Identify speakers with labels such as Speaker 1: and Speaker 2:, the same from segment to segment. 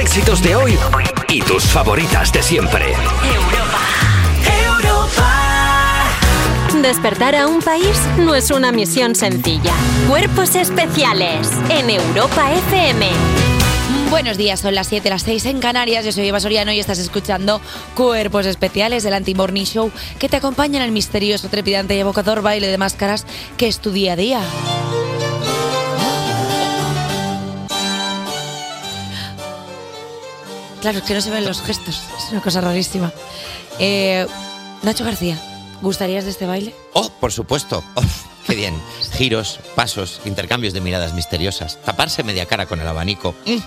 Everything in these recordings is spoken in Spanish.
Speaker 1: éxitos de hoy y tus favoritas de siempre.
Speaker 2: Despertar a un país no es una misión sencilla. Cuerpos especiales en Europa FM.
Speaker 3: Buenos días, son las 7, las 6 en Canarias. Yo soy Eva Soriano y estás escuchando Cuerpos Especiales del Anti-Morning Show que te acompaña en el misterioso, trepidante y evocador baile de máscaras que es tu día a día. Claro, es que no se ven los gestos. Es una cosa rarísima. Eh, Nacho García, ¿gustarías de este baile?
Speaker 4: Oh, por supuesto. Oh, qué bien. Giros, pasos, intercambios de miradas misteriosas. Taparse media cara con el abanico. Mm.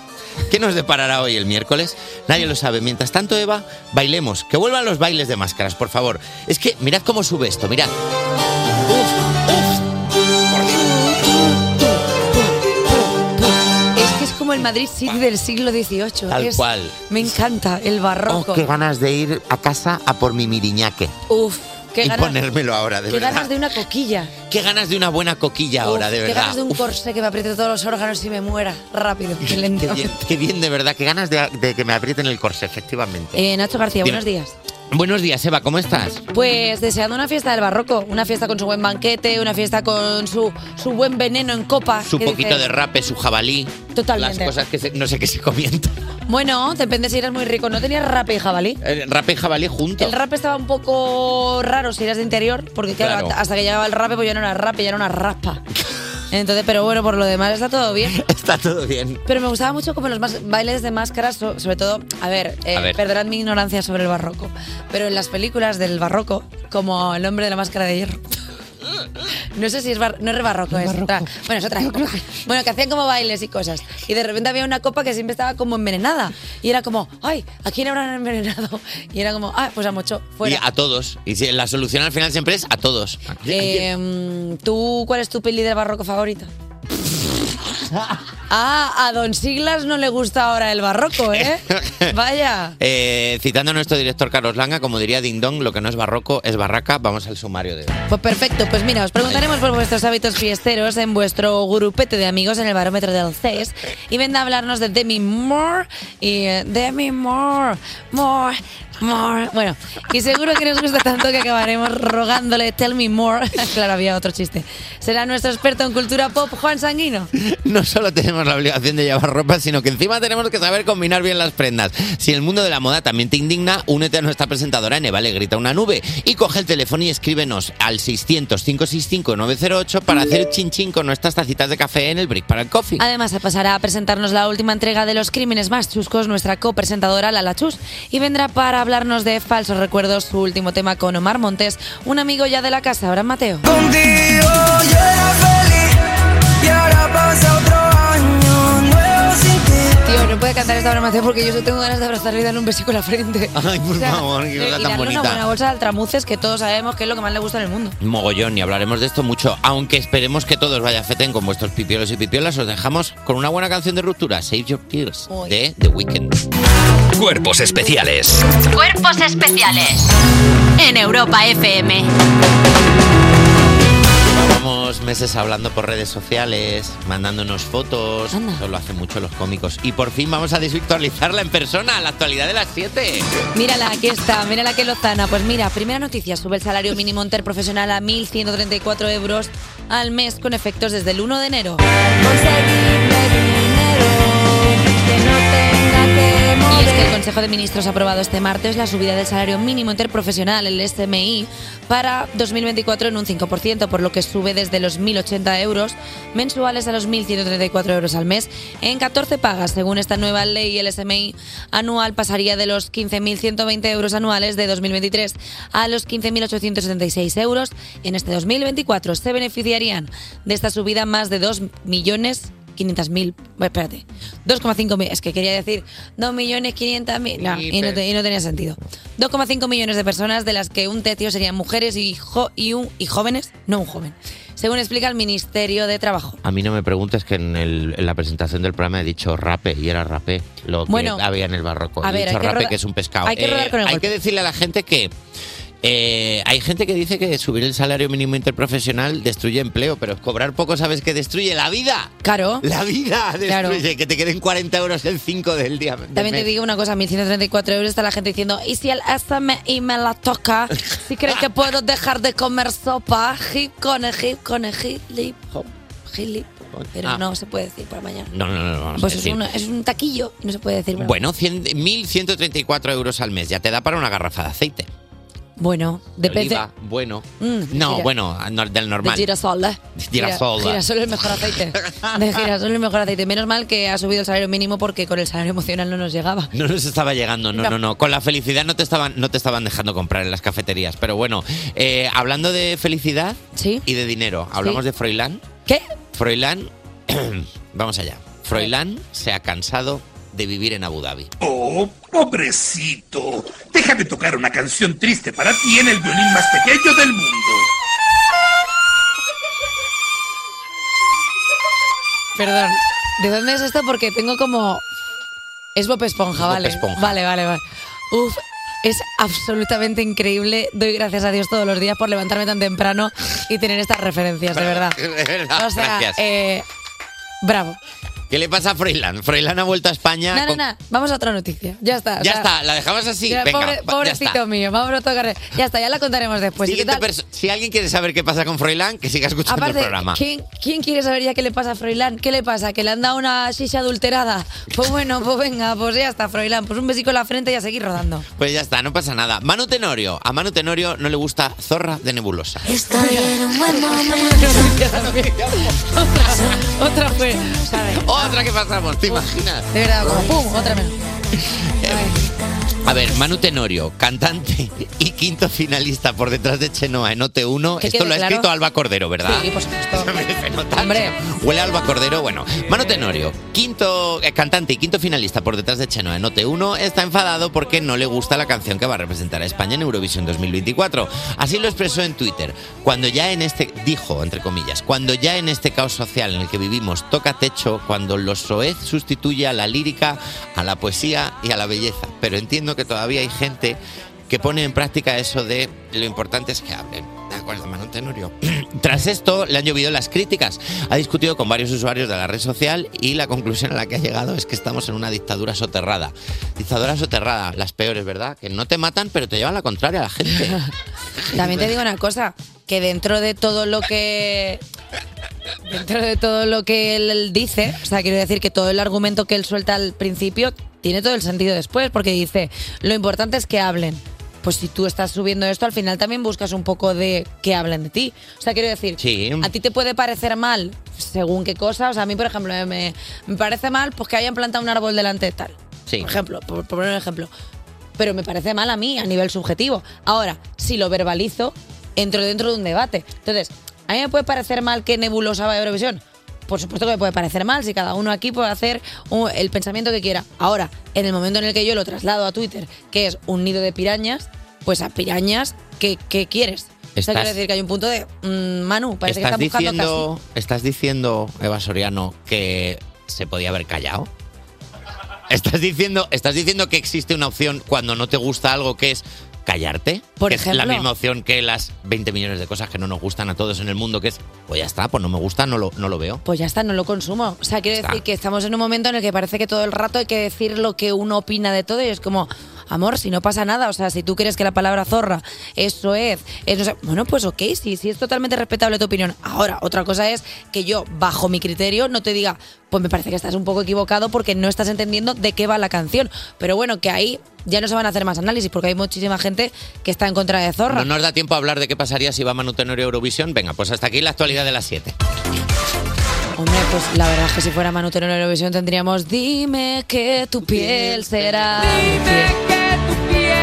Speaker 4: ¿Qué nos deparará hoy el miércoles? Nadie lo sabe. Mientras tanto, Eva, bailemos. Que vuelvan los bailes de máscaras, por favor. Es que mirad cómo sube esto, mirad.
Speaker 3: Es que es como el Madrid City del siglo XVIII.
Speaker 4: Tal
Speaker 3: es-
Speaker 4: cual.
Speaker 3: Me encanta, el
Speaker 4: Oh,
Speaker 3: barroco.
Speaker 4: qué ganas de ir a casa a por mi miriñaque.
Speaker 3: Uf, qué
Speaker 4: y
Speaker 3: ganas.
Speaker 4: ponérmelo ahora, de
Speaker 3: qué
Speaker 4: verdad.
Speaker 3: ganas de una coquilla.
Speaker 4: Qué ganas de una buena coquilla ahora,
Speaker 3: Uf,
Speaker 4: de
Speaker 3: Qué
Speaker 4: verdad.
Speaker 3: ganas de un
Speaker 4: Uf,
Speaker 3: corsé que me apriete todos los órganos y me muera. Rápido, qué lento.
Speaker 4: qué, bien, qué bien, de verdad. Qué ganas de, de que me aprieten el corsé, efectivamente.
Speaker 3: Eh, Nacho García,
Speaker 4: Dime.
Speaker 3: buenos días.
Speaker 4: Buenos días, Eva, ¿cómo estás?
Speaker 3: Pues deseando una fiesta del barroco, una fiesta con su buen banquete, una fiesta con su, su buen veneno en copa.
Speaker 4: Su
Speaker 3: que
Speaker 4: poquito
Speaker 3: dices,
Speaker 4: de rape, su jabalí.
Speaker 3: Totalmente.
Speaker 4: Las cosas que se- no sé qué se comientan.
Speaker 3: Bueno, depende si eras muy rico. No tenías rape y jabalí.
Speaker 4: Eh, Rape y jabalí juntos.
Speaker 3: El rape estaba un poco raro si eras de interior, porque claro,
Speaker 4: Claro.
Speaker 3: hasta- hasta que llegaba el rape, pues ya no era rape, ya era una raspa. Entonces, pero bueno, por lo demás está todo bien.
Speaker 4: Está todo bien.
Speaker 3: Pero me gustaba mucho como los mas- bailes de máscaras, so- sobre todo, a ver, eh,
Speaker 4: A ver.
Speaker 3: perdonad mi ignorancia sobre el barroco, pero en las películas del barroco, como El hombre de la máscara de hierro. No sé si es bar- no es barroco, es otra. Bueno, es otra. Bueno, que hacían como bailes y cosas. Y de repente había una copa que siempre estaba como envenenada. Y era como, ay, ¿a quién habrán envenenado? Y era como, ah, pues a Mocho,
Speaker 4: Y
Speaker 3: fuera.
Speaker 4: a todos. Y si- la solución al final siempre es a todos.
Speaker 3: Eh, mm, ¿Tú cuál es tu peli del barroco favorita? Ah, a Don Siglas no le gusta ahora el barroco, ¿eh? Vaya.
Speaker 4: Eh, citando a nuestro director Carlos Langa, como diría Ding Dong, lo que no es barroco es barraca. Vamos al sumario de hoy.
Speaker 3: Pues perfecto, pues mira, os preguntaremos por vuestros hábitos fiesteros en vuestro grupete de amigos en el barómetro del CES y venga a hablarnos de Demi Moore y eh, Demi Moore, Moore, Moore. Bueno, y seguro que nos gusta tanto que acabaremos rogándole Tell Me More. Claro, había otro chiste. Será nuestro experto en cultura pop, Juan Sanguino.
Speaker 4: No solo tenemos la obligación de llevar ropa, sino que encima tenemos que saber combinar bien las prendas. Si el mundo de la moda también te indigna, únete a nuestra presentadora en Evale Grita una Nube y coge el teléfono y escríbenos al 600-565-908 para hacer chin chin con nuestras tacitas de café en el Brick para el Coffee.
Speaker 3: Además, pasará a presentarnos la última entrega de Los Crímenes Más Chuscos, nuestra copresentadora Lala Chus, y vendrá para hablarnos de Falsos Recuerdos, su último tema con Omar Montes, un amigo ya de la casa, Abraham Mateo.
Speaker 5: Contigo yo era feliz y ahora pasa otro año nuevo sin ti.
Speaker 3: Tío, no puede cantar esta Abraham Mateo porque yo solo tengo ganas de abrazarle y darle un besito en la frente.
Speaker 4: Ay, por
Speaker 3: O sea,
Speaker 4: favor, qué
Speaker 3: y
Speaker 4: cosa
Speaker 3: darle
Speaker 4: tan
Speaker 3: una buena
Speaker 4: bonita.
Speaker 3: bolsa de altramuces que todos sabemos que es lo que más le gusta en el mundo.
Speaker 4: Mogollón, y hablaremos de esto mucho, aunque esperemos que todos vaya feten con vuestros pipiolos y pipiolas. Os dejamos con una buena canción de ruptura, Save Your Tears,
Speaker 3: Uy.
Speaker 4: de The Weeknd.
Speaker 1: Cuerpos especiales
Speaker 2: Cuerpos especiales en Europa FM.
Speaker 4: Llevamos meses hablando por redes sociales, mandándonos fotos,
Speaker 3: Anda.
Speaker 4: eso lo hacen mucho los cómicos. Y por fin vamos a desvirtualizarla en persona, la actualidad de las 7.
Speaker 3: Mírala, aquí está, mírala que lozana. Pues mira, primera noticia, sube el salario mínimo interprofesional a 1.134 euros al mes con efectos desde el 1 de enero. Y es que el Consejo de Ministros ha aprobado este martes la subida del salario mínimo interprofesional, el SMI, para 2024 en un 5%, por lo que sube desde los 1.080 euros mensuales a los 1.134 euros al mes en 14 pagas. Según esta nueva ley, el SMI anual pasaría de los 15.120 euros anuales de 2023 a los 15.876 euros en este 2024. Se beneficiarían de esta subida más de 2 millones 500.000, bueno, espérate, 2,5 mi- es que quería decir 2.500.000 no,
Speaker 4: Sí,
Speaker 3: y, no
Speaker 4: pero-
Speaker 3: te- y no tenía sentido. 2,5 millones de personas, de las que un tercio serían mujeres y, jo- y, un- y jóvenes, no un joven, según explica el Ministerio de Trabajo.
Speaker 4: A mí no me preguntes que en, el- en la presentación del programa he dicho rape y era rape lo que
Speaker 3: Bueno,
Speaker 4: había en el barroco.
Speaker 3: a
Speaker 4: He
Speaker 3: ver,
Speaker 4: dicho
Speaker 3: hay que
Speaker 4: rape
Speaker 3: roda-
Speaker 4: que es un pescado. Eh,
Speaker 3: hay que rodar con el
Speaker 4: hay
Speaker 3: golpe.
Speaker 4: que decirle a la gente que Eh, hay gente que dice que subir el salario mínimo interprofesional destruye empleo, pero cobrar poco sabes que destruye la vida.
Speaker 3: Claro.
Speaker 4: La vida destruye,
Speaker 3: Claro.
Speaker 4: que te queden 40 euros el 5 del día. del
Speaker 3: También te
Speaker 4: mes.
Speaker 3: digo una cosa, 1.134 euros está la gente diciendo, ¿y si el SM y me la toca? Si cree que puedo dejar de comer sopa, hip con el hip con el hip, lip, hop, hip, lip. Pero
Speaker 4: Ah.
Speaker 3: no se puede decir por la mañana.
Speaker 4: No, no, no, no, vamos
Speaker 3: Pues
Speaker 4: a
Speaker 3: es,
Speaker 4: decir.
Speaker 3: una- es un taquillo y no se puede decir. por la
Speaker 4: Bueno, 100 1.134 euros al mes, ya te da para una garrafa de aceite.
Speaker 3: Bueno, depende.
Speaker 4: Oliva, bueno.
Speaker 3: Mm,
Speaker 4: no,
Speaker 3: gira-
Speaker 4: bueno, no- del
Speaker 3: De
Speaker 4: normal.
Speaker 3: girasol. ¿eh?
Speaker 4: Girasol.
Speaker 3: Gira- Girasol es el mejor aceite. De girasol es el mejor aceite. Menos mal que ha subido el salario mínimo porque con el salario emocional no nos llegaba.
Speaker 4: No nos estaba llegando, no, no, no. Con la felicidad no te estaban, no te estaban dejando comprar en las cafeterías. Pero bueno, eh, hablando de felicidad y de dinero, hablamos
Speaker 3: Sí.
Speaker 4: de Froilán.
Speaker 3: ¿Qué?
Speaker 4: Froilán, vamos allá. Froilán se ha cansado de vivir en Abu Dhabi.
Speaker 6: Oh, pobrecito. Déjame tocar una canción triste para ti en el violín más pequeño del mundo.
Speaker 3: Perdón. ¿De dónde es esto? Porque tengo como. Es Bob Esponja, vale.
Speaker 4: Esponja.
Speaker 3: Vale, vale, vale. Uf, es absolutamente increíble. Doy gracias a Dios todos los días por levantarme tan temprano y tener estas referencias, de verdad. O sea,
Speaker 4: Gracias.
Speaker 3: eh, bravo.
Speaker 4: ¿Qué le pasa a Froilán? Froilán ha vuelto a España.
Speaker 3: No, no,
Speaker 4: con-
Speaker 3: no. Vamos a otra noticia. Ya está. o
Speaker 4: Ya
Speaker 3: sea,
Speaker 4: está, la dejamos así.
Speaker 3: ya,
Speaker 4: Venga,
Speaker 3: pobre-
Speaker 4: ya
Speaker 3: pobrecito
Speaker 4: está.
Speaker 3: mío, vamos a tocar. Ya está, ya la contaremos después. ¿Y qué
Speaker 4: Siguiente
Speaker 3: tal?
Speaker 4: perso- si alguien quiere saber qué pasa con Froilán, que siga escuchando el
Speaker 3: Aparte,
Speaker 4: programa.
Speaker 3: ¿quién, quién quiere saber ya qué le pasa a Froilán? ¿Qué le pasa? ¿Que le han dado una shisha adulterada? Pues bueno, pues venga, pues ya está, Froilán. Pues un besico en la frente y a seguir rodando.
Speaker 4: Pues ya está, no pasa nada. Manu Tenorio. A Manu Tenorio no le gusta Zorra de Nebulosa.
Speaker 3: otra, otra fue, ¿sabes?
Speaker 4: Otra que pasamos, ¿te imaginas?
Speaker 3: De verdad, como pum, otra menos.
Speaker 4: A ver, Manu Tenorio, cantante y quinto finalista por detrás de Chenoa en OT1.
Speaker 3: Que
Speaker 4: Esto
Speaker 3: quede
Speaker 4: lo ha
Speaker 3: claro.
Speaker 4: escrito Alba Cordero, ¿verdad?
Speaker 3: Sí, por supuesto.
Speaker 4: Hombre. Huele a Alba Cordero, bueno. Manu Tenorio, quinto eh, cantante y quinto finalista por detrás de Chenoa en OT1, está enfadado porque no le gusta la canción que va a representar a España en Eurovisión 2024. Así lo expresó en Twitter. Cuando ya en este, dijo, entre comillas, cuando ya en este caos social en el que vivimos toca techo, cuando los soez sustituye a la lírica, a la poesía y a la belleza. Pero entiendo que todavía hay gente que pone en práctica eso de lo importante es que hablen. De acuerdo, Manu Tenorio. Tras esto, le han llovido las críticas. Ha discutido con varios usuarios de la red social y la conclusión a la que ha llegado es que estamos en una dictadura soterrada. Dictadura soterrada, las peores, ¿verdad? Que no te matan, pero te llevan la contraria a la gente.
Speaker 3: También te digo una cosa, que dentro de todo lo que... Dentro de todo lo que él dice, o sea, quiero decir que todo el argumento que él suelta al principio tiene todo el sentido después, porque dice, lo importante es que hablen. Pues si tú estás subiendo esto, al final también buscas un poco de que hablen de ti. O sea, quiero decir,
Speaker 4: Sí.
Speaker 3: a ti te puede parecer mal según qué cosa. O sea, a mí, por ejemplo, eh, me, me parece mal pues que hayan plantado un árbol delante de tal.
Speaker 4: Sí.
Speaker 3: Por ejemplo, por, por poner un ejemplo. Pero me parece mal a mí a nivel subjetivo. Ahora, si lo verbalizo, entro dentro de un debate. Entonces, a mí me puede parecer mal que Nebulosa vaya a Eurovisión. Por supuesto que me puede parecer mal, si cada uno aquí puede hacer un- el pensamiento que quiera. Ahora, en el momento en el que yo lo traslado a Twitter, que es un nido de pirañas, pues a pirañas, ¿qué, qué quieres? O sea,
Speaker 4: Estás-
Speaker 3: quiero decir que hay un punto de, mm, Manu, parece que
Speaker 4: ¿Estás,
Speaker 3: están buscando
Speaker 4: diciendo, ¿Estás diciendo, Eva Soriano, que se podía haber callado? ¿Estás diciendo, ¿Estás diciendo que existe una opción cuando no te gusta algo que es callarte?
Speaker 3: Por
Speaker 4: Que Es la
Speaker 3: ejemplo.
Speaker 4: misma opción que las 20 millones de cosas que no nos gustan a todos en el mundo, que es, pues ya está, pues no me gusta, no lo, no lo veo.
Speaker 3: pues ya está, no lo consumo. O sea, quiero
Speaker 4: Está.
Speaker 3: decir que estamos en un momento en el que parece que todo el rato hay que decir lo que uno opina de todo y es como, amor, si no pasa nada, o sea, si tú crees que la palabra zorra es soez, es, no sé, bueno, pues ok, sí, sí es totalmente respetable tu opinión. Ahora, otra cosa es que yo, bajo mi criterio, no te diga, pues me parece que estás un poco equivocado porque no estás entendiendo de qué va la canción. Pero bueno, que ahí ya no se van a hacer más análisis porque hay muchísima gente que está en contra de zorra.
Speaker 4: No nos da tiempo a hablar de qué pasaría si va Manu Tenorio a Eurovisión. Venga, pues hasta aquí la actualidad de las 7.
Speaker 3: Hombre, pues la verdad es que si fuera Manu Tero en Eurovisión tendríamos Dime que tu piel será mi piel".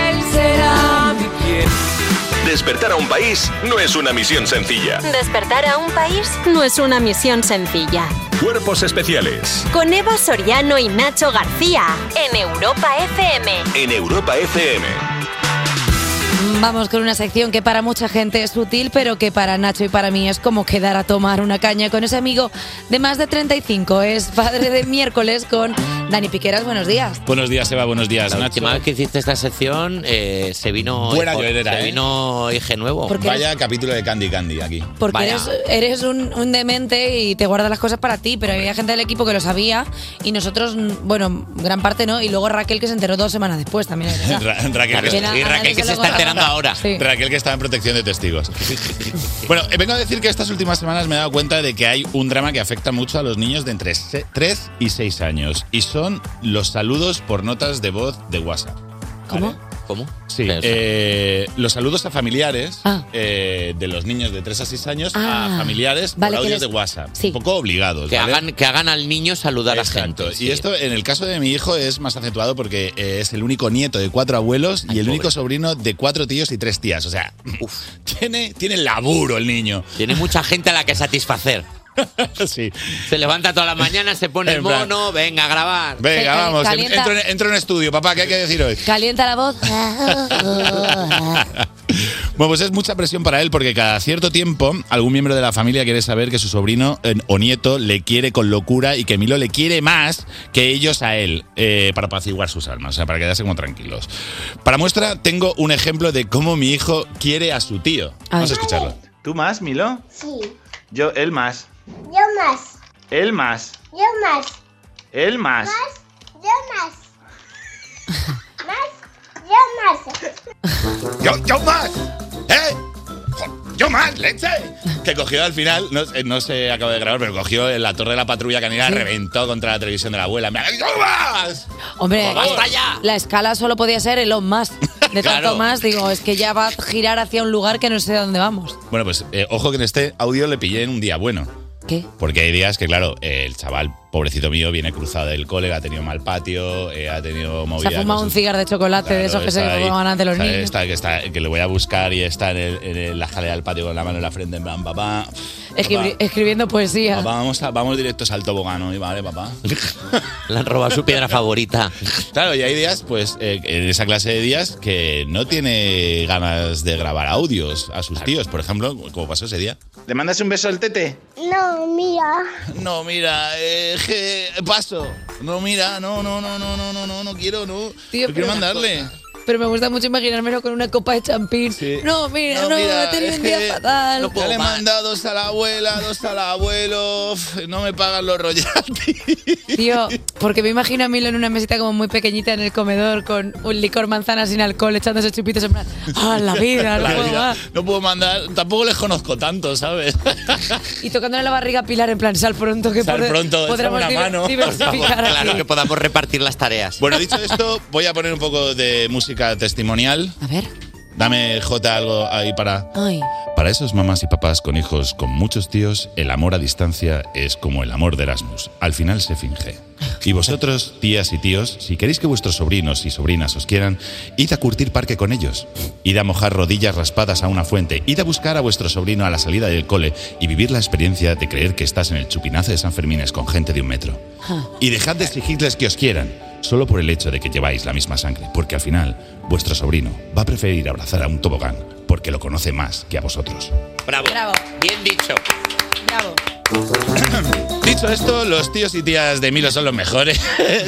Speaker 7: Despertar a un país no es una misión sencilla.
Speaker 2: Despertar a un país no es una misión sencilla.
Speaker 7: Cuerpos especiales
Speaker 2: Con Eva Soriano y Nacho García en Europa FM.
Speaker 7: en Europa FM.
Speaker 3: Vamos con una sección que para mucha gente es útil, pero que para Nacho y para mí es como quedar a tomar una caña con ese amigo de más de 35. Es padre de miércoles con Dani Piqueras. Buenos días.
Speaker 8: Buenos días, Eva. Buenos días,
Speaker 4: La
Speaker 8: Nacho.
Speaker 4: última vez Ah, que hiciste esta sección eh, se vino.
Speaker 8: Buena
Speaker 4: hijo-
Speaker 8: llorera,
Speaker 4: Se
Speaker 8: ¿eh?
Speaker 4: vino Eje Nuevo.
Speaker 3: Porque Vaya eres-
Speaker 4: capítulo de Candy Candy aquí.
Speaker 3: Porque eres, eres un, un demente y te guardas las cosas para ti, pero había gente del equipo que lo sabía y nosotros, mm, bueno, gran parte no. Y luego Raquel que se enteró dos semanas después también. es verdad.
Speaker 8: Ra- Raquel,
Speaker 3: Claro, y Raquel que se está enterando ahora. Sí.
Speaker 8: Raquel que está en protección de testigos. bueno, eh, vengo a decir que estas últimas semanas me he dado cuenta de que hay un drama que afecta mucho a los niños de entre 3 y 6 años. Y son los saludos por notas de voz de WhatsApp.
Speaker 3: ¿Cómo?
Speaker 4: ¿Cómo?
Speaker 8: Sí. eh, los saludos a familiares eh, de los niños de 3 a 6 años
Speaker 4: Ah,
Speaker 8: a familiares
Speaker 4: vale,
Speaker 8: por
Speaker 4: que
Speaker 8: audios
Speaker 4: les-
Speaker 8: de WhatsApp. Un poco obligados.
Speaker 4: Que,
Speaker 8: ¿vale?
Speaker 4: hagan, que hagan al niño saludar a gente.
Speaker 8: Exacto. Y esto, en el caso de mi hijo, es más acentuado porque eh, es el único nieto de cuatro abuelos y el único sobrino de cuatro tíos y tres tías. O sea, tiene, tiene laburo el niño.
Speaker 4: Tiene mucha gente a la que satisfacer.
Speaker 8: sí.
Speaker 4: Se levanta toda la mañana, se pone el
Speaker 8: En plan-
Speaker 4: mono, venga a grabar.
Speaker 8: Venga, vamos, en-
Speaker 3: calienta-
Speaker 8: entro, en, entro en estudio, papá, ¿qué hay que decir hoy?
Speaker 3: Calienta la voz.
Speaker 8: Bueno, pues es mucha presión para él porque cada cierto tiempo algún miembro de la familia quiere saber que su sobrino eh, o nieto le quiere con locura y que Milo le quiere más que ellos a él eh, para apaciguar sus almas, o sea, para quedarse como tranquilos. Para muestra tengo un ejemplo de cómo mi hijo quiere a su tío. Vamos a escucharlo.
Speaker 9: ¿Tú más, Milo?
Speaker 10: Sí.
Speaker 9: Yo, él más.
Speaker 10: Yo más.
Speaker 9: Él más.
Speaker 10: Yo más.
Speaker 9: Él más.
Speaker 10: Más. Yo más. más. Yo más.
Speaker 8: ¡Yo, yo más! ¡Eh! Jo- ¡Yo más, leche! Que cogió al final, no, eh, no se acabó de grabar, pero cogió en la torre de la patrulla canina, reventó contra la televisión de la abuela. ¡Me ha- ¡Yo más!
Speaker 3: Hombre,
Speaker 8: Por favor.
Speaker 3: eh, la escala solo podía ser el más. De
Speaker 8: Claro.
Speaker 3: tanto más, digo, es que ya va a girar hacia un lugar que no sé a dónde vamos.
Speaker 8: Bueno, pues eh, ojo que en este audio le pillé en un día bueno.
Speaker 3: ¿Qué?
Speaker 8: Porque hay días que, claro, eh, el chaval, pobrecito mío, viene cruzado del cole, ha tenido mal patio, eh, ha tenido
Speaker 3: Se
Speaker 8: movidas.
Speaker 3: ha fumado
Speaker 8: con
Speaker 3: un
Speaker 8: sus-
Speaker 3: cigarro de chocolate de
Speaker 8: Claro,
Speaker 3: esos que se
Speaker 8: está ahí,
Speaker 3: fumaban antes los
Speaker 8: ¿sabes?
Speaker 3: niños.
Speaker 8: Está, que, está, que lo voy a buscar y está en, el- en el- la jalea del patio con la mano en la frente, en plan, papá.
Speaker 3: Escribi-
Speaker 8: papá,
Speaker 3: escribiendo poesía.
Speaker 8: papá, vamos, a- vamos directos al tobogán hoy, ¿vale, papá?
Speaker 4: Le han robado su piedra favorita.
Speaker 8: Claro, y hay días, pues, eh, en esa clase de días que no tiene ganas de grabar audios a sus tíos, por ejemplo, como pasó ese día.
Speaker 9: ¿Le mandas un beso al tete?
Speaker 10: No, mira.
Speaker 8: No, mira, eh, je, paso. No, mira, Ah, no, no, no, no, no, no, no, no quiero, no.
Speaker 3: Tío,
Speaker 8: no quiero
Speaker 3: pero-
Speaker 8: mandarle.
Speaker 3: Pero me gusta mucho imaginármelo con una copa de champín. No, mira, no, he tenido un día fatal.
Speaker 8: No le he mandado dos a la abuela, dos al abuelo. f- No me pagan los royalties.
Speaker 3: Tío, porque me imagino a Milo en una mesita como muy pequeñita en el comedor con un licor manzana sin alcohol, echándose chupitos en plan, ¡ah, la vida! no
Speaker 8: La
Speaker 3: puedo
Speaker 8: vida.
Speaker 3: más".
Speaker 8: No puedo mandar, tampoco les conozco tanto, ¿sabes?
Speaker 3: Y tocándole la barriga a Pilar en plan, sal pronto, que
Speaker 8: Sal
Speaker 3: pod-
Speaker 8: pronto, échame
Speaker 3: podremos
Speaker 8: una
Speaker 3: diver-
Speaker 8: mano.
Speaker 3: diversificar aquí.
Speaker 4: Claro, que podamos repartir las tareas.
Speaker 8: Bueno, dicho esto, voy a poner un poco de música testimonial. A ver. Dame, J, algo ahí para...
Speaker 3: Ay.
Speaker 8: Para esos mamás y papás con hijos con muchos tíos, el amor a distancia es como el amor de Erasmus. Al final se finge. Y vosotros, tías y tíos, si queréis que vuestros sobrinos y sobrinas os quieran, id a curtir parque con ellos. Id a mojar rodillas raspadas a una fuente. Id a buscar a vuestro sobrino a la salida del cole y vivir la experiencia de creer que estás en el chupinazo de San Fermines con gente de un metro. Y dejad de exigirles que os quieran, solo por el hecho de que lleváis la misma sangre, porque al final vuestro sobrino va a preferir abrazar a un tobogán porque lo conoce más que a vosotros.
Speaker 4: Bravo. Bien dicho.
Speaker 3: Bravo.
Speaker 8: Dicho esto, los tíos y tías de Milo son los mejores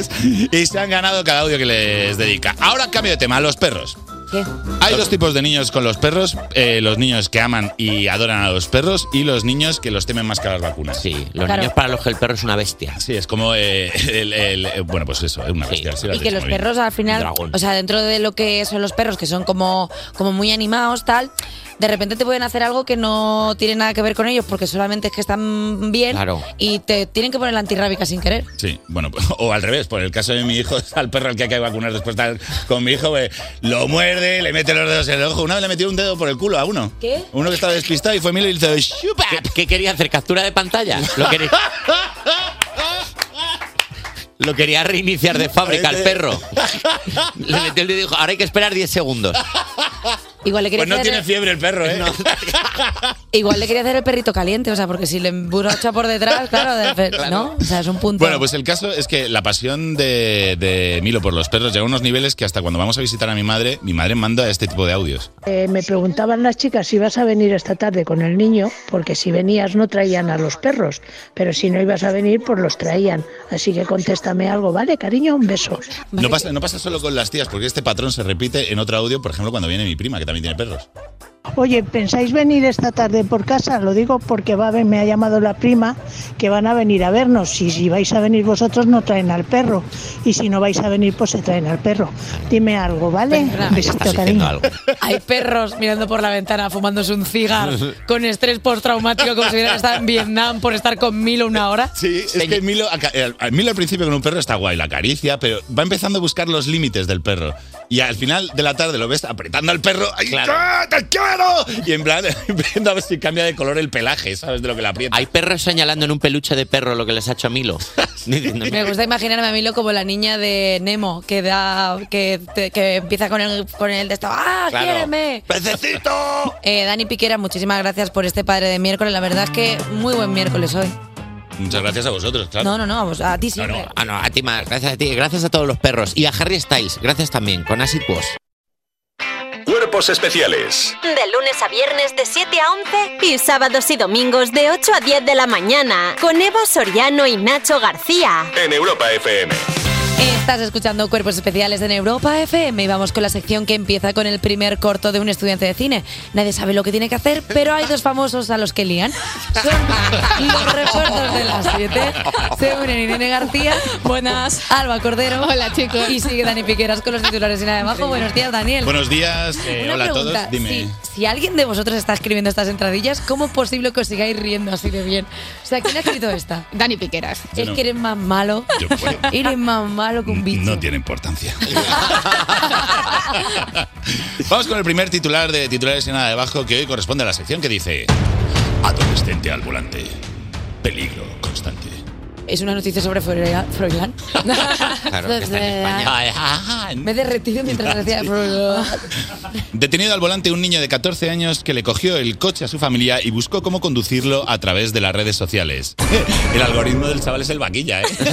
Speaker 8: y se han ganado cada audio que les dedica. Ahora cambio de tema, los perros.
Speaker 3: ¿Qué?
Speaker 8: Hay dos tipos de niños con los perros, eh, los niños que aman y adoran a los perros y los niños que los temen más que a las vacunas. Sí,
Speaker 4: Los niños para los que el perro es una bestia.
Speaker 8: Sí, es como eh, el, el- eh, bueno, pues eso, es una bestia. sí lo has
Speaker 3: Y que
Speaker 8: dicho
Speaker 3: los
Speaker 8: muy bien.
Speaker 3: perros al final,
Speaker 8: Dragón.
Speaker 3: o sea, dentro de lo que son los perros, que son como, como muy animados, tal, de repente te pueden hacer algo que no tiene nada que ver con ellos, porque solamente es que están bien
Speaker 8: Claro.
Speaker 3: y te tienen que poner la antirrábica sin querer.
Speaker 8: Sí, bueno, pues, o al revés, por el caso de mi hijo, al perro al que hay que vacunar después de estar con mi hijo, pues, lo muerde, le mete los dedos en el ojo. Una vez le metió un dedo por el culo a uno.
Speaker 3: ¿Qué?
Speaker 8: Uno que estaba despistado y fue Milo y le hizo "Shupa".
Speaker 4: ¿Qué, qué quería hacer? ¿Captura de pantalla? Lo quería, lo quería reiniciar de fábrica al perro. Le metió el dedo y dijo, ahora hay que esperar 10 segundos.
Speaker 8: Pues
Speaker 3: Igual le quería hacer
Speaker 8: fiebre el perro, ¿eh?
Speaker 3: Igual le quería hacer el perrito caliente, o sea, porque si le emburracha por detrás, claro, de- ¿no? O sea, es un punto.
Speaker 8: Bueno, pues el caso es que la pasión de, de Milo por los perros llega a unos niveles que hasta cuando vamos a visitar a mi madre, mi madre manda este tipo de audios.
Speaker 11: Eh, me preguntaban las chicas si ibas a venir esta tarde con el niño, porque si venías no traían a los perros, pero si no ibas a venir, pues los traían. Así que contéstame algo, ¿vale, cariño? Un beso.
Speaker 8: No pasa, no pasa solo con las tías, porque este patrón se repite en otro audio, por ejemplo, cuando viene mi prima, que también tiene perros.
Speaker 11: Oye, ¿pensáis venir esta tarde por casa? Lo digo porque va a ver- me ha llamado la prima que van a venir a vernos. Y si vais a venir vosotros, no traen al perro. Y si no vais a venir, pues se traen al perro. Dime algo, ¿vale? Un besito, cariño.
Speaker 3: Hay perros mirando por la ventana fumándose un cigarro con estrés postraumático como si hubieran estado en Vietnam por estar con Milo una hora.
Speaker 8: Sí, es que Milo, aca- el- al- Milo eh, al principio con un perro está guay, la acaricia, pero va empezando a buscar los límites del perro. Y al final de la tarde lo ves apretando al perro. ¡Ay, ¡ah, te quiero! Y en plan, viendo a ver si cambia de color el pelaje, ¿sabes? De lo que la aprieta.
Speaker 4: Hay perros señalando en un peluche de perro lo que les ha hecho a Milo. Diciendo,
Speaker 3: Me gusta imaginarme a Milo como la niña de Nemo que da que, te- que empieza con el con el de esto, ¡ah,
Speaker 4: Claro.
Speaker 3: quiéreme! Eh, Dani Piquera, muchísimas gracias por este padre de miércoles. La verdad es que muy buen miércoles hoy.
Speaker 4: Muchas gracias a vosotros, claro.
Speaker 3: No, no, no, a vos- a ti siempre.
Speaker 4: Ah, no, a ti más. Gracias a ti. Gracias a todos los perros. Y a Harry Styles. Gracias también. Con Acid Wash.
Speaker 7: Cuerpos especiales
Speaker 2: De lunes a viernes de 7 a 11 y sábados y domingos de 8 a 10 de la mañana con Eva Soriano y Nacho García.
Speaker 7: en Europa FM.
Speaker 3: Estás escuchando Cuerpos Especiales en Europa FM y vamos con la sección que empieza con el primer corto de un estudiante de cine. Nadie sabe lo que tiene que hacer, pero hay dos famosos a los que lían. Son los refuerzos de las 7. Se unen Irene García. Buenas. Alba Cordero. Hola, chicos. Y sigue Dani Piqueras con los titulares y nada abajo. Buenos días, Daniel.
Speaker 8: Buenos días, eh,
Speaker 3: Una
Speaker 8: hola a
Speaker 3: pregunta,
Speaker 8: todos. Dime.
Speaker 3: Si, si alguien de vosotros está escribiendo estas entradillas, ¿cómo es posible que os sigáis riendo así de bien? O sea, ¿quién ha escrito esta? Dani Piqueras.
Speaker 8: Yo
Speaker 3: Es
Speaker 8: no.
Speaker 3: que eres más malo. Eres más malo que un bicho.
Speaker 8: No tiene importancia. Vamos con el primer titular de titulares y nada debajo que hoy corresponde a la sección que dice Adolescente al volante. Peligro constante.
Speaker 3: Es una noticia sobre Froilán. Froilán.
Speaker 8: Claro, que está en España.
Speaker 3: Me he derretido mientras decía Froilán.
Speaker 8: Detenido al volante un niño de 14 años que le cogió el coche a su familia y buscó cómo conducirlo a través de las redes sociales. El algoritmo del chaval es el vaquilla, ¿eh?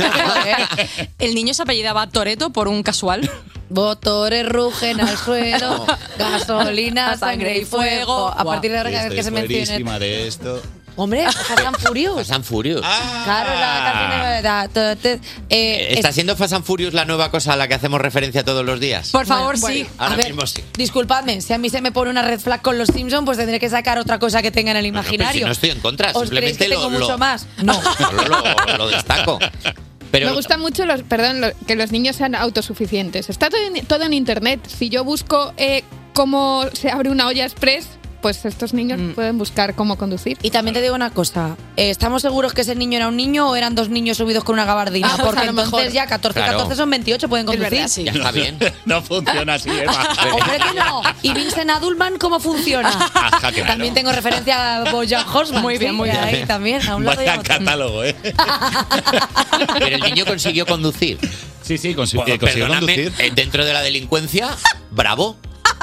Speaker 12: El niño se apellidaba Toreto por un casual.
Speaker 3: Motores rugen al suelo, gasolina, sangre y fuego. A
Speaker 8: Buah,
Speaker 3: partir de ahora, cada vez que se
Speaker 8: estoy
Speaker 3: mencione.
Speaker 8: fuerísima de esto.
Speaker 3: Hombre, Fast and Furious.
Speaker 4: Fast and Furious.
Speaker 8: Ah,
Speaker 3: Claro, la canción de- da- da- da- eh,
Speaker 4: Ah. ¿Está
Speaker 3: es-
Speaker 4: siendo Fast and Furious la nueva cosa a la que hacemos referencia todos los días?
Speaker 3: Por favor, Bueno, sí. bueno.
Speaker 4: Ahora
Speaker 3: A ver,
Speaker 4: mismo sí.
Speaker 3: Disculpadme, si a mí se me pone una red flag con los Simpsons, pues tendré que sacar otra cosa que tenga en el
Speaker 4: No, pero si
Speaker 3: imaginario.
Speaker 4: no estoy en contra,
Speaker 3: ¿Os creéis
Speaker 4: simplemente
Speaker 3: que
Speaker 4: lo,
Speaker 3: tengo
Speaker 4: lo-
Speaker 3: mucho más? No.
Speaker 4: lo- lo- lo destaco. Pero
Speaker 13: Me gusta mucho los, perdón, lo- que los niños sean autosuficientes. Está todo en, todo en internet. Si yo busco eh, cómo se abre una olla express, pues estos niños pueden buscar cómo conducir.
Speaker 3: Mm. Y también te digo una cosa, eh, ¿estamos seguros que ese niño era un niño o eran dos niños subidos con una gabardina?
Speaker 13: Ah, pues
Speaker 3: Porque
Speaker 13: a lo
Speaker 3: entonces
Speaker 13: mejor.
Speaker 3: ya 14,
Speaker 8: Claro.
Speaker 3: 14 son 28, pueden conducir.
Speaker 8: Ya está bien. No funciona así, ¿eh? Eva.
Speaker 3: Hombre, que no. ¿Y Vincent Adulman cómo funciona?
Speaker 8: Ajá, que
Speaker 3: También
Speaker 8: no.
Speaker 3: tengo referencia a Bojan Horseman. Muy bien, muy bien. Ahí también, a un lado y a
Speaker 8: Vaya
Speaker 3: otro.
Speaker 8: catálogo, ¿eh?
Speaker 4: Pero el niño consiguió conducir.
Speaker 8: Sí, sí, consiguió, consiguió
Speaker 4: Bueno, Pues perdóname,
Speaker 8: conducir.
Speaker 4: eh, Dentro de la delincuencia, bravo.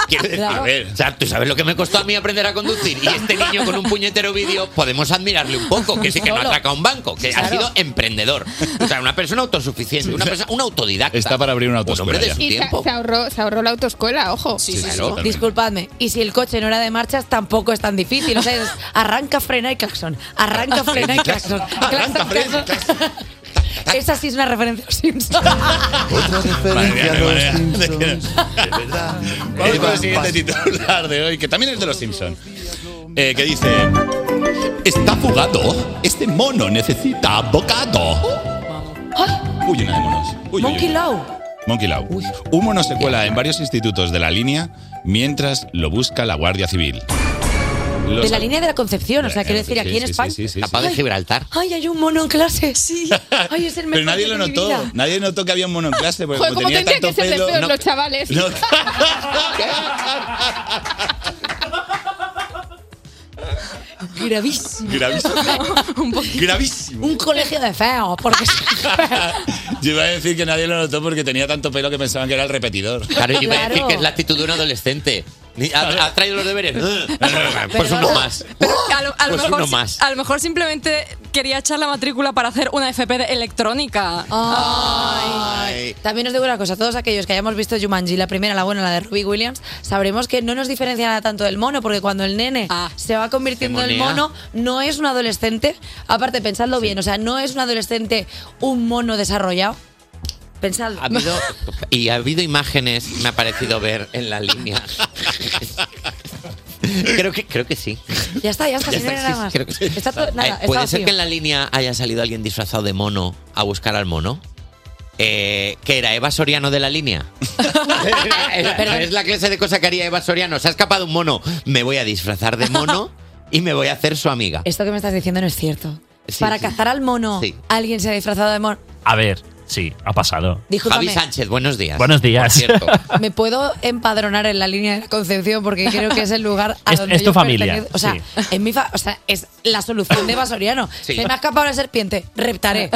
Speaker 4: Quiero decir,
Speaker 8: Bravo.
Speaker 4: a ver, o sea, tú sabes lo que me costó a mí aprender a conducir. Y este niño con un puñetero vídeo, podemos admirarle un poco, que sí que no
Speaker 8: Solo.
Speaker 4: ataca un banco, que ha
Speaker 8: Claro.
Speaker 4: sido emprendedor. O sea, una persona autosuficiente, una persona, un autodidacta.
Speaker 8: Está para abrir una autoescuela
Speaker 4: hombre de
Speaker 8: ya.
Speaker 4: su
Speaker 13: Y se,
Speaker 4: tiempo.
Speaker 13: se ahorró, se ahorró la autoescuela, ojo.
Speaker 8: Sí, sí, sí, Claro. totalmente.
Speaker 3: Disculpadme, y si el coche no era de marchas, tampoco es tan difícil. O sea, es arranca, frena y claxon. Arranca, frena y claxon. Claxon, claxon. Esa sí es una referencia a los Simpsons.
Speaker 8: Madre mía, no hay manera de que no- de verdad. Vamos con el siguiente titular de hoy, que también es de los Simpson. eh, que dice: Está fugado. Este mono necesita bocado.
Speaker 3: ¡Ah!
Speaker 8: Uy, una de monos. Uy, uy,
Speaker 3: Monkey
Speaker 8: uy.
Speaker 3: Law.
Speaker 8: Monkey Law. Un mono se cuela en varios institutos de la línea mientras lo busca la Guardia Civil. Los-
Speaker 3: De la línea de la Concepción, o sea, quiero
Speaker 8: Sí,
Speaker 3: decir, aquí en
Speaker 8: sí, sí,
Speaker 3: España.
Speaker 8: sí, sí, sí.
Speaker 3: Ay,
Speaker 4: Gibraltar.
Speaker 3: Ay, hay un mono en clase, sí. Ay, es el mejor
Speaker 8: Pero nadie
Speaker 3: día
Speaker 8: lo
Speaker 3: de mi
Speaker 8: notó.
Speaker 3: vida.
Speaker 8: Nadie notó que había un mono en clase. Porque
Speaker 13: Joder,
Speaker 8: como
Speaker 13: como
Speaker 8: tenía
Speaker 13: tendrían que
Speaker 8: tanto
Speaker 13: ser de
Speaker 8: pelo.
Speaker 13: feos
Speaker 8: no-
Speaker 13: los chavales.
Speaker 8: no-
Speaker 3: Gravísimo.
Speaker 8: Gravísimo.
Speaker 3: Un poquito.
Speaker 8: Gravísimo.
Speaker 3: Un colegio de feos, porque
Speaker 8: Yo iba a decir que nadie lo notó porque tenía tanto pelo que pensaban que era el repetidor.
Speaker 4: Claro, yo iba a decir
Speaker 3: Claro.
Speaker 4: que es la actitud de un adolescente. Ni- Ha, ha traído los deberes. pues
Speaker 12: Perdona.
Speaker 4: uno más.
Speaker 12: A lo, a lo
Speaker 4: Pues
Speaker 12: mejor,
Speaker 4: uno
Speaker 12: si-
Speaker 4: más.
Speaker 12: a lo mejor simplemente quería echar la matrícula para hacer una FP de electrónica.
Speaker 3: También os digo una cosa, todos aquellos que hayamos visto Jumanji, la primera, la buena, la de Ruby Williams, sabremos que no nos diferencia nada tanto del mono, porque cuando el nene
Speaker 13: Ah.
Speaker 3: se va convirtiendo en el
Speaker 12: monea.
Speaker 3: mono, no es un adolescente, aparte pensadlo bien, o sea, no es un adolescente un mono desarrollado. Pensadlo.
Speaker 4: Ha habido, y ha habido imágenes, me ha parecido ver en la línea. creo, que, creo que sí.
Speaker 3: ya está, ya está,
Speaker 4: Ya
Speaker 3: sin
Speaker 4: está,
Speaker 3: nada
Speaker 4: sí,
Speaker 3: más.
Speaker 4: creo que sí.
Speaker 3: Está todo- nada,
Speaker 4: Eh,
Speaker 3: está
Speaker 4: Puede ser
Speaker 3: vacío.
Speaker 4: que en la línea haya salido alguien disfrazado de mono a buscar al mono. Eh, ¿Qué era? ¿Eva Soriano de la línea?
Speaker 3: Ah,
Speaker 4: Era- es la clase de cosa que haría Eva Soriano. Se ha escapado un mono. Me voy a disfrazar de mono y me voy a hacer su amiga.
Speaker 3: Esto que me estás diciendo no es cierto.
Speaker 4: Sí,
Speaker 3: Para
Speaker 4: sí.
Speaker 3: cazar al mono,
Speaker 4: Sí.
Speaker 3: alguien se ha disfrazado de mono.
Speaker 14: A ver, sí, ha pasado.
Speaker 3: Discúlpame. Javi
Speaker 4: Sánchez, buenos días.
Speaker 14: Buenos días.
Speaker 4: Oh.
Speaker 3: ¿Me puedo empadronar en la línea de la Concepción? Porque creo que es el lugar a
Speaker 14: Es-
Speaker 3: donde
Speaker 14: es tu
Speaker 3: yo
Speaker 14: familia,
Speaker 3: pertenezco. O sea, en mi fa- o sea, es la solución de Vasoriano.
Speaker 14: Sí.
Speaker 3: Se me ha escapado la serpiente, reptaré.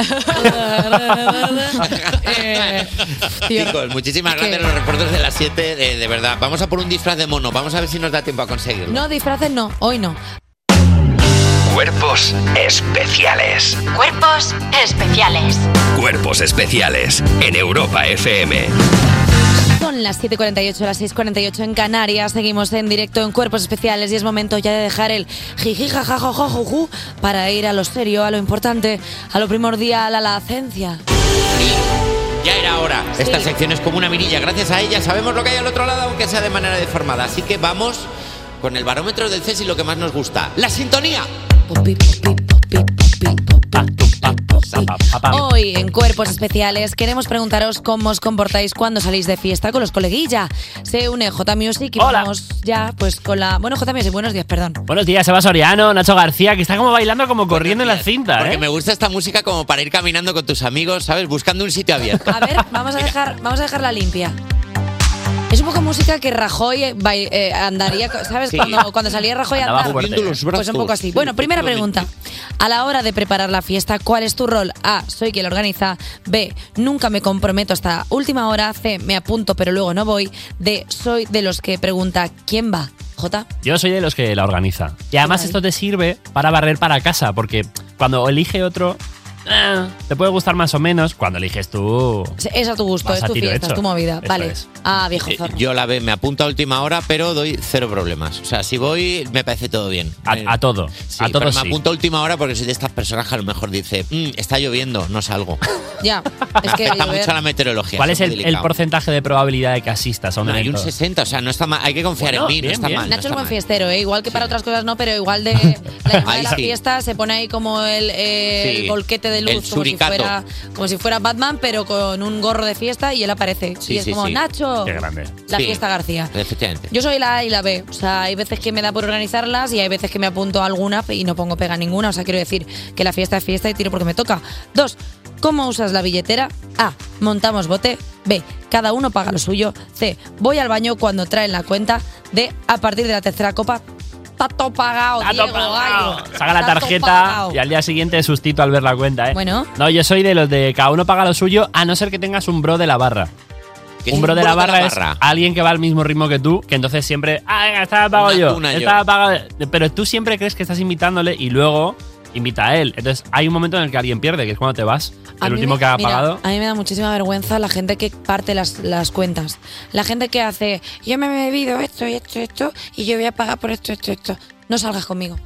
Speaker 3: Eh, tío,
Speaker 4: Chicos, muchísimas gracias a los reporteros de las 7, de, de verdad. Vamos a por un disfraz de mono, vamos a ver si nos da tiempo a conseguirlo.
Speaker 3: no, disfraces no, hoy no.
Speaker 1: Cuerpos especiales.
Speaker 2: Cuerpos especiales.
Speaker 1: Cuerpos especiales en Europa FM.
Speaker 3: Son las 7.48, las 6.48 en Canarias. Seguimos en directo en Cuerpos Especiales y es momento ya de dejar el jiji, jajajajajuju para ir a lo serio, a lo importante, a lo primordial, a la esencia.
Speaker 4: Ya era hora. Esta sección es como una mirilla, gracias a ella sabemos lo que hay al otro lado, aunque sea de manera deformada. Así que vamos con el barómetro del CES y lo que más nos gusta, la sintonía.
Speaker 3: Hoy en Cuerpos Especiales queremos preguntaros cómo os comportáis cuando salís de fiesta con los coleguilla. Se une J Music y vamos ya pues con la... Bueno, J Music, buenos días, perdón.
Speaker 14: Buenos días, Eva Soriano, Nacho García, que está como bailando, como corriendo en la cinta,
Speaker 4: Porque
Speaker 14: ¿eh?
Speaker 4: me gusta esta música como para ir caminando con tus amigos, ¿sabes? Buscando un sitio abierto.
Speaker 3: A ver, vamos a, dejar, vamos a dejarla limpia. Es un poco música que Rajoy eh, bai- eh, andaría, co- ¿sabes?
Speaker 4: Sí.
Speaker 3: Cuando, cuando salía Rajoy a
Speaker 4: Andaba
Speaker 3: andar.
Speaker 4: fuerte. Moviendo
Speaker 14: eh.
Speaker 4: los brazos.
Speaker 3: Pues un poco así. Bueno, primera pregunta. A la hora de preparar la fiesta, ¿cuál es tu rol? A. Soy quien lo organiza. B. Nunca me comprometo hasta última hora. C. Me apunto pero luego no voy. D. Soy de los que pregunta ¿quién va? J.
Speaker 14: Yo soy de los que la organiza. Y además esto te sirve para barrer para casa, porque cuando elige otro, eh, te puede gustar más o menos. Cuando eliges tú...
Speaker 3: Es a tu gusto,
Speaker 14: Vas
Speaker 3: es
Speaker 14: a
Speaker 3: tu
Speaker 14: tiro
Speaker 3: fiesta, es
Speaker 14: hecho.
Speaker 3: tu movida.
Speaker 14: Eso
Speaker 3: vale.
Speaker 14: es. Eh,
Speaker 3: Ah, viejo zorro.
Speaker 4: Yo la B me apunto a última hora, pero doy cero problemas. O sea, si voy, me parece todo bien. A,
Speaker 14: todo.
Speaker 4: Sí,
Speaker 14: A todo
Speaker 4: pero me
Speaker 14: sí.
Speaker 4: apunto a última hora porque soy de estas personas que a lo mejor dice, "Mm, está lloviendo, no salgo.
Speaker 3: Ya. Es que eh,
Speaker 4: Afecta
Speaker 3: llover-
Speaker 4: mucho a la meteorología.
Speaker 14: ¿Cuál
Speaker 4: eso
Speaker 14: es
Speaker 4: muy
Speaker 14: el, el
Speaker 4: delicado.
Speaker 14: porcentaje de probabilidad de que asistas a un
Speaker 4: No, hay un
Speaker 14: evento?
Speaker 4: 60, o sea, no está mal. Hay que confiar
Speaker 14: Bueno,
Speaker 4: en mí,
Speaker 14: bien,
Speaker 4: no está
Speaker 14: bien.
Speaker 4: mal. no
Speaker 3: Nacho es
Speaker 4: está
Speaker 3: buen
Speaker 4: mal.
Speaker 3: fiestero, ¿eh? igual que para otras cosas no, pero igual de la, llamada de
Speaker 4: Ahí
Speaker 3: la
Speaker 4: sí.
Speaker 3: fiesta se pone ahí como el, eh,
Speaker 4: Sí.
Speaker 3: el golquete de
Speaker 4: El
Speaker 3: luz, como si,
Speaker 4: suricato.
Speaker 3: fuera, como si fuera Batman, pero con un gorro de fiesta y él aparece.
Speaker 4: Sí,
Speaker 3: y es
Speaker 4: sí,
Speaker 3: como,
Speaker 4: sí.
Speaker 3: Nacho, la
Speaker 4: Sí,
Speaker 3: fiesta García.
Speaker 4: Efectivamente.
Speaker 3: Yo soy la A y la B. O sea, hay veces que me da por organizarlas y hay veces que me apunto a alguna y no pongo pega a ninguna. O sea, quiero decir que la fiesta es fiesta y tiro porque me toca. Dos, ¿cómo usas la billetera? A, montamos bote. B, cada uno paga lo suyo. C, voy al baño cuando traen la cuenta. D, a partir de la tercera copa, tato pagado,
Speaker 14: Tato
Speaker 3: Diego,
Speaker 14: pagao.
Speaker 3: gallo.
Speaker 14: Saca la
Speaker 3: Tato
Speaker 14: tarjeta
Speaker 3: pagao.
Speaker 14: y al día siguiente sustito al ver la cuenta, ¿eh?
Speaker 3: Bueno.
Speaker 14: No, yo soy de los de cada uno paga lo suyo, a no ser que tengas un bro de la barra.
Speaker 4: ¿Qué es
Speaker 14: Un bro de la barra,
Speaker 4: barra?
Speaker 14: es alguien que va al mismo ritmo que tú, que entonces siempre, ah, venga, estaba pago
Speaker 4: Una
Speaker 14: yo,
Speaker 4: tuna yo.
Speaker 14: estaba pago yo". Pero tú siempre crees que estás invitándole y luego invita a él. Entonces hay un momento en el que alguien pierde, que es cuando te vas,
Speaker 3: A
Speaker 14: el
Speaker 3: mí
Speaker 14: último
Speaker 3: me-
Speaker 14: que ha
Speaker 3: mira,
Speaker 14: pagado.
Speaker 3: A mí me da muchísima vergüenza la gente que parte las, las cuentas. La gente que hace, yo me he bebido esto y esto y esto, y yo voy a pagar por esto, esto, esto. No salgas conmigo.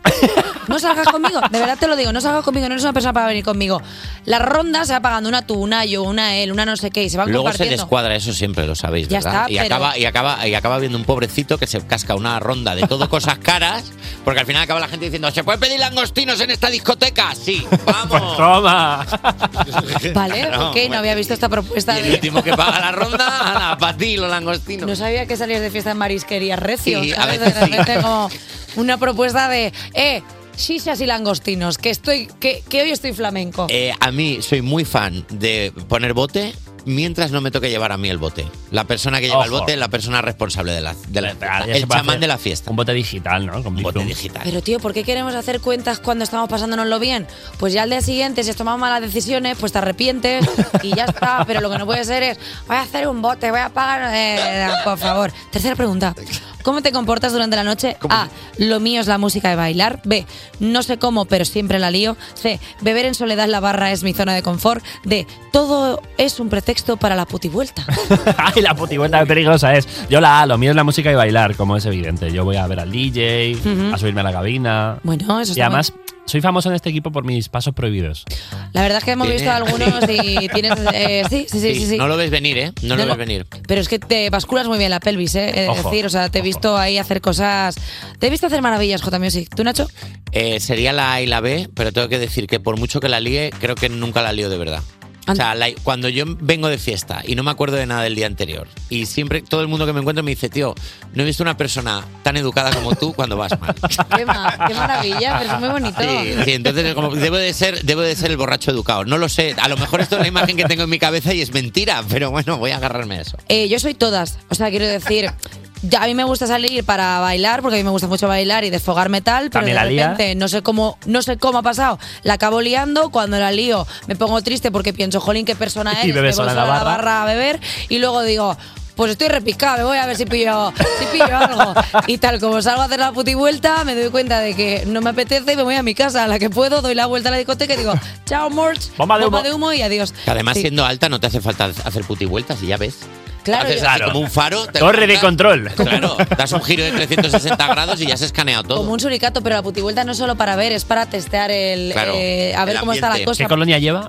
Speaker 3: No salgas conmigo. De verdad te lo digo, no salgas conmigo. No eres una persona para venir conmigo. La ronda se va pagando una tú, una yo, una él, una no sé qué, y se van
Speaker 4: Luego se
Speaker 3: compartiendo.
Speaker 4: descuadra, eso siempre lo sabéis,
Speaker 3: Ya
Speaker 4: ¿verdad?
Speaker 3: está,
Speaker 4: y,
Speaker 3: pero-
Speaker 4: acaba, y, acaba, y acaba viendo un pobrecito que se casca una ronda de todo cosas caras, porque al final acaba la gente diciendo, ¿se puede pedir langostinos en esta discoteca? Sí, vamos.
Speaker 14: Pues toma.
Speaker 3: Vale,
Speaker 4: Claro,
Speaker 3: ok, no había visto esta propuesta.
Speaker 4: El
Speaker 3: De...
Speaker 4: último que paga la ronda, ala, para ti, los langostinos.
Speaker 3: No sabía que salías de fiesta en marisquería recio.
Speaker 4: Sí, a
Speaker 3: ¿sabes?
Speaker 4: veces
Speaker 3: de
Speaker 4: sí.
Speaker 3: repente como una propuesta de, eh, shishas y langostinos, que estoy, que, que hoy estoy flamenco.
Speaker 4: Eh, a mí soy muy fan de poner bote mientras no me toque llevar a mí el bote. La persona que lleva el
Speaker 14: Ojo.
Speaker 4: bote es la persona responsable de la, de la fiesta,
Speaker 14: ya se
Speaker 4: El
Speaker 14: puede hacer
Speaker 4: chamán de la fiesta.
Speaker 14: Un bote digital, ¿no? Con
Speaker 4: Un bote digital.
Speaker 3: Pero tío, ¿por qué queremos hacer cuentas cuando estamos pasándonoslo bien? Pues ya al día siguiente, si has tomado malas decisiones, pues te arrepientes y ya está. Pero lo que no puede ser es, voy a hacer un bote, voy a pagar... eh, por favor. Tercera pregunta. ¿Cómo te comportas durante la noche? A. Lo mío es la música de bailar. B. No sé cómo, pero siempre la lío. C. Beber en soledad en la barra es mi zona de confort. D. Todo es un pretexto para la putivuelta.
Speaker 14: Ay, la putivuelta qué peligrosa es. Yo la A, lo mío es la música y bailar, como es evidente. Yo voy a ver al DJ,
Speaker 3: Ujú.
Speaker 14: a subirme a la cabina.
Speaker 3: Bueno, eso
Speaker 14: Y
Speaker 3: está
Speaker 14: además, soy famoso en este equipo por mis pasos prohibidos.
Speaker 3: La verdad es que hemos
Speaker 14: Bien.
Speaker 3: visto algunos y tienes. eh, sí, sí, sí, sí, sí.
Speaker 4: No lo ves venir, ¿eh? No lo ves venir.
Speaker 3: Pero es que te basculas muy bien la pelvis, ¿eh? He de
Speaker 4: Ojo,
Speaker 3: decir, o sea, te he visto ahí hacer cosas. Te he visto hacer maravillas, J Music. ¿Tú, Nacho?
Speaker 4: Eh, sería la A y la B, pero tengo que decir que por mucho que la líe, creo que nunca la lío de verdad. O sea, la- cuando yo vengo de fiesta y no me acuerdo de nada del día anterior, y siempre todo el mundo que me encuentro me dice, tío, no he visto una persona tan educada como tú cuando vas mal.
Speaker 3: Qué, ma- Ah, qué maravilla, pero es muy bonito.
Speaker 4: Sí, sí, entonces como que debo de ser, debo de ser el borracho educado. No lo sé. A lo mejor esto es la imagen que tengo en mi cabeza y es mentira, pero bueno, voy a agarrarme a eso.
Speaker 3: Eh, yo soy todas. O sea, quiero decir, ya a mí me gusta salir para bailar, porque a mí me gusta mucho bailar y desfogarme tal, pero
Speaker 14: También
Speaker 3: de
Speaker 14: la lía.
Speaker 3: repente no sé cómo, no sé cómo ha pasado. La acabo liando, cuando la lío me pongo triste porque pienso, jolín, qué persona
Speaker 14: Y
Speaker 3: eres, me
Speaker 14: bebes
Speaker 3: voy
Speaker 14: sola en la
Speaker 3: sola a
Speaker 14: barra.
Speaker 3: a beber y luego digo. Pues estoy repicada, me voy a ver si pillo, si pillo algo. Y tal, como salgo a hacer la puti vuelta, me doy cuenta de que no me apetece y me voy a mi casa a la que puedo, doy la vuelta a la discoteca y digo, chao, Morch,
Speaker 4: Bomba de humo.
Speaker 3: y adiós.
Speaker 4: Que además,
Speaker 3: Sí.
Speaker 4: siendo alta, no te hace falta hacer puti vueltas y ya ves.
Speaker 3: Claro,
Speaker 4: Haces
Speaker 3: yo-
Speaker 4: así como un faro. te
Speaker 14: Torre de
Speaker 4: levantas,
Speaker 14: control.
Speaker 4: Claro, das un giro de 360 grados y ya se ha escaneado todo.
Speaker 3: Como un suricato, pero la putivuelta no es solo para ver, es para testear el.
Speaker 4: Claro,
Speaker 3: eh, a ver
Speaker 4: el
Speaker 3: cómo está la
Speaker 4: ambiente.
Speaker 3: cosa.
Speaker 4: ¿Qué colonia
Speaker 14: lleva?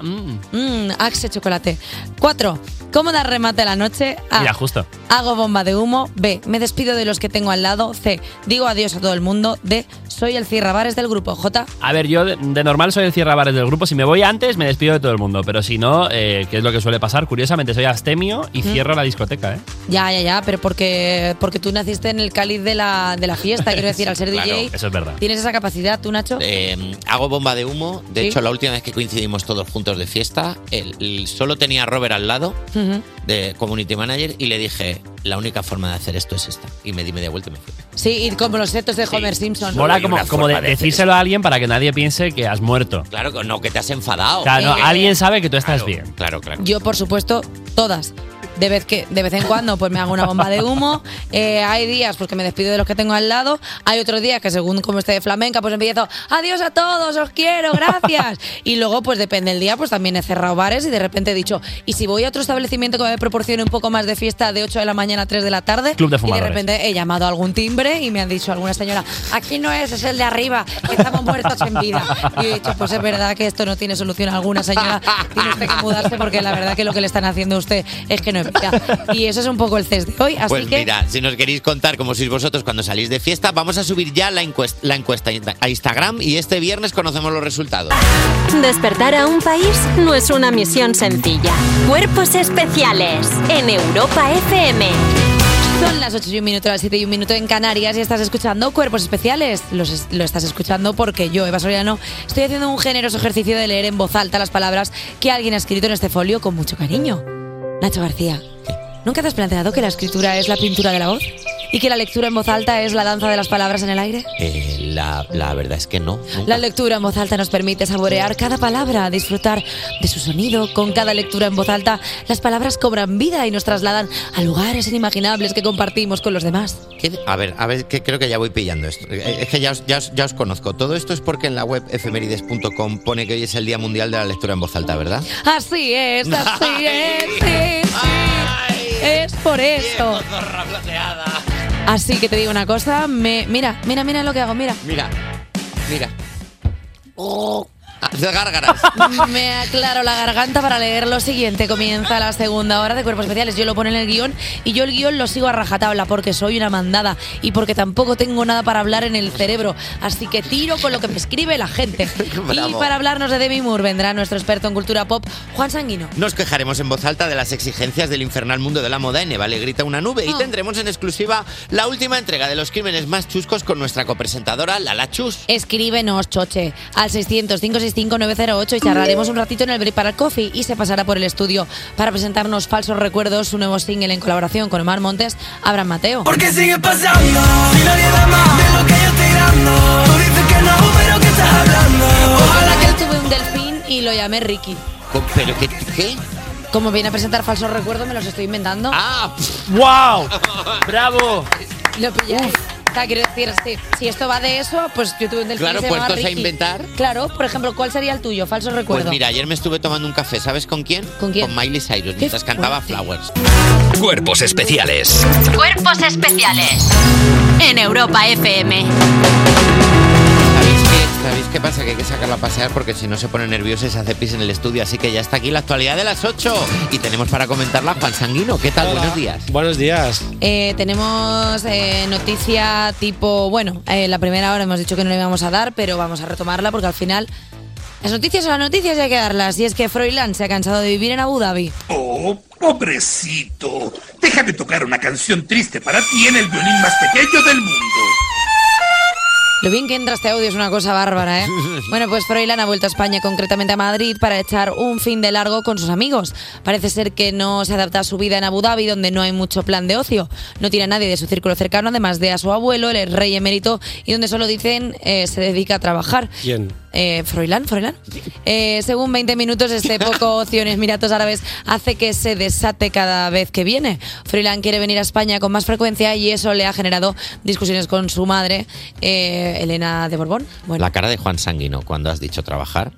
Speaker 3: Mm, Axe chocolate. 4. ¿Cómo dar remate a la noche? A.
Speaker 14: Mira, justo.
Speaker 3: Hago bomba de humo. B. Me despido de los que tengo al lado. C. Digo adiós a todo el mundo. D. Soy el cierrabares del grupo. J.
Speaker 14: A ver, yo de, de normal soy el cierrabares del grupo. Si me voy antes, me despido de todo el mundo. Pero si no, eh, que es lo que suele pasar, curiosamente soy abstemio y
Speaker 3: Mm.
Speaker 14: cierro la discoteca, ¿eh?
Speaker 3: Ya, ya, ya, pero porque, porque tú naciste en el cáliz de la, de la fiesta, quiero decir, al ser
Speaker 4: Claro,
Speaker 3: DJ.
Speaker 4: eso es verdad.
Speaker 3: ¿Tienes esa capacidad tú, Nacho?
Speaker 4: Eh, hago bomba de humo. De
Speaker 3: Sí.
Speaker 4: hecho, la última vez que coincidimos todos juntos de fiesta, el- el- solo tenía a Robert al lado,
Speaker 3: Ujú.
Speaker 4: de community manager, y le dije: La única forma de hacer esto es esta. Y me di media vuelta y me fui.
Speaker 3: Sí, y como los setos de Homer Simpson.
Speaker 14: Mola como,
Speaker 4: una
Speaker 14: como de-
Speaker 4: forma de hacer
Speaker 14: decírselo a alguien para que nadie piense que has muerto.
Speaker 4: Claro, que no, que te has enfadado.
Speaker 14: Claro,
Speaker 3: Eh,
Speaker 14: alguien sabe que tú estás bien.
Speaker 4: Claro, claro.
Speaker 3: Yo, por supuesto, todas. De vez, que, de vez en cuando pues me hago una bomba de humo. Eh, hay días porque me despido de los que tengo al lado. Hay otros días que según como esté de flamenca pues empiezo adiós a todos, os quiero, gracias. Y luego pues depende del día pues también he cerrado bares y de repente he dicho y si voy a otro establecimiento que me proporcione un poco más de fiesta de 8 de la mañana a 3 de la tarde
Speaker 14: Club de
Speaker 3: y de
Speaker 14: fumadores.
Speaker 3: repente he llamado a algún timbre y me han dicho alguna señora aquí no es, es el de arriba, que estamos muertos en vida. Y he dicho pues es verdad que esto no tiene solución alguna señora, tiene usted que mudarse porque la verdad que lo que le están haciendo a usted es que no es vida. Y eso es un poco el CES de hoy, así
Speaker 4: Pues
Speaker 3: que...
Speaker 4: mira, si nos queréis contar cómo sois vosotros cuando salís de fiesta, vamos a subir ya la encuesta, la encuesta a Instagram y este viernes conocemos los resultados.
Speaker 2: Despertar a un país no es una misión sencilla. Cuerpos especiales en Europa FM.
Speaker 3: Son las 8 y un minuto, las 7 y un minuto en Canarias y estás escuchando Cuerpos Especiales. Los es- lo estás escuchando porque yo, Eva Soriano, estoy haciendo un generoso ejercicio de leer en voz alta las palabras que alguien ha escrito en este folio con mucho cariño. Nacho García, ¿nunca te has planteado que la escritura es la pintura de la voz? ¿Y que la lectura en voz alta es la danza de las palabras en el aire?
Speaker 4: Eh, la, la verdad es que no. nunca.
Speaker 3: La lectura en voz alta nos permite saborear cada palabra, disfrutar de su sonido. Con cada lectura en voz alta, las palabras cobran vida y nos trasladan a lugares inimaginables que compartimos con los demás.
Speaker 4: ¿Qué- A ver, a ver, que creo que ya voy pillando esto. Eh, Es que ya os, ya os- ya os conozco. Todo esto es porque en la web efemerides.com pone que hoy es el Día Mundial de la Lectura en Voz Alta, ¿verdad?
Speaker 3: Así es, así es, sí, sí. Es por eso. Así que te digo una cosa, me, mira, mira, mira lo que hago, mira.
Speaker 4: Mira, mira. Ah, Haces gárgaras.
Speaker 3: Me aclaro la garganta para leer lo siguiente. Comienza la segunda hora de Cuerpos Especiales. Yo lo pongo en el guión y yo el guión lo sigo a rajatabla porque soy una mandada y porque tampoco tengo nada para hablar en el cerebro. Así que tiro con lo que me escribe la gente. Y
Speaker 4: Bravo.
Speaker 3: para hablarnos de Demi Moore vendrá nuestro experto en cultura pop, Juan Sanguino.
Speaker 4: Nos quejaremos en voz alta de las exigencias del infernal mundo de la moda en Eva le grita una nube y tendremos en exclusiva la última entrega de los crímenes más chuscos con nuestra copresentadora Lala Chus.
Speaker 3: Escríbenos, choche, al 600-565-908 y charlaremos un ratito en el break para el coffee y se pasará por el estudio para presentarnos Falsos Recuerdos, su nuevo single en colaboración con Omar Montes, Abraham Mateo.
Speaker 5: Porque sigue pasando Si nadie da más de lo que yo estoy dando Tú dices que no, pero que estás hablando
Speaker 3: Ojalá que tuve un delfín y lo llamé Ricky.
Speaker 4: Co- ¿Pero qué? qué?
Speaker 3: Como viene a presentar Falsos Recuerdos, me los estoy inventando.
Speaker 4: ¡Ah!
Speaker 14: ¡Wow! ¡Bravo!
Speaker 3: Lo pilláis. O sea, quiero decir, sí, si esto va de eso, pues yo tuve un delfín
Speaker 4: Claro,
Speaker 3: que se llamaba
Speaker 4: puertos a
Speaker 3: Ricky.
Speaker 4: inventar.
Speaker 3: Claro, por ejemplo, ¿cuál sería el tuyo? Falso recuerdo.
Speaker 4: Pues mira, ayer me estuve tomando un café, ¿sabes con quién? ¿Con quién? Con Miley Cyrus, mientras cantaba Flowers.
Speaker 1: Cuerpos especiales.
Speaker 2: Cuerpos especiales en Europa FM.
Speaker 4: ¿Sabéis qué? ¿Sabéis qué pasa? Que hay que sacarla a pasear porque si no se pone nerviosa y se hace pis en el estudio. Así que ya está aquí la actualidad de las 8. Y tenemos para comentarla a Juan Sanguino. ¿Qué tal? Buenos días.
Speaker 15: Buenos días.
Speaker 3: Eh, tenemos eh, noticia tipo, bueno, eh, la primera hora hemos dicho que no le íbamos a dar, pero vamos a retomarla porque al final las noticias son las noticias y hay que darlas. Y es que Froilán se ha cansado de vivir en Abu Dhabi.
Speaker 6: Oh, pobrecito. Déjame tocar una canción triste para ti en el violín más pequeño del mundo.
Speaker 3: Lo bien que entra este audio es una cosa bárbara, ¿eh? Bueno, pues Froilán ha vuelto a España, concretamente a Madrid, para echar un fin de largo con sus amigos. Parece ser que no se adapta a su vida en Abu Dhabi, donde no hay mucho plan de ocio. No tiene a nadie de su círculo cercano, además de a su abuelo, el rey emérito, y donde solo dicen eh, se dedica a trabajar.
Speaker 15: ¿Quién?
Speaker 3: Eh, Froilán, Froilán. Eh, según 20 minutos, este poco ocio en Emiratos Árabes hace que se desate cada vez que viene. Froilán quiere venir a España con más frecuencia y eso le ha generado discusiones con su madre, eh, Elena de Borbón. Bueno,
Speaker 4: La cara de Juan Sanguino cuando has dicho trabajar.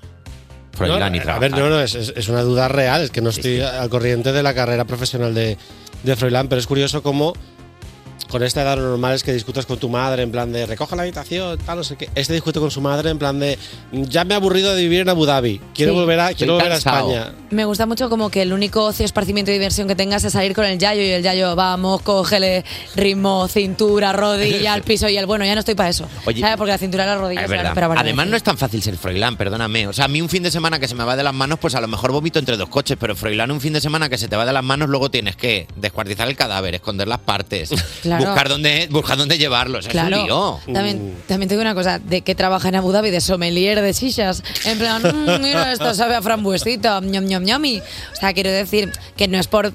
Speaker 4: Froilán y
Speaker 15: No, a
Speaker 4: trabajar.
Speaker 15: ver, no, no, es, es- es una duda real, es que no estoy al corriente de la carrera profesional de, de Froilán, pero es curioso cómo con esta edad lo normal es que discutas con tu madre en plan de recoja la habitación, tal, no sé qué. Este discute con su madre en plan de ya me he aburrido de vivir en Abu Dhabi, quiero
Speaker 3: Sí.
Speaker 15: volver a, quiero
Speaker 4: Estoy
Speaker 15: volver a
Speaker 4: cansado.
Speaker 15: España.
Speaker 3: me gusta mucho como que el único ocio, esparcimiento y diversión que tengas es salir con el Yayo y el Yayo, vamos, cógele ritmo, cintura, rodilla, al piso y el bueno, ya no estoy para eso.
Speaker 4: Oye-
Speaker 3: ¿Sabes? Porque la cintura y la rodilla
Speaker 4: Es
Speaker 3: se van a
Speaker 4: verdad.
Speaker 3: esperar varias
Speaker 4: Además,
Speaker 3: veces.
Speaker 4: no es tan fácil ser Froilán, perdóname. O sea, a mí un fin de semana que se me va de las manos, pues a lo mejor vomito entre dos coches, pero Froilán un fin de semana que se te va de las manos, luego tienes que descuartizar el cadáver, esconder las partes,
Speaker 3: Claro. Uh.
Speaker 4: buscar, dónde, buscar dónde llevarlo. O sea, Es un lío.
Speaker 3: También, también tengo una cosa, de que trabaja en Abu Dhabi de sommelier de sillas. En plan, "Mm, mira, esto sabe a frambuesita, ñom, ñom, ñomi. O sea, quiero decir que no es por...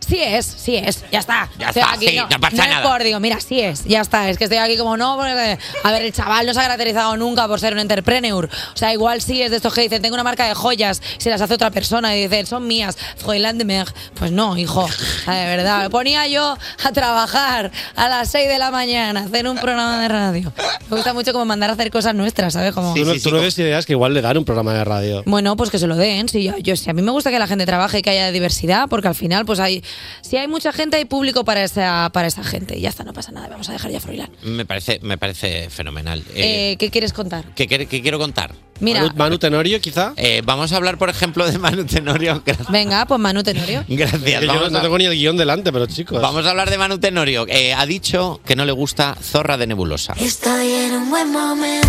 Speaker 3: Sí es, sí es, ya está.
Speaker 4: Ya
Speaker 3: Estoy
Speaker 4: está,
Speaker 3: aquí,
Speaker 4: sí, no pasa
Speaker 3: es
Speaker 4: nada.
Speaker 3: por, digo, mira, sí es, ya está. Es que estoy aquí como no, porque, a ver, el chaval no se ha caracterizado nunca por ser un entrepreneur. O sea, igual sí es de estos que dicen, tengo una marca de joyas, se las hace otra persona y dicen, son mías, Froilán de Mer. Pues no, hijo, o sea, de verdad. Me ponía yo a trabajar a las 6 de la mañana, a hacer un programa de radio. Me gusta mucho como mandar a hacer cosas nuestras, ¿sabes? Como,
Speaker 15: tú no, tú no ves ideas que igual le dan un programa de radio.
Speaker 3: bueno, pues que se lo den. Si yo, yo- si a mí me gusta que la gente trabaje y que haya diversidad, porque al final, pues hay, si hay mucha gente, hay público para esa, para esa gente. Y ya está, no pasa nada. Vamos a dejar ya Froilán.
Speaker 4: Me parece, me parece fenomenal. Eh,
Speaker 3: Eh, ¿Qué quieres contar?
Speaker 4: ¿qué, qué- qué quiero contar? Eh,
Speaker 3: Mira. Manu-
Speaker 15: Tenorio, quizá.
Speaker 4: vamos a hablar, por ejemplo, de Manu Tenorio. Gra-
Speaker 3: Venga, pues Manu Tenorio.
Speaker 4: Gracias.
Speaker 15: Que yo
Speaker 4: Vamos
Speaker 15: no, no
Speaker 4: a-
Speaker 15: tengo ni el guión delante, pero chicos.
Speaker 4: Vamos a hablar de Manu Tenorio. Eh, ha dicho que no le gusta Zorra de Nebulosa.
Speaker 16: Estoy en un buen momento.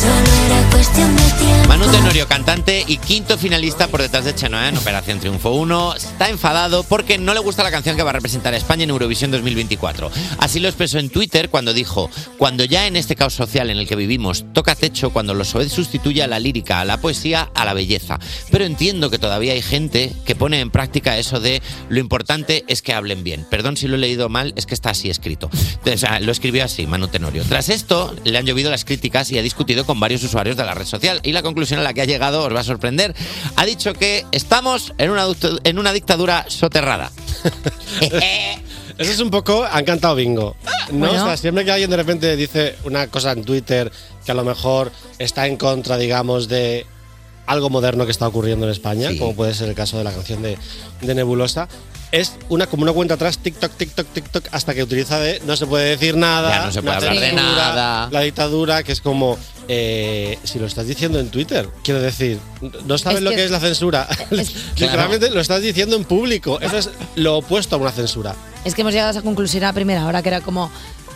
Speaker 16: Solo era cuestión de tiempo.
Speaker 4: Manu Tenorio, cantante y quinto finalista por detrás de Chenoa ¿eh? en Operación Triunfo 1, está enfadado porque no le gusta la canción que va a representar a España en Eurovisión 2024. Así lo expresó en Twitter cuando dijo, cuando ya en este caos social en el que vivimos toca techo, cuando lo soez sustituye a la lírica, a la poesía, a la belleza. Pero entiendo que todavía hay gente que pone en práctica eso de lo importante es que hablen bien. Perdón si lo he leído mal, es que está así escrito. O sea, lo escribió así, Manu Tenorio. Tras esto, le han llovido las críticas y ha discutido con varios usuarios de la red social. Y la conclusión a la que ha llegado os va a sorprender. Ha dicho que estamos en una, duct- en una dictadura soterrada.
Speaker 15: Eso es un poco, han cantado bingo. No,
Speaker 4: Bueno.
Speaker 15: O sea, siempre que alguien de repente dice una cosa en Twitter que a lo mejor está en contra, digamos, de algo moderno que está ocurriendo en España, como puede ser el caso de la canción de, de Nebulosa, es una como una cuenta atrás, TikTok, TikTok, TikTok, hasta que utiliza de no se puede decir nada,
Speaker 4: Ya no se puede
Speaker 15: la
Speaker 4: hablar de
Speaker 15: censura,
Speaker 4: nada.
Speaker 15: la dictadura, que es como eh, si lo estás diciendo en Twitter, quiero decir, no sabes
Speaker 3: Es
Speaker 15: lo
Speaker 3: que-
Speaker 15: que es la censura. Literalmente lo estás diciendo en público. Eso es lo opuesto a una censura.
Speaker 3: Es que hemos llegado a esa conclusión a la primera hora, que era como,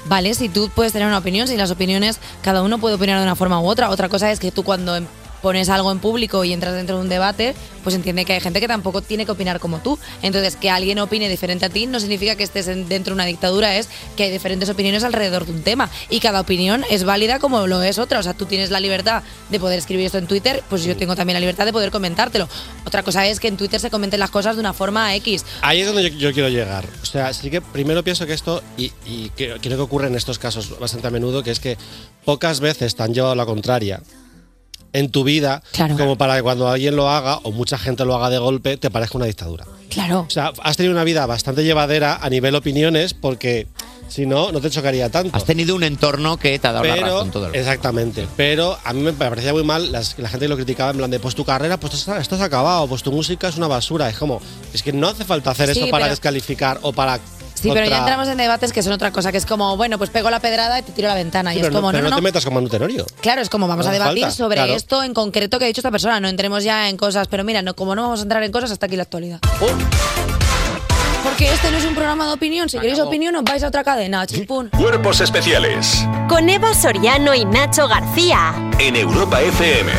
Speaker 3: vale, si tú puedes tener una opinión, si las opiniones, cada uno puede opinar de una forma u otra. Otra cosa es que tú cuando em- pones algo en público y entras dentro de un debate, pues entiende que hay gente que tampoco tiene que opinar como tú. Entonces, que alguien opine diferente a ti no significa que estés en- dentro de una dictadura, es que hay diferentes opiniones alrededor de un tema y cada opinión es válida como lo es otra. O sea, tú tienes la libertad de poder escribir esto en Twitter, pues yo tengo también la libertad de poder comentártelo. Otra cosa es que en Twitter se comenten las cosas de una forma X.
Speaker 15: Ahí es donde yo, yo quiero llegar. O sea, sí que primero pienso que esto, y, y creo, creo que ocurre en estos casos bastante a menudo, que es que pocas veces te han llevado la contraria en tu vida como para que cuando alguien lo haga o mucha gente lo haga de golpe te parezca una dictadura.
Speaker 3: Claro.
Speaker 15: O sea, has tenido una vida bastante llevadera a nivel opiniones porque si no, no te chocaría tanto. Has
Speaker 4: tenido un entorno que te ha dado la
Speaker 15: Pero-
Speaker 4: razón todo el rato.
Speaker 15: Exactamente. Pero a mí me parecía muy mal las- la gente que lo criticaba en plan de, pues tu carrera, pues esto, esto es acabado, pues tu música es una basura. Es como, es que no hace falta hacer
Speaker 3: Sí,
Speaker 15: eso para
Speaker 3: pero-
Speaker 15: descalificar o para...
Speaker 3: Sí, pero ya entramos en debates que son otra cosa, que es como, bueno, pues pego la pedrada y te tiro la ventana. y es
Speaker 15: pero
Speaker 3: como,
Speaker 15: no, pero
Speaker 3: no, no.
Speaker 15: no te metas con Manu Tenorio.
Speaker 3: Claro, es como vamos
Speaker 15: No
Speaker 3: a
Speaker 15: hace
Speaker 3: debatir
Speaker 15: falta,
Speaker 3: sobre
Speaker 15: claro.
Speaker 3: esto en concreto que ha dicho esta persona. No entremos ya en cosas, pero mira, no, como no vamos a entrar en cosas, hasta aquí la actualidad. Porque este no es un programa de opinión. Si queréis opinión, os vais a otra cadena. Chimpún.
Speaker 7: Cuerpos especiales
Speaker 2: Con Eva Soriano y Nacho García.
Speaker 7: en Europa FM.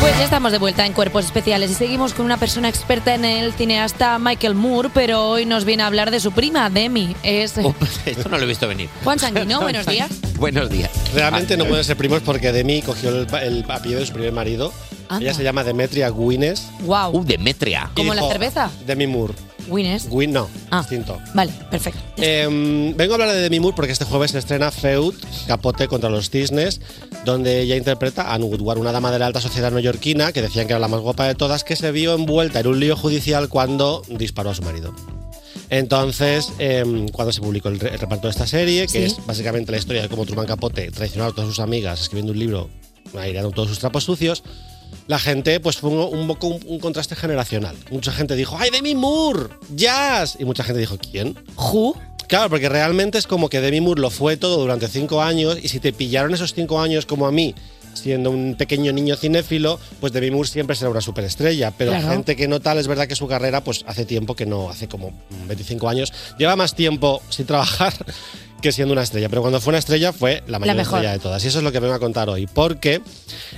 Speaker 3: Pues ya estamos de vuelta en Cuerpos Especiales y seguimos con una persona experta en el cineasta Michael Moore, pero hoy nos viene a hablar de su prima, Demi. Es
Speaker 15: Oh.
Speaker 4: Esto no lo he visto venir.
Speaker 3: Juan Sanguino, buenos días.
Speaker 4: Buenos días.
Speaker 15: Realmente
Speaker 4: Ah,
Speaker 15: no pueden ser primos porque Demi cogió el, el apellido de su primer marido.
Speaker 3: Anda.
Speaker 15: Ella se llama Demetria Guinness.
Speaker 3: Wow.
Speaker 4: Uh, Demetria.
Speaker 3: Como la cerveza. Ah.
Speaker 15: Demi Moore.
Speaker 3: Guinness.
Speaker 15: Gwyn, no, distinto.
Speaker 3: Vale, perfecto.
Speaker 15: Eh, vengo a hablar de Demi Moore porque este jueves se estrena Feud, Capote contra los Cisnes, donde ella interpreta a Anne Woodward, una dama de la alta sociedad neoyorquina que decían que era la más guapa de todas, que se vio envuelta en un lío judicial cuando disparó a su marido. Entonces, eh, cuando se publicó el, re- el reparto de esta serie, que
Speaker 17: Sí.
Speaker 15: es básicamente la historia de cómo Truman Capote traicionó a todas sus amigas escribiendo un libro, aireando todos sus trapos sucios, la gente, pues fue un, un poco un, un contraste generacional. Mucha gente dijo, ¡ay, Demi Moore! ¡Jazz! Y mucha gente dijo, ¿quién?
Speaker 3: ¿Who?
Speaker 15: Claro, porque realmente es como que Demi Moore lo fue todo durante cinco años y si te pillaron esos cinco años como a mí, siendo un pequeño niño cinéfilo, pues Demi Moore siempre será una superestrella. Pero la
Speaker 17: Claro.
Speaker 15: gente que no tal, es verdad que su carrera, pues hace tiempo que no, hace como 25 años, lleva más tiempo sin trabajar que siendo una estrella. Pero cuando fue una estrella fue la mayor
Speaker 17: mejor.
Speaker 15: estrella de todas. Y eso es lo que vengo a contar hoy. Porque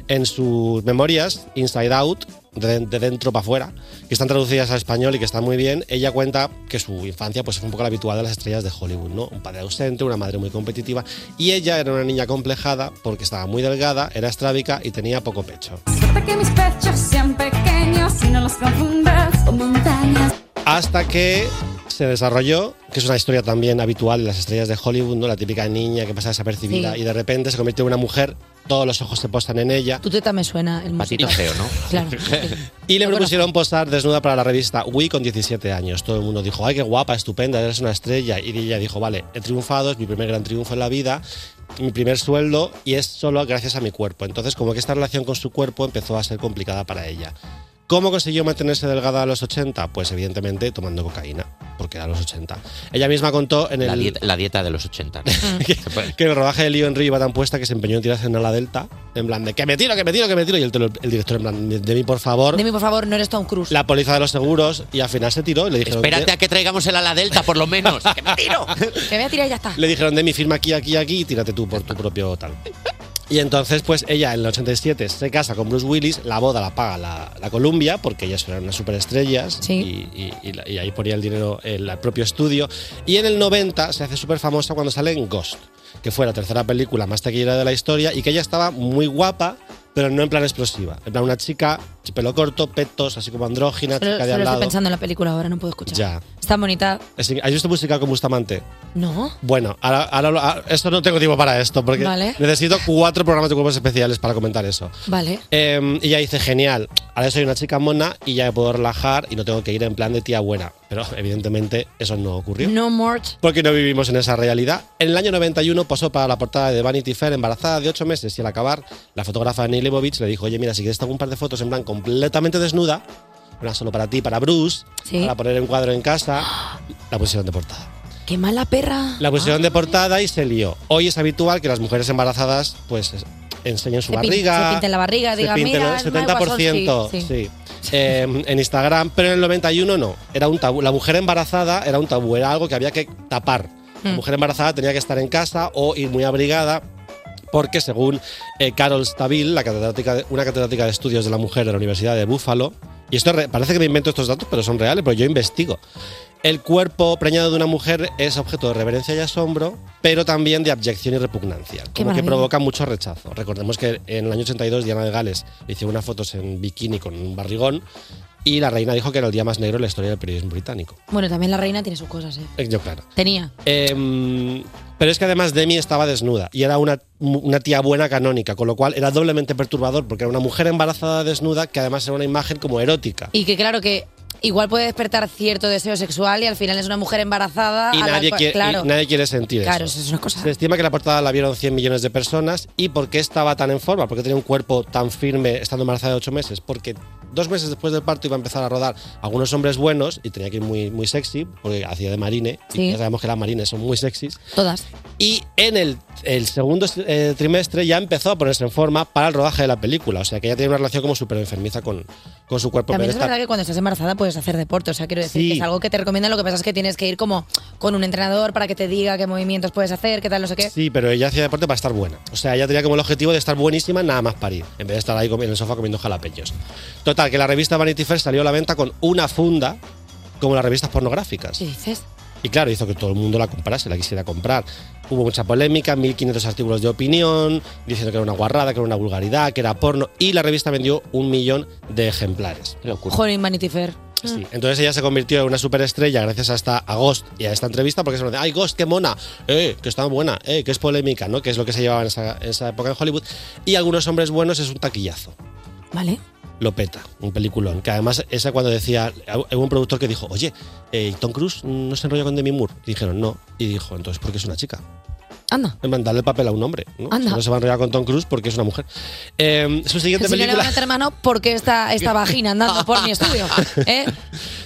Speaker 15: en sus memorias, Inside Out, de, de dentro para afuera, que están traducidas al español y que están muy bien, ella cuenta que su infancia pues, fue un poco la habitual de las estrellas de Hollywood, ¿no? Un padre ausente, una madre muy competitiva. Y ella era una niña complejada porque estaba muy delgada, era estrábica y tenía poco pecho.
Speaker 18: Trata que mis pechos sean pequeños y no los confundas con montañas.
Speaker 15: Hasta que se desarrolló, que es una historia también habitual de las estrellas de Hollywood, ¿no? La típica niña que pasa desapercibida
Speaker 3: Sí.
Speaker 15: y de repente se convierte en una mujer, todos los ojos se posan en ella.
Speaker 3: Tu teta me suena el músico.
Speaker 15: ¿no?
Speaker 3: Claro.
Speaker 15: Y le propusieron posar desnuda para la revista We con 17 años. Todo el mundo dijo, ay, qué guapa, estupenda, eres una estrella. Y ella dijo, vale, he triunfado, es mi primer gran triunfo en la vida, mi primer sueldo y es solo gracias a mi cuerpo. Entonces, como que esta relación con su cuerpo empezó a ser complicada para ella. ¿Cómo consiguió mantenerse delgada a los 80? Pues evidentemente tomando cocaína, porque era a los 80. Ella misma contó en el...
Speaker 4: La dieta, la dieta de los 80.
Speaker 3: Mm.
Speaker 15: que el rodaje de Lío Henry iba tan puesta que se empeñó en tirarse en la delta. En plan de que me tiro, que me tiro, que me tiro. Y el, telo- el director, en plan, de mí, por favor.
Speaker 3: Demi, por favor, no eres Tom Cruise.
Speaker 15: La póliza de los seguros. Y al final se tiró y le dijeron.
Speaker 4: Espérate a que traigamos el ala delta, por lo menos. Que me tiro.
Speaker 3: Me voy a tirar y ya está.
Speaker 15: Le dijeron, Demi, firma aquí, aquí, aquí y tírate tú por tu propio tal. Y entonces, pues ella en el 87 se casa con Bruce Willis, la boda la paga la, la Columbia, porque ellas eran unas superestrellas y, y- y la- y ahí ponía el dinero el, el propio estudio. Y en el 90 se hace súper famosa cuando sale en Ghost, que fue la tercera película más taquillera de la historia y que ella estaba muy guapa, pero no en plan explosiva. En plan una chica, pelo corto, petos, así como andrógina,
Speaker 3: Solo,
Speaker 15: chica de
Speaker 3: solo
Speaker 15: al
Speaker 3: estoy
Speaker 15: lado.
Speaker 3: pensando en la película ahora, no puedo escuchar.
Speaker 15: Ya.
Speaker 3: Está bonita.
Speaker 15: Es in- ¿Has visto musical con Bustamante?
Speaker 3: No.
Speaker 15: Bueno, ahora, ahora lo- ah, esto no tengo tiempo para esto, porque
Speaker 3: Vale.
Speaker 15: necesito cuatro programas de cuerpos especiales para comentar eso.
Speaker 3: Vale.
Speaker 15: Eh, y ella dice, genial, ahora soy una chica mona y ya me puedo relajar y no tengo que ir en plan de tía buena. Pero evidentemente eso no ocurrió.
Speaker 3: No more.
Speaker 15: Porque no vivimos en esa realidad. En el año 91 pasó para la portada de Vanity Fair embarazada de 8 meses y al acabar la fotógrafa Neil Leibovitz le dijo, oye mira, si quieres te hago un par de fotos en plan completamente desnuda, una solo para ti, para Bruce, para poner en cuadro en casa, la pusieron de portada.
Speaker 3: Qué mala perra.
Speaker 15: La pusieron de portada y se lió. Hoy es habitual que las mujeres embarazadas pues es- enseñen su
Speaker 3: Se pin-
Speaker 15: barriga.
Speaker 3: se pinten la barriga,
Speaker 15: se
Speaker 3: digan,
Speaker 15: pinten
Speaker 3: "Mira,
Speaker 15: el
Speaker 3: es Mike Wazowski".
Speaker 15: 70%.
Speaker 3: Sí,
Speaker 15: Sí.
Speaker 3: sí.
Speaker 15: Eh, en Instagram, pero en el 91 no. Era un tabú. La mujer embarazada era un tabú, era algo que había que tapar. La
Speaker 17: Mm.
Speaker 15: mujer embarazada tenía que estar en casa o ir muy abrigada. Porque según eh, Carol Stabil, la catedrática de- una catedrática de estudios de la mujer de la Universidad de Buffalo, y esto es re- parece que me invento estos datos, pero son reales, pero yo investigo. El cuerpo preñado de una mujer es objeto de reverencia y asombro, pero también de abyección y repugnancia,
Speaker 17: Qué
Speaker 15: como que
Speaker 17: maravilla.
Speaker 15: provoca mucho rechazo. Recordemos que en el año 82 Diana de Gales hizo unas fotos en bikini con un barrigón y la reina dijo que era el día más negro en la historia del periodismo británico.
Speaker 3: Bueno, también la reina tiene sus cosas, ¿eh?
Speaker 15: Eh, Yo, claro.
Speaker 3: Tenía.
Speaker 15: Em, pero es que además Demi estaba desnuda y era una, una tía buena canónica, con lo cual era doblemente perturbador porque era una mujer embarazada desnuda que además era una imagen como erótica.
Speaker 3: Y que claro que igual puede despertar cierto deseo sexual y al final es una mujer embarazada.
Speaker 15: Y
Speaker 3: a la
Speaker 15: nadie,
Speaker 3: cual-
Speaker 15: quiere,
Speaker 3: claro.
Speaker 15: y nadie quiere sentir
Speaker 3: Claro,
Speaker 15: eso.
Speaker 3: eso es una cosa.
Speaker 15: Se estima que la portada la vieron 100 millones de personas. ¿Y por qué estaba tan en forma? ¿Por qué tenía un cuerpo tan firme estando embarazada de 8 meses? Porque dos meses después del parto iba a empezar a rodar algunos hombres buenos y tenía que ir muy, muy sexy, porque hacía de marine.
Speaker 3: Sí.
Speaker 15: Y ya sabemos que las marines son muy sexys.
Speaker 3: Todas.
Speaker 15: Y en el, el segundo eh, trimestre ya empezó a ponerse en forma para el rodaje de la película. O sea que ya tiene una relación como súper enfermiza con, con su cuerpo.
Speaker 3: También
Speaker 15: Pero
Speaker 3: es
Speaker 15: esta-
Speaker 3: verdad que cuando estás embarazada puedes hacer deporte, o sea, quiero decir
Speaker 15: Sí.
Speaker 3: que es algo que te recomiendan, lo que pasa es que tienes que ir como con un entrenador para que te diga qué movimientos puedes hacer, qué tal, no sé qué.
Speaker 15: Sí, pero ella hacía deporte para estar buena. O sea, ella tenía como el objetivo de estar buenísima nada más parir, en vez de estar ahí comi- en el sofá comiendo jalapeños. Total, que la revista Vanity Fair salió a la venta con una funda como las revistas pornográficas.
Speaker 3: ¿Qué dices?
Speaker 15: Y claro, hizo que todo el mundo la comprase, la quisiera comprar. Hubo mucha polémica, 1500 artículos de opinión, diciendo que era una guarrada, que era una vulgaridad, que era porno, y la revista vendió un millón de ejemplares.
Speaker 3: Jolín Vanity Fair. Ah.
Speaker 15: Sí, Entonces ella se convirtió en una superestrella gracias a esta a Ghost y a esta entrevista porque se nos dice, ay Ghost, qué mona, eh, que está buena, eh, que es polémica, ¿no? Que es lo que se llevaba en esa, en esa época en Hollywood. Y algunos hombres buenos es un taquillazo.
Speaker 3: Vale.
Speaker 15: Lo peta, un peliculón. Que además esa cuando decía, hubo un productor que dijo, oye, eh, Tom Cruise no se enrolla con Demi Moore. Y dijeron, no. Y dijo, entonces, ¿por qué es una chica?
Speaker 3: Anda.
Speaker 15: En mandarle el papel a un hombre, ¿no?
Speaker 3: Anda.
Speaker 15: Si no se va a enrollar con Tom Cruise porque es una mujer. Eh, su siguiente
Speaker 3: Si no le
Speaker 15: película...
Speaker 3: van a meter mano, ¿por qué está esta vagina andando por mi estudio? ¿Eh?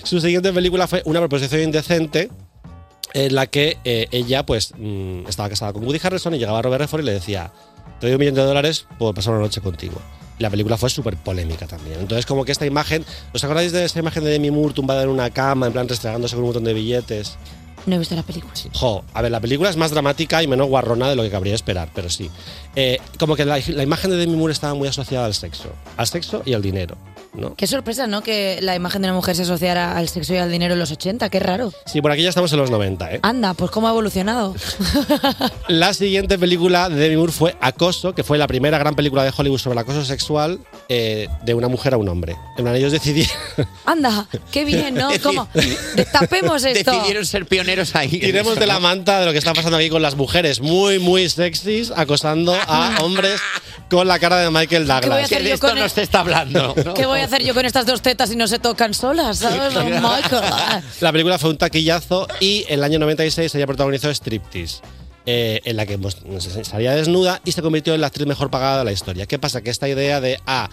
Speaker 15: Su siguiente película fue Una proposición indecente en la que eh, ella pues mm, estaba casada con Woody Harrelson y llegaba Robert Redford y le decía te doy un millón de dólares por pasar una noche contigo. Y la película fue súper polémica también. Entonces como que esta imagen, ¿os acordáis de esa imagen de Demi Moore tumbada en una cama, en plan restregándose con un montón de billetes?
Speaker 3: No he visto la película.
Speaker 15: Jo, a ver, la película es más dramática y menos guarrona de lo que cabría esperar, pero sí. Eh, como que la, la imagen de Demi Moore estaba muy asociada al sexo. Al sexo y al dinero, ¿no?
Speaker 3: Qué sorpresa, ¿no? Que la imagen de una mujer se asociara al sexo y al dinero en los 80, qué raro.
Speaker 15: Sí, por aquí ya estamos en los 90, ¿eh?
Speaker 3: Anda, pues cómo ha evolucionado.
Speaker 15: La siguiente película de Demi Moore fue Acoso, que fue la primera gran película de Hollywood sobre el acoso sexual eh, de una mujer a un hombre. En plan, ellos decidieron,
Speaker 3: Anda, qué bien, ¿no? ¿Cómo? Destapemos esto.
Speaker 4: Decidieron ser pioneros ahí. en
Speaker 15: tiremos
Speaker 4: eso,
Speaker 15: de la
Speaker 4: ¿no?
Speaker 15: manta de lo que está pasando aquí con las mujeres muy, muy sexys, acosando a hombres con la cara de Michael
Speaker 3: ¿Qué voy a
Speaker 15: Douglas.
Speaker 3: hacer yo con el-
Speaker 15: está hablando.
Speaker 3: ¿Qué voy a hacer yo con estas dos tetas si no se tocan solas? ¿Sabes? Oh, Michael. ah.
Speaker 15: La película fue un taquillazo y en el año 96 ella protagonizó Striptease. eh, en la que pues, se- salía desnuda y se convirtió en la actriz mejor pagada de la historia. ¿Qué pasa? Que esta idea de, ah,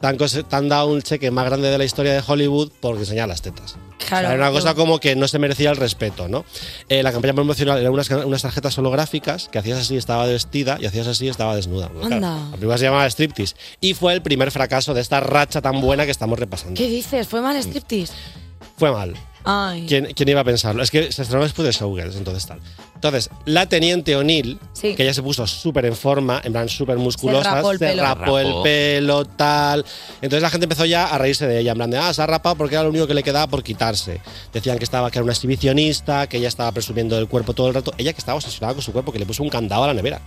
Speaker 15: te han, cose- te han dado un cheque más grande de la historia de Hollywood por enseñar las tetas.
Speaker 3: Claro,
Speaker 15: O sea, era una cosa
Speaker 3: yo-
Speaker 15: como que no se merecía el respeto, ¿no? Eh, la campaña promocional era unas, unas tarjetas holográficas que hacías así, estaba vestida, y hacías así, estaba desnuda. Porque, claro,
Speaker 3: Anda.
Speaker 15: la película se llamaba Striptease. Y fue el primer fracaso de esta racha tan buena que estamos repasando.
Speaker 3: ¿Qué dices? ¿Fue mal striptease?
Speaker 15: Fue mal.
Speaker 3: Ay.
Speaker 15: ¿Quién, quién iba a pensarlo? Es que se estrenó después de Showgirls, entonces tal. Entonces, la teniente O'Neill,
Speaker 3: Sí.
Speaker 15: que ya se puso súper en forma, en plan súper musculosa,
Speaker 3: Se rapó el pelo.
Speaker 15: rapó el
Speaker 4: Rapó.
Speaker 15: pelo, tal. Entonces la gente empezó ya a reírse de ella, en plan de, ah, se ha rapado porque era lo único que le quedaba por quitarse. Decían que, estaba, que era una exhibicionista, que ella estaba presumiendo del cuerpo todo el rato. Ella que estaba obsesionada con su cuerpo, que le puso un candado a la nevera.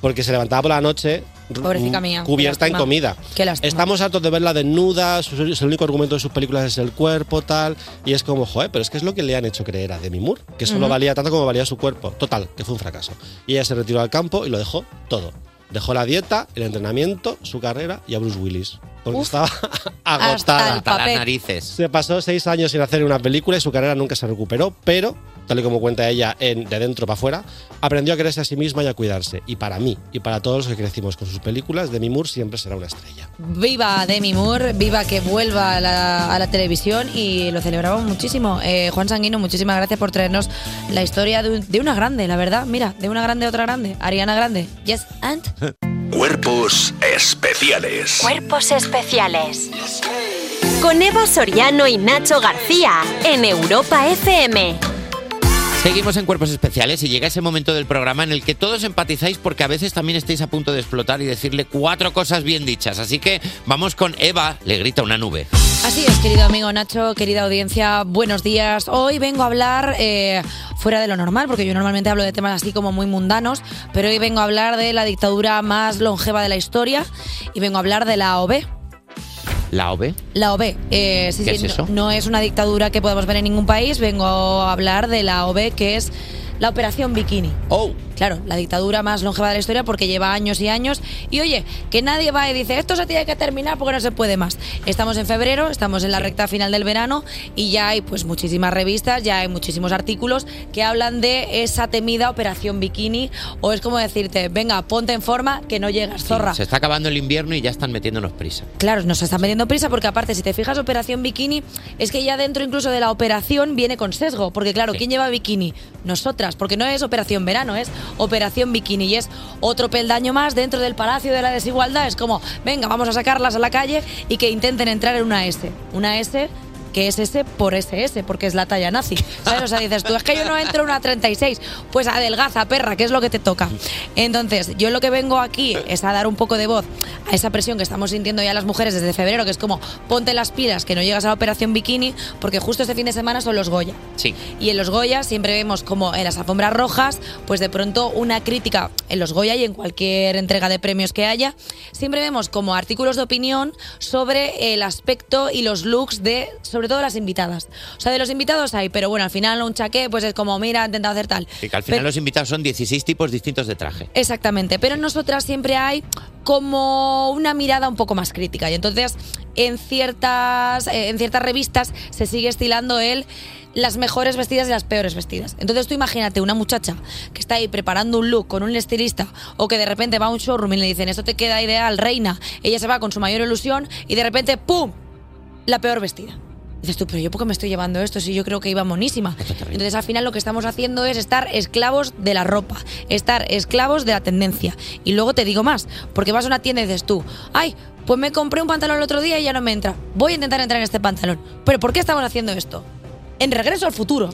Speaker 15: Porque se levantaba por la noche r- mm,
Speaker 3: Pobrecita mía, qué
Speaker 15: cubierta en
Speaker 3: lástima.
Speaker 15: comida.
Speaker 3: Qué lástima.
Speaker 15: Estamos hartos de verla desnuda, su- su- el único argumento de sus películas es el cuerpo, tal. Y es como, joder, pero es que es lo que le han hecho creer a Demi Moore, que solo
Speaker 3: Ujú.
Speaker 15: valía tanto como valía su cuerpo. Total, que fue un fracaso. Y ella se retiró al campo y lo dejó todo. Dejó la dieta, el entrenamiento, su carrera y a Bruce Willis. Porque estaba agotada.
Speaker 4: el Hasta las papel. narices.
Speaker 15: Se pasó seis años sin hacer una película y su carrera nunca se recuperó, pero, tal y como cuenta ella en De dentro para afuera, aprendió a quererse a sí misma y a cuidarse. Y para mí, y para todos los que crecimos con sus películas, Demi Moore siempre será una estrella.
Speaker 3: Viva Demi Moore, viva que vuelva a la, a la televisión y lo celebramos muchísimo. Eh, Juan Sanguino, muchísimas gracias por traernos la historia de, un- de una grande, la verdad. Mira, de una grande a otra grande. Ariana Grande. Yes, and.
Speaker 7: Cuerpos especiales.
Speaker 2: Cuerpos especiales. Con Eva Soriano y Nacho García en Europa FM.
Speaker 4: Seguimos en Cuerpos Especiales y llega ese momento del programa en el que todos empatizáis porque a veces también estáis a punto de explotar y decirle cuatro cosas bien dichas. Así que vamos con Eva, le grita una nube.
Speaker 3: Así es, querido amigo Nacho, querida audiencia, buenos días. Hoy vengo a hablar eh, fuera de lo normal, porque yo normalmente hablo de temas así como muy mundanos, pero hoy vengo a hablar de la dictadura más longeva de la historia y vengo a hablar de la OB.
Speaker 4: ¿La OVE?
Speaker 3: La OB, eh, sí,
Speaker 4: ¿Qué
Speaker 3: sí,
Speaker 4: es
Speaker 3: no-
Speaker 4: eso?
Speaker 3: No, es una dictadura que podamos ver en ningún país. Vengo a hablar de la OB, que es la Operación Bikini.
Speaker 4: Oh.
Speaker 3: Claro, la dictadura más longeva de la historia porque lleva años y años. Y oye, que nadie va y dice, esto se tiene que terminar porque no se puede más. Estamos en febrero, estamos en la recta final del verano y ya hay pues muchísimas revistas, ya hay muchísimos artículos que hablan de esa temida operación bikini o es como decirte, venga, ponte en forma que no llegas, zorra.
Speaker 4: Se está acabando el invierno y ya están metiéndonos prisa.
Speaker 3: Claro, nos están metiendo prisa porque aparte, si te fijas, operación bikini, es que ya dentro incluso de la operación viene con sesgo, porque claro, ¿quién lleva bikini? Nosotras, porque no es operación verano, es operación bikini y es otro peldaño más dentro del Palacio de la Desigualdad. Es como, venga, vamos a sacarlas a la calle y que intenten entrar en una S. Una S que es S por SS, porque es la talla nazi. ¿Sabes? O sea, dices tú, es que yo no entro en una 36. Pues adelgaza, perra, que es lo que te toca. Entonces, yo lo que vengo aquí es a dar un poco de voz a esa presión que estamos sintiendo ya las mujeres desde febrero, que es como, ponte las pilas, que no llegas a la operación bikini, porque justo este fin de semana son los Goya.
Speaker 4: Sí.
Speaker 3: Y en los Goya siempre vemos como en las alfombras rojas, pues de pronto una crítica en los Goya y en cualquier entrega de premios que haya, siempre vemos como artículos de opinión sobre el aspecto y los looks de, sobre todo las invitadas. O sea, de los invitados hay, pero bueno, al final un chaqué pues es como, mira, intenta hacer tal.
Speaker 4: Y que al final
Speaker 3: Pero-
Speaker 4: los invitados son 16 tipos distintos de traje.
Speaker 3: Exactamente, pero en nosotras siempre hay como una mirada un poco más crítica y entonces en ciertas, eh, en ciertas revistas se sigue estilando el las mejores vestidas y las peores vestidas. Entonces tú imagínate una muchacha que está ahí preparando un look con un estilista o que de repente va a un showroom y le dicen esto te queda ideal, reina, ella se va con su mayor ilusión y de repente ¡pum! la peor vestida. Dices tú, pero yo por qué me estoy llevando esto si yo creo que iba monísima. Entonces al final lo que estamos haciendo es estar esclavos de la ropa, estar esclavos de la tendencia. Y luego te digo más, porque vas a una tienda y dices tú, ay, pues me compré un pantalón el otro día y ya no me entra. Voy a intentar entrar en este pantalón. Pero ¿por qué estamos haciendo esto? En regreso al futuro,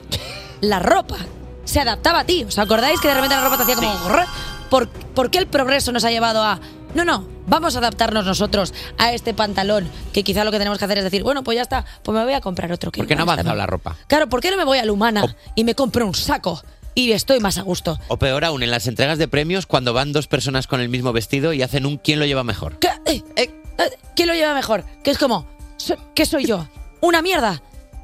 Speaker 3: la ropa se adaptaba a ti. ¿Os acordáis que de repente la ropa te hacía como... "Grrr"? ¿Por, ¿Por qué el progreso nos ha llevado a... No, no, vamos a adaptarnos nosotros a este pantalón, que quizá lo que tenemos que hacer es decir, bueno, pues ya está, pues me voy a comprar otro. que
Speaker 4: Porque no ha
Speaker 3: igual está
Speaker 4: avanzado
Speaker 3: bien".
Speaker 4: la ropa.
Speaker 3: Claro, ¿por qué no me voy a Lumana y me compro un saco y estoy más a gusto?
Speaker 4: O peor aún, en las entregas de premios, cuando van dos personas con el mismo vestido y hacen un quién lo lleva mejor.
Speaker 3: Eh, eh, eh, ¿Quién lo lleva mejor? Que es como, so- ¿qué soy yo? ¿Una mierda?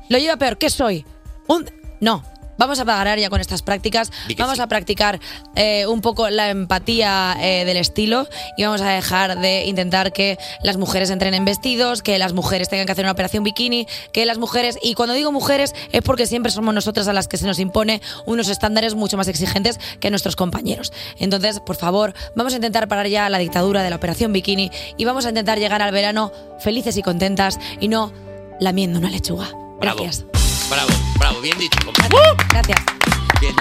Speaker 3: ¿Lo lleva peor? ¿Qué soy? Un... No. Vamos a parar ya con estas prácticas.
Speaker 17: Di que
Speaker 3: Vamos
Speaker 17: sí.
Speaker 3: a practicar eh, un poco la empatía eh, del estilo y vamos a dejar de intentar que las mujeres entren en vestidos, que las mujeres tengan que hacer una operación bikini, que las mujeres, y cuando digo mujeres es porque siempre somos nosotras a las que se nos impone unos estándares mucho más exigentes que nuestros compañeros. Entonces, por favor, vamos a intentar parar ya la dictadura de la operación bikini y vamos a intentar llegar al verano felices y contentas y no lamiendo una lechuga. Gracias.
Speaker 4: Bravo, bravo, bien dicho. compadre.
Speaker 3: Gracias.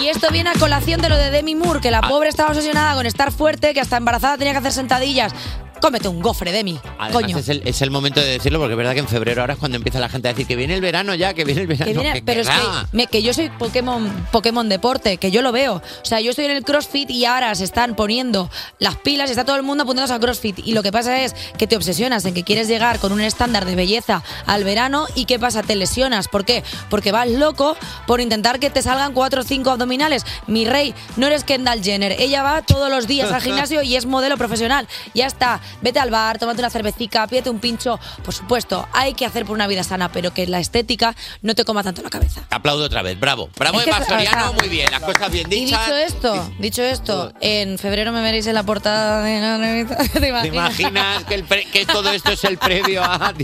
Speaker 3: Y esto viene a colación de lo de Demi Moore, que la
Speaker 4: Ah.
Speaker 3: pobre estaba obsesionada con estar fuerte, que hasta embarazada tenía que hacer sentadillas. Cómete un gofre, Demi.
Speaker 4: Además,
Speaker 3: Coño.
Speaker 4: Es, el, es el momento de decirlo porque es verdad que en febrero ahora es cuando empieza la gente a decir que viene el verano ya, que viene el verano.
Speaker 3: Que viene-
Speaker 4: que-
Speaker 3: pero es que,
Speaker 4: ah.
Speaker 3: me- que yo soy Pokémon, Pokémon Deporte, que yo lo veo. O sea, yo estoy en el CrossFit y ahora se están poniendo las pilas, está todo el mundo apuntándose al CrossFit. Y lo que pasa es que te obsesionas en que quieres llegar con un estándar de belleza al verano y ¿qué pasa? Te lesionas. ¿Por qué? Porque vas loco por intentar que te salgan cuatro o cinco abdominales. Mi rey, no eres Kendall Jenner. Ella va todos los días al gimnasio y es modelo profesional. Ya está, vete al bar, tómate una cervecita, pídete un pincho. Por supuesto, hay que hacer por una vida sana, pero que la estética no te coma tanto la cabeza.
Speaker 4: Aplaudo otra vez, bravo. Bravo,
Speaker 3: Es que
Speaker 4: Eva
Speaker 3: es-
Speaker 4: Soriano,
Speaker 3: ah,
Speaker 4: muy bien, las cosas bien
Speaker 3: Y
Speaker 4: dichas.
Speaker 3: dicho esto, dicho esto, en febrero me veréis en la portada de la revista. ¿Te
Speaker 4: ¿Te
Speaker 3: imaginas?
Speaker 4: imaginas que, el pre- que todo esto es el previo a.?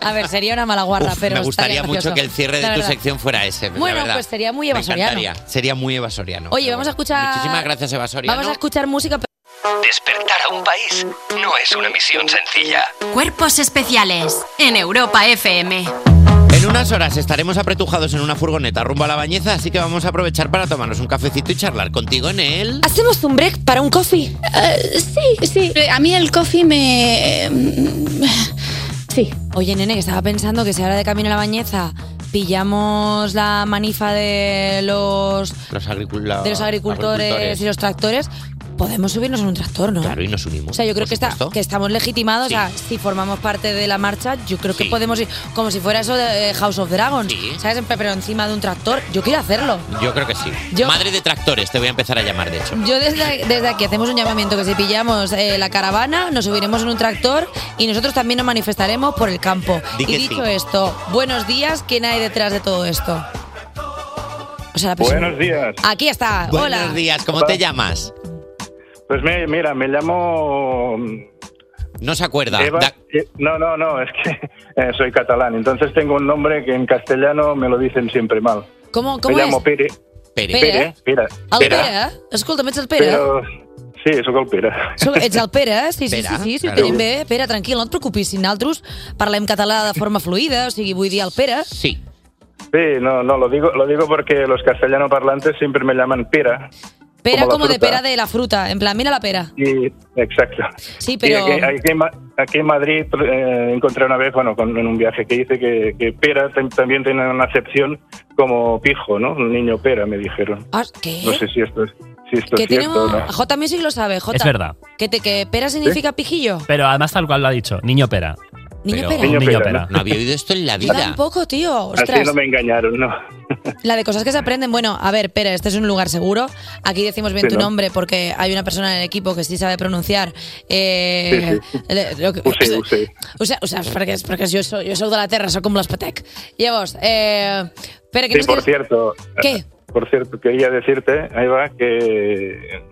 Speaker 3: A ver, sería una mala guarda,
Speaker 4: Uf,
Speaker 3: pero
Speaker 4: me gustaría
Speaker 3: estaría gracioso,
Speaker 4: mucho que el cierre
Speaker 3: la
Speaker 4: de tu
Speaker 3: verdad.
Speaker 4: sección fuera ese. la
Speaker 3: Bueno,
Speaker 4: verdad.
Speaker 3: pues sería muy Eva
Speaker 4: Me
Speaker 3: Soriano.
Speaker 4: encantaría, Sería muy Eva Soriano.
Speaker 3: Oye, vamos a escuchar.
Speaker 4: Muchísimas gracias, Eva Soriano.
Speaker 3: Vamos a escuchar música. pero-
Speaker 1: Despertar a un país no es una misión sencilla.
Speaker 17: Cuerpos especiales en Europa FM.
Speaker 4: En unas horas estaremos apretujados en una furgoneta rumbo a la bañeza, así que vamos a aprovechar para tomarnos un cafecito y charlar contigo en él.
Speaker 3: ¿Hacemos un break para un coffee? Eh,
Speaker 19: sí, sí. A mí el coffee me. eh, Sí.
Speaker 3: Oye, nene, que estaba pensando que si ahora de camino a la bañeza pillamos la manifa de los,
Speaker 4: Los, agricula-
Speaker 3: de los agricultores, y los tractores, podemos subirnos en un tractor, ¿no?
Speaker 4: Claro, y nos unimos.
Speaker 3: O sea, yo creo que, está- que estamos legitimados.
Speaker 4: Sí.
Speaker 3: O sea, si formamos parte de la marcha, yo creo que podemos ir como si fuera eso de eh, House of Dragons. ¿Sabes? En plan, Pero encima de un tractor. Yo quiero hacerlo.
Speaker 4: Yo creo que sí.
Speaker 3: Yo-
Speaker 4: Madre de tractores, te voy a empezar a llamar, de hecho.
Speaker 3: Yo desde, desde aquí hacemos un llamamiento que si pillamos eh, la caravana, nos subiremos en un tractor y nosotros también nos manifestaremos por el campo.
Speaker 4: Di
Speaker 3: y
Speaker 4: que
Speaker 3: dicho
Speaker 4: sí.
Speaker 3: esto, buenos días, ¿quién hay detrás de todo esto? O a la persona.
Speaker 20: Buenos días.
Speaker 3: Aquí está.
Speaker 4: Buenos
Speaker 3: Hola.
Speaker 4: días, ¿cómo te llamas?
Speaker 20: Pues me- mira, me llamo. mm,
Speaker 4: No se acuerda.
Speaker 20: Eva- eh, no, no, no, es que eh, soy catalán, entonces tengo un nombre que en castellano me lo dicen siempre mal.
Speaker 3: ¿Cómo, cómo
Speaker 20: me
Speaker 3: es?
Speaker 20: llamo Pere.
Speaker 4: Pere.
Speaker 3: Pere.
Speaker 20: Pere. Pere.
Speaker 3: El
Speaker 20: Pere.
Speaker 3: Pere. Escolta'm, ets el Pere.
Speaker 20: Però... Sí, sóc el Pere.
Speaker 3: Sóc- Ets el Pere, eh? sí, sí, sí,
Speaker 20: Pere,
Speaker 3: sí, sí ho
Speaker 20: claro.
Speaker 3: tenim bé. Pere, tranquil, no et preocupis, si naltros parlem català de forma fluida, o sigui, vull dir el Pere.
Speaker 4: Sí.
Speaker 20: Sí, no, no, lo digo, lo digo porque los castellano parlantes siempre me llaman Pere.
Speaker 3: Pere
Speaker 20: Como la
Speaker 3: com de
Speaker 20: fruta.
Speaker 3: pera de la fruta, en plan, mira la pera.
Speaker 20: Y, exacto.
Speaker 3: Sí, pero-
Speaker 20: Y aquí, aquí en Ma- aquí en Madrid eh, encontré una vez, bueno, con, en un viaje que hice, que, que pera tam- también tiene una acepción como pijo, ¿no? Un niño pera, me dijeron.
Speaker 3: Ah, ¿Qué?
Speaker 20: No sé si esto es, si esto
Speaker 3: Que
Speaker 20: es cierto
Speaker 3: tenemos...
Speaker 20: o no.
Speaker 3: J Music lo sabe, J.
Speaker 14: Es verdad.
Speaker 3: Que, te, que pera significa pijillo.
Speaker 14: Pero además tal cual lo ha dicho, niño pera.
Speaker 3: Niño
Speaker 14: Pero-
Speaker 3: pera.
Speaker 14: Niño,
Speaker 4: Niño pera,
Speaker 14: pera.
Speaker 4: No había oído esto en la
Speaker 3: Yo tampoco, tío. Ostras,
Speaker 20: me engañaron, ¿no?
Speaker 3: la de cosas que se aprenden. Bueno, a ver, Pere, este es un lugar seguro. Aquí decimos bien
Speaker 20: Sí,
Speaker 3: tu
Speaker 20: ¿no?
Speaker 3: nombre porque hay una persona en el equipo que sí sabe pronunciar. Eh, le- lo que-
Speaker 20: Usé, usé.
Speaker 3: O sea, o sea, perquè, perquè jo, sóc, jo sóc de la terra, sóc com l'Espatec. Llavors, eh, Pere, que
Speaker 20: Sí, por cierto.
Speaker 3: ¿Qué?
Speaker 20: eh, Por cierto, quería decirte, ahí va, que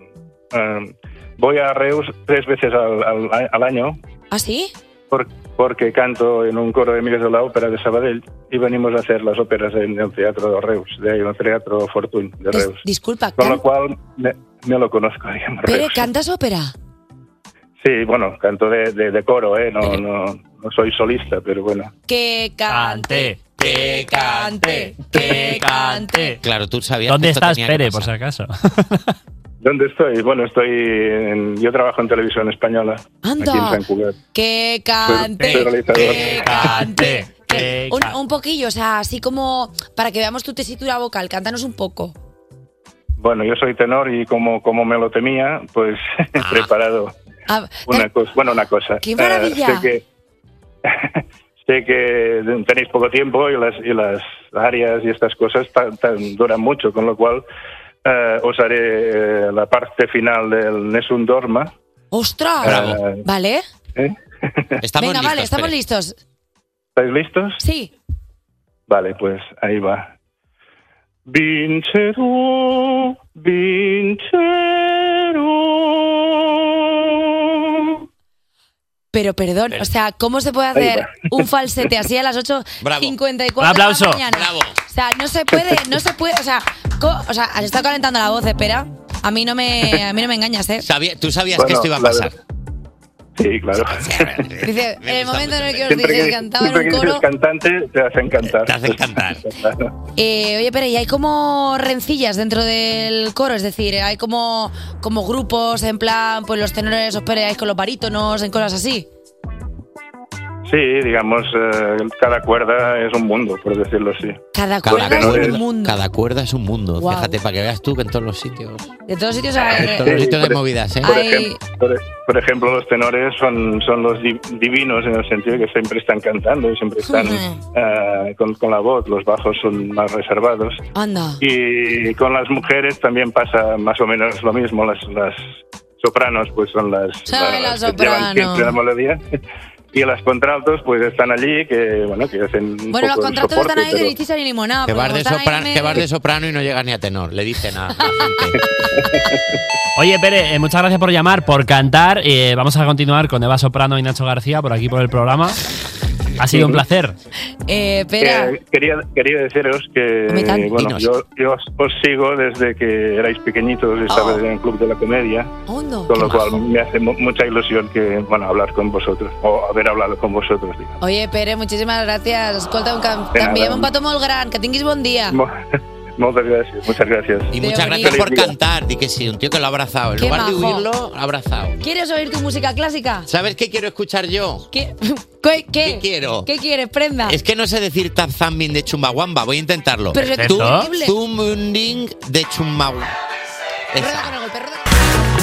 Speaker 20: eh, voy a Reus tres veces al, al- al año
Speaker 3: ¿Ah, sí?
Speaker 20: por- porque canto en un coro de Miguel de la Ópera de Sabadell y venimos a hacer las óperas en el Teatro de Reus, de ahí, en el Teatro Fortuny de Reus.
Speaker 3: Disculpa,
Speaker 20: Con lo cual me, me lo conozco, digamos.
Speaker 3: Pere,
Speaker 20: Reus.
Speaker 3: cantes òpera?
Speaker 20: Sí, bueno, canto de, de- de coro, ¿eh? No, no, no soy solista, pero bueno.
Speaker 3: Que cante, que cante, que cante.
Speaker 4: Claro, tú sabías
Speaker 14: ¿Dónde
Speaker 4: que esto
Speaker 14: estás,
Speaker 4: tenía que
Speaker 14: Pere,
Speaker 4: pasar.
Speaker 14: por si acaso?
Speaker 20: ¿Dónde estoy? Bueno, estoy en- yo trabajo en televisión española.
Speaker 3: Anda.
Speaker 20: Aquí en San Cugat.
Speaker 3: Que
Speaker 20: Soy
Speaker 3: cante.
Speaker 20: realizador.
Speaker 3: cante, Un, un poquillo, o sea, así como para que veamos tu tesitura vocal, cántanos un poco.
Speaker 20: Bueno, yo soy tenor y como, como me lo temía, pues he preparado
Speaker 3: Ah,
Speaker 20: una cosa. Bueno, una cosa.
Speaker 3: ¡Qué maravilla!
Speaker 20: Eh, sé, que, sé que tenéis poco tiempo y las, y las áreas y estas cosas tan, tan- duran mucho, con lo cual eh, os haré eh, la parte final del Nessun Dorma.
Speaker 3: ¡Ostras!
Speaker 20: Bravo.
Speaker 3: ¿Vale?
Speaker 20: ¿eh?
Speaker 3: Venga, vale, Ah. estamos listos.
Speaker 20: ¿Estáis listos?
Speaker 3: Sí.
Speaker 20: Vale, pues ahí va. Vincero, vincero.
Speaker 3: Pero perdón, o sea, ¿cómo se puede
Speaker 20: Ahí
Speaker 3: hacer
Speaker 20: va.
Speaker 3: un falsete así a las 8.54 de
Speaker 14: Aplauso.
Speaker 3: la mañana?
Speaker 14: Bravo.
Speaker 3: O sea, no se puede, no se puede, o sea, co- o sea, has estado calentando la voz, espera. A mí no me, a mí no me engañas, ¿eh?
Speaker 4: Sabía- tú sabías que
Speaker 20: Bueno,
Speaker 4: esto iba a
Speaker 20: la
Speaker 4: pasar.
Speaker 20: Sí, claro.
Speaker 4: eh,
Speaker 3: Dice, en el momento en el que os
Speaker 20: Siempre
Speaker 3: dices
Speaker 20: que,
Speaker 3: cantaba en
Speaker 20: siempre
Speaker 3: un
Speaker 20: que dices
Speaker 3: coro.
Speaker 20: cantante, te hacen cantar. Te hacen cantar.
Speaker 3: Eh, oye, pero ¿y hay como rencillas dentro del coro? Es decir, ¿hay como, como grupos en plan, pues los tenores os peleáis con los barítonos, en cosas así?
Speaker 20: sí, digamos, eh, cada cuerda es un mundo, por decirlo así.
Speaker 3: Cada
Speaker 4: Cada
Speaker 3: cuerda es
Speaker 4: cuerda,
Speaker 3: un mundo.
Speaker 4: cada cuerda es un mundo.
Speaker 3: Guau.
Speaker 4: Fíjate, para que veas tú que en todos los sitios.
Speaker 3: De todos sitios hay...
Speaker 4: En todos los sitios de movidas, ¿eh?
Speaker 20: Por,
Speaker 3: Hay-
Speaker 20: ejem- por e- por ejemplo, los tenores son, son los di- divinos en el sentido que siempre están cantando y siempre están eh, con, con la voz. Los bajos son más reservados.
Speaker 3: Anda.
Speaker 20: Y con las mujeres también pasa más o menos lo mismo. Las, las sopranos, pues son las,
Speaker 3: Ay,
Speaker 20: las
Speaker 3: la
Speaker 20: que llevan
Speaker 3: soprano.
Speaker 20: siempre la melodía. Y las contraltos, pues están allí, que bueno, que hacen. un
Speaker 3: Bueno, los
Speaker 20: poco el
Speaker 3: contratos
Speaker 20: soporte,
Speaker 3: están ahí de
Speaker 20: pero-
Speaker 3: listiza ni limonada.
Speaker 4: Que
Speaker 3: pero
Speaker 4: vas,
Speaker 3: como
Speaker 4: de
Speaker 3: están ahí
Speaker 4: sopran-
Speaker 3: en
Speaker 4: que vas de
Speaker 3: medio-
Speaker 4: soprano y no llega ni a tenor. Le dicen a.
Speaker 14: Oye, Pere, eh, muchas gracias por llamar, por cantar. Eh, vamos a continuar con Eva Soprano y Nacho García por aquí por el programa. Ha sido un placer.
Speaker 3: Eh, espera.
Speaker 20: Eh, quería, quería deciros que
Speaker 14: Hombre, tan-
Speaker 20: bueno,
Speaker 14: dinos.
Speaker 20: yo, yo os, os sigo desde que erais pequeñitos y estabais en el Club de la Comedia,
Speaker 3: Oh. Hondo.
Speaker 20: con lo cual me hace mu- mucha ilusión que bueno hablar con vosotros o haber hablado con vosotros. digamos.
Speaker 3: Oye, Pere, muchísimas gracias. Escolta, un cam
Speaker 20: De
Speaker 3: canviem
Speaker 20: nada.
Speaker 3: un petó molt gran. Que tinguis bon dia.
Speaker 20: Mo- Muchas gracias, muchas gracias.
Speaker 4: Y muchas gracias por cantar. Di que sí, un tío que lo ha abrazado. En
Speaker 3: Qué
Speaker 4: lugar de
Speaker 3: majo.
Speaker 4: huirlo, ha abrazado.
Speaker 3: ¿Quieres oír tu música clásica?
Speaker 4: ¿Sabes qué quiero escuchar yo?
Speaker 3: ¿Qué, qué,
Speaker 4: ¿Qué quiero?
Speaker 3: ¿Qué quieres, prenda?
Speaker 4: Es que no sé decir Tarzán Bin de Chumbawamba, voy a intentarlo.
Speaker 3: Ah. Pero es
Speaker 4: Tú-
Speaker 3: horrible.
Speaker 4: Zumunding de Chumbawamba.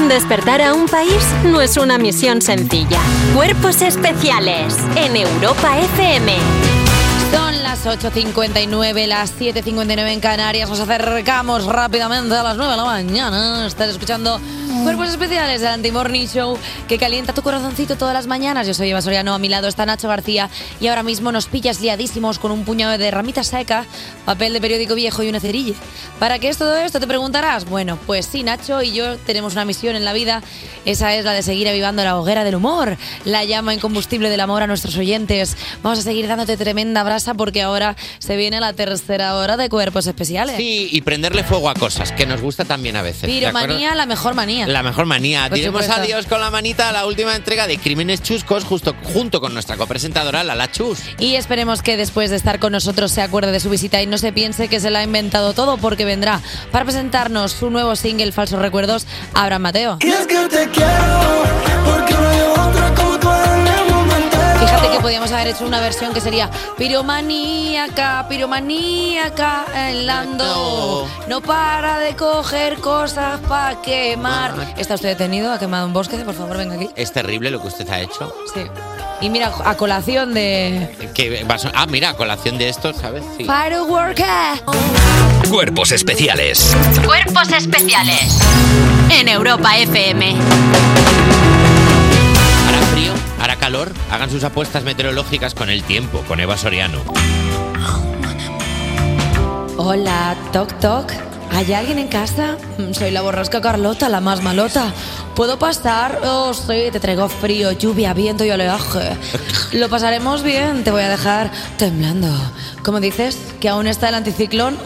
Speaker 2: Despertar a un país no es una misión sencilla. Cuerpos especiales en Europa FM.
Speaker 3: Son las las 8.59, las 7.59 en Canarias. Nos acercamos rápidamente a las 9 de la mañana. Estás escuchando Cuerpos Especiales del Anti-Morning Show que calienta tu corazoncito todas las mañanas. Yo soy Eva Soriano, a mi lado está Nacho García y ahora mismo nos pillas liadísimos con un puñado de ramitas secas, papel de periódico viejo y una cerilla. ¿Para qué es todo esto? Te preguntarás. Bueno, pues sí, Nacho y yo tenemos una misión en la vida. Esa es la de seguir avivando la hoguera del humor, la llama incombustible del amor a nuestros oyentes. Vamos a seguir dándote tremenda brasa porque ahora se viene la tercera hora de Cuerpos Especiales.
Speaker 4: Sí, y prenderle fuego a cosas, que nos gusta también a veces. ¿de
Speaker 3: Piromanía,
Speaker 4: acuerdo?
Speaker 3: la mejor manía.
Speaker 4: La mejor manía.
Speaker 3: Por
Speaker 4: Diremos
Speaker 3: supuesto.
Speaker 4: adiós con la manita a la última entrega de Crímenes Chuscos justo, junto con nuestra copresentadora Lala Chus.
Speaker 3: Y esperemos que después de estar con nosotros se acuerde de su visita y no se piense que se la ha inventado todo porque vendrá para presentarnos su nuevo single Falsos Recuerdos, Abraham Mateo. Fíjate que podíamos haber hecho una versión que sería piromaníaca, piromaníaca, el Lando no para de coger cosas para quemar. ¿Está usted detenido? ¿Ha quemado un bosque? Por favor, venga aquí.
Speaker 4: Es terrible lo que usted ha hecho.
Speaker 3: Sí. Y mira, a colación de...
Speaker 4: Que va a son- ah, mira, a colación de esto, ¿sabes? Sí.
Speaker 3: Firework.
Speaker 1: Cuerpos especiales.
Speaker 17: Cuerpos especiales en Europa FM.
Speaker 4: Hará frío, hará calor. Hagan sus apuestas meteorológicas con el tiempo, con Eva Soriano.
Speaker 3: Hola, toc toc. ¿Hay alguien en casa? Mm, Soy la borrasca Carlota, la más malota. ¿Puedo pasar? Oh, sí, te traigo frío, lluvia, viento y oleaje. Lo pasaremos bien, te voy a dejar temblando. ¿Cómo dices? ¿Que aún está el anticiclón?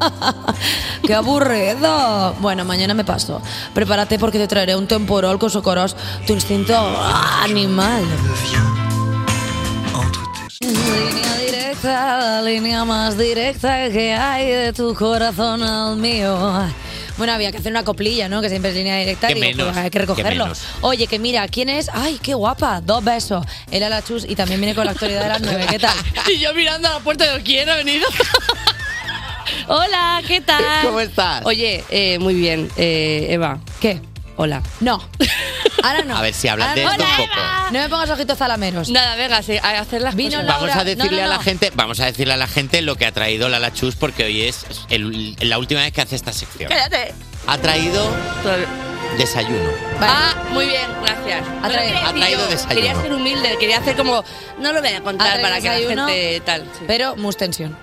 Speaker 3: ¡Qué aburrido! Bueno, mañana me paso. Prepárate porque te traeré un temporal con socorros tu instinto ah, animal. Línea directa, la línea más directa que hay de tu corazón al mío. Bueno, había que hacer una coplilla, ¿no? Que siempre es línea directa.
Speaker 4: Qué
Speaker 3: Digo,
Speaker 4: menos,
Speaker 3: pues hay que
Speaker 4: qué
Speaker 3: recogerlo.
Speaker 4: menos.
Speaker 3: Oye, que mira, ¿quién es? ¡Ay, qué guapa! Dos besos. El Alachus y también viene con la actualidad de las nueve. ¿Qué tal?
Speaker 21: Y yo mirando a la puerta de quién ha venido.
Speaker 3: Hola, ¿qué tal?
Speaker 21: ¿Cómo estás? Oye, eh, muy bien, eh, Eva.
Speaker 3: ¿Qué?
Speaker 21: Hola.
Speaker 3: No. Ahora no.
Speaker 4: A ver si hablas de
Speaker 3: Ahora-
Speaker 4: esto un
Speaker 3: Hola,
Speaker 4: poco.
Speaker 3: No me pongas ojitos zalameros.
Speaker 21: Nada, venga, sí, a hacer las
Speaker 3: Vino
Speaker 4: Vamos
Speaker 3: Laura-
Speaker 4: a decirle
Speaker 3: no, no,
Speaker 4: a la
Speaker 3: no.
Speaker 4: gente, vamos a decirle a la gente lo que ha traído Lala Chus porque hoy es el- la última vez que hace esta sección.
Speaker 21: Cállate.
Speaker 4: Ha traído desayuno.
Speaker 21: Ah, muy bien, gracias. No lo quería
Speaker 4: ha
Speaker 21: decir
Speaker 4: traído
Speaker 21: yo,
Speaker 4: desayuno.
Speaker 21: Quería ser humilde, quería hacer como. No lo voy a
Speaker 3: Ha
Speaker 21: contar
Speaker 3: traído
Speaker 21: para que
Speaker 3: desayuno,
Speaker 21: la gente tal. sí.
Speaker 3: Pero mus tensión.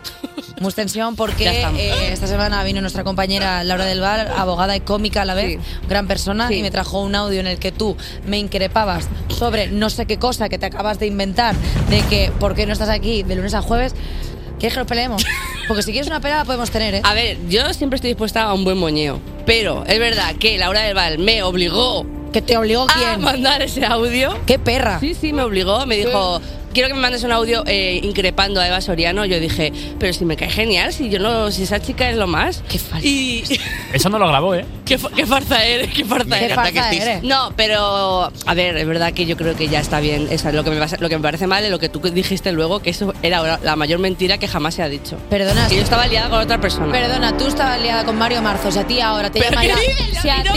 Speaker 3: Mus tensión
Speaker 21: Ya
Speaker 3: porque
Speaker 21: estamos.
Speaker 3: eh, esta semana vino nuestra compañera Laura del Val, abogada y cómica a la vez, gran persona, y me trajo un audio en el que tú me increpabas sobre no sé qué cosa que te acabas de inventar, de que por qué no estás aquí de lunes a jueves. ¿Quieres que nos peleemos? Porque si quieres una pelea la podemos tener, ¿eh?
Speaker 21: A ver, yo siempre estoy dispuesta a un buen moñeo. Pero es verdad que Laura del Val me obligó.
Speaker 3: ¿Que te obligó
Speaker 21: quién? A mandar ese audio.
Speaker 3: ¡Qué perra!
Speaker 21: Sí, sí, me obligó. Me dijo, quiero que me mandes un audio eh, increpando a Eva Soriano. Yo dije, pero si me cae genial, si yo no, si esa chica es lo más. Qué falsa. Y
Speaker 14: Eso no lo grabó, ¿eh?
Speaker 21: qué, fa- qué farsa eres, qué farsa
Speaker 14: Me
Speaker 21: eres.
Speaker 14: encanta que estés-
Speaker 21: No, pero a ver, es verdad que yo creo que ya está bien. Esa, lo, que me, pasa- lo que me parece mal es lo que tú dijiste luego, que eso era la- la mayor mentira que jamás se ha dicho.
Speaker 3: Perdona.
Speaker 21: Que yo estaba liada con otra persona.
Speaker 3: Perdona, tú estabas liada con Mario Marzo. Si a ti ahora te llama la- si a ti-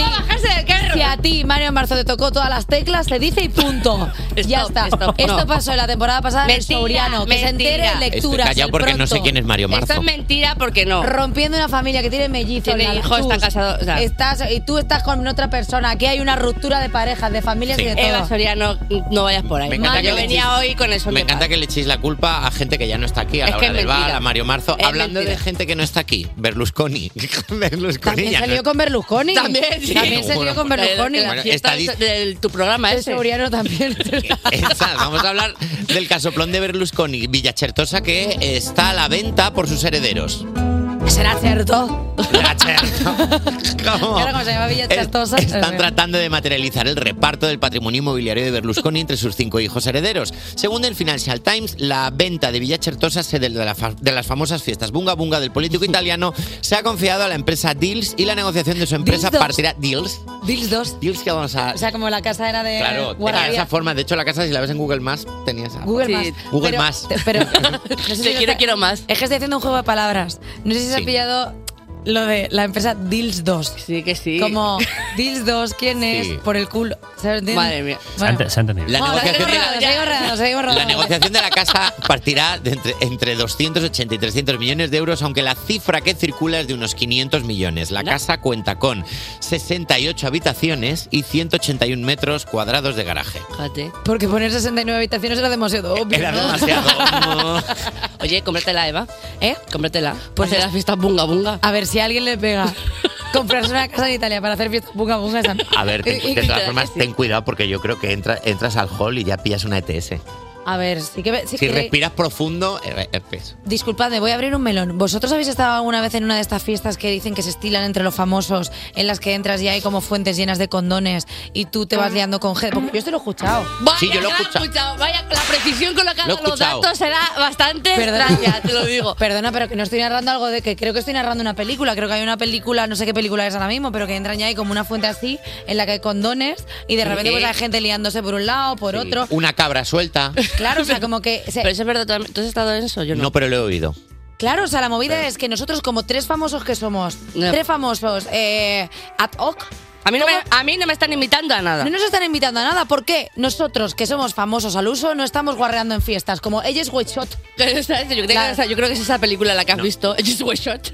Speaker 3: Si a ti Mario Marzo te tocó todas las teclas, se dice y punto. ya está. Esto
Speaker 21: no.
Speaker 3: pasó en la temporada pasada en el
Speaker 21: Mentira,
Speaker 3: Sobriano. Que se
Speaker 21: mentira.
Speaker 3: entere lecturas.
Speaker 4: Estoy callado
Speaker 3: el
Speaker 4: porque no sé
Speaker 3: pronto.
Speaker 4: quién es Mario Marzo.
Speaker 21: Esto es mentira porque no.
Speaker 3: Rompiendo una familia que tiene eh, mellizos.
Speaker 21: Tiene
Speaker 3: la
Speaker 21: hijos,
Speaker 3: Luz.
Speaker 21: está casado, o sea.
Speaker 3: Estás, y tú estás con otra persona. Aquí hay una ruptura de parejas, de familias y de todo.
Speaker 21: Eva Soriano, no vayas por ahí.
Speaker 4: Me encanta
Speaker 21: Ma,
Speaker 4: que
Speaker 21: yo
Speaker 4: le
Speaker 21: venía
Speaker 4: echéis-
Speaker 21: hoy con el sol
Speaker 4: Me
Speaker 21: que
Speaker 4: encanta que le echéis la culpa a gente que ya no está aquí, a
Speaker 21: Es que
Speaker 4: Laura
Speaker 21: es
Speaker 4: del Val,
Speaker 21: mentira.
Speaker 4: a Mario Marzo.
Speaker 21: Es
Speaker 4: Hablando
Speaker 21: mentira.
Speaker 4: de gente que no está aquí, Berlusconi. Berlusconi
Speaker 3: También
Speaker 4: ya no
Speaker 3: salió con Berlusconi.
Speaker 21: También, sí.
Speaker 3: También salió con Berlusconi.
Speaker 4: Bueno, está dis-
Speaker 21: tu programa
Speaker 3: El
Speaker 21: ese.
Speaker 3: Sobriano también.
Speaker 4: Esa, vamos a hablar del casoplón de Berlusconi, Villachertosa, que está a la venta por sus herederos.
Speaker 3: ¿Será cierto?
Speaker 4: ¿Cómo?
Speaker 3: Claro, como se llama Villa Eh, Chartosa.
Speaker 4: Están tratando de materializar el reparto del patrimonio inmobiliario de Berlusconi entre sus cinco hijos herederos. Según el Financial Times, la venta de Villa Certosa, sede de, la fa- de las famosas fiestas Bunga Bunga del político italiano, se ha confiado a la empresa Deals y la negociación de su empresa
Speaker 3: Deals dos.
Speaker 4: partirá Deals.
Speaker 3: Deals 2.
Speaker 4: Deals que vamos a...
Speaker 3: O sea, eh, como la casa era de
Speaker 4: Claro, tenía
Speaker 3: Guardia.
Speaker 4: esa forma. De hecho, la casa, si la ves en Google Maps, tenía esa.
Speaker 3: Google
Speaker 4: forma.
Speaker 3: más.
Speaker 4: Google
Speaker 3: Pero-
Speaker 4: Maps.
Speaker 3: te- Pero no sé si
Speaker 21: Te
Speaker 3: lo
Speaker 21: quiero,
Speaker 3: está-
Speaker 21: quiero más.
Speaker 3: Es que estoy haciendo un juego de palabras. No sé si se ha
Speaker 4: Sí.
Speaker 3: pillado lo de la empresa Deals 2.
Speaker 21: Sí, que sí.
Speaker 3: Como Deals 2, ¿quién es?
Speaker 4: Sí.
Speaker 3: Por el culo. ¿Sabes?
Speaker 21: Madre mía.
Speaker 14: Se ha ente- se ha entendido.
Speaker 4: La negociación de- La
Speaker 3: La
Speaker 4: negociación de la casa partirá de entre, entre 280 y 300 millones de euros, aunque la cifra que circula es de unos 500 millones. La casa cuenta con 68 habitaciones y 181 metros cuadrados de garaje.
Speaker 21: Fíjate.
Speaker 3: Porque poner 69 habitaciones era demasiado obvio.
Speaker 4: Era
Speaker 3: ¿no?
Speaker 4: demasiado.
Speaker 21: Oye, cómpratela, Eva. ¿Eh? Cómpratela. Pues hacer las fiestas bunga bunga.
Speaker 3: A ver si a alguien le pega. Comprarse una casa en Italia para hacer fiestas bunga bunga. esa-
Speaker 4: A ver, ten-
Speaker 3: Y- y-
Speaker 4: de todas formas, ten cuidado porque yo creo que entra- entras al hall y ya pillas una ETS.
Speaker 3: A ver, sí que... ve- sí
Speaker 4: Si
Speaker 3: que-
Speaker 4: respiras profundo, eh, eh, pues,
Speaker 3: Disculpadme, voy a abrir un melón. ¿Vosotros habéis estado alguna vez en una de estas fiestas que dicen que se estilan entre los famosos, en las que entras y hay como fuentes llenas de condones y tú te vas liando con gente? Porque yo esto lo he escuchado.
Speaker 4: Sí, yo lo he
Speaker 21: Lo he escuchado. Vaya, la precisión con la que
Speaker 3: Lo he
Speaker 21: hagan los
Speaker 3: escuchado.
Speaker 21: datos será bastante
Speaker 3: Perdona.
Speaker 21: extraña, te lo digo.
Speaker 3: Perdona, pero que no estoy narrando algo de que creo que estoy narrando una película. Creo que hay una película, no sé qué película es ahora mismo, pero que entran ya hay como una fuente así en la que hay condones y de
Speaker 4: Sí.
Speaker 3: repente pues hay gente liándose por un lado, por otro.
Speaker 4: una cabra suelta.
Speaker 3: Claro, o sea, como que. se-
Speaker 21: Pero eso es verdad, ¿tú has estado en eso? Yo no.
Speaker 4: No, pero lo he oído.
Speaker 3: Claro, o sea, la movida es que nosotros, como tres famosos que somos, tres famosos, eh, ad hoc.
Speaker 21: A mí, no me, a mí no me están invitando a nada.
Speaker 3: No nos están invitando a nada. ¿Por qué? Nosotros, que somos famosos al uso, no estamos guarreando en fiestas. Como ella es White Shot.
Speaker 21: O sea, Yo creo, que, o sea, yo creo que es esa película la que has visto. Just one shot.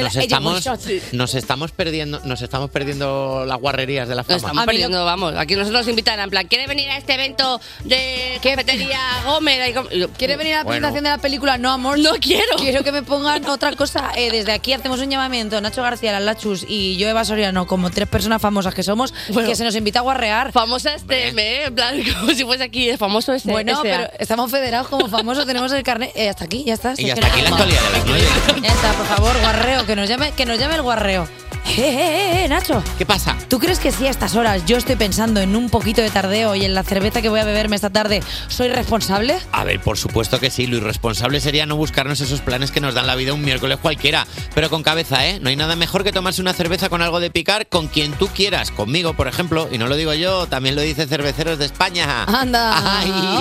Speaker 4: Nos estamos, nos estamos perdiendo, nos estamos perdiendo las guarrerías de la
Speaker 21: Nos
Speaker 4: fama.
Speaker 21: estamos perdiendo, vamos. Aquí nosotros nos invitan, en plan, ¿quiere venir a este evento de cafetería Gómez?
Speaker 3: ¿Quiere venir a la
Speaker 21: Bueno.
Speaker 3: presentación de la película No Amor? No
Speaker 21: quiero.
Speaker 3: Quiero que me pongan otra cosa. Eh, desde aquí hacemos un llamamiento. Nacho García, las Lachus y yo, Eva Soriano, como tres personas famosas que somos, que se nos invita a guarrear.
Speaker 21: Famosas TM, este ¿eh? en plan, como si fuese aquí el famoso este.
Speaker 3: Bueno,
Speaker 21: este.
Speaker 3: pero estamos federados como famosos, tenemos el carnet. Eh, hasta aquí, ya está. Si
Speaker 4: Y
Speaker 3: es que
Speaker 4: hasta
Speaker 3: no-
Speaker 4: aquí la actualidad de las nueve.
Speaker 3: Ya está, por favor, guarreo, que nos llame, que nos llame el guarreo. Eh, eh, eh, eh, Nacho.
Speaker 4: ¿Qué pasa?
Speaker 3: ¿Tú crees que si a estas horas yo estoy pensando en un poquito de tardeo y en la cerveza que voy a beberme esta tarde, soy responsable?
Speaker 4: A ver, por supuesto que sí. Lo irresponsable sería no buscarnos esos planes que nos dan la vida un miércoles cualquiera. Pero con cabeza, ¿eh? No hay nada mejor que tomarse una cerveza con algo de picar con quien tú quieras. Conmigo, por ejemplo. Y no lo digo yo, también lo dice Cerveceros de España.
Speaker 21: Ah.
Speaker 3: Anda,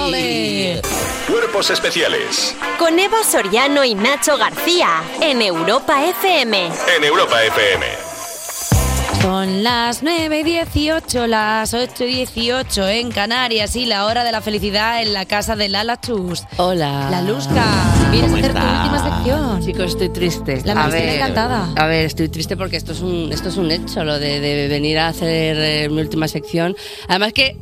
Speaker 4: ole.
Speaker 7: Cuerpos especiales
Speaker 2: Con Eva Soriano y Nacho García en Europa FM.
Speaker 7: en Europa FM.
Speaker 3: Son las 9 y 18, las 8 y 18 en Canarias y la hora de la felicidad en la casa de Lala Chus.
Speaker 21: Hola.
Speaker 3: La Luzca. Vienes a hacer tu última sección.
Speaker 21: Chicos, estoy triste.
Speaker 3: La
Speaker 21: A
Speaker 3: más
Speaker 21: ver,
Speaker 3: encantada.
Speaker 21: A ver, estoy triste porque esto es un, esto es un hecho, lo de, de venir a hacer eh, mi última sección. Además que,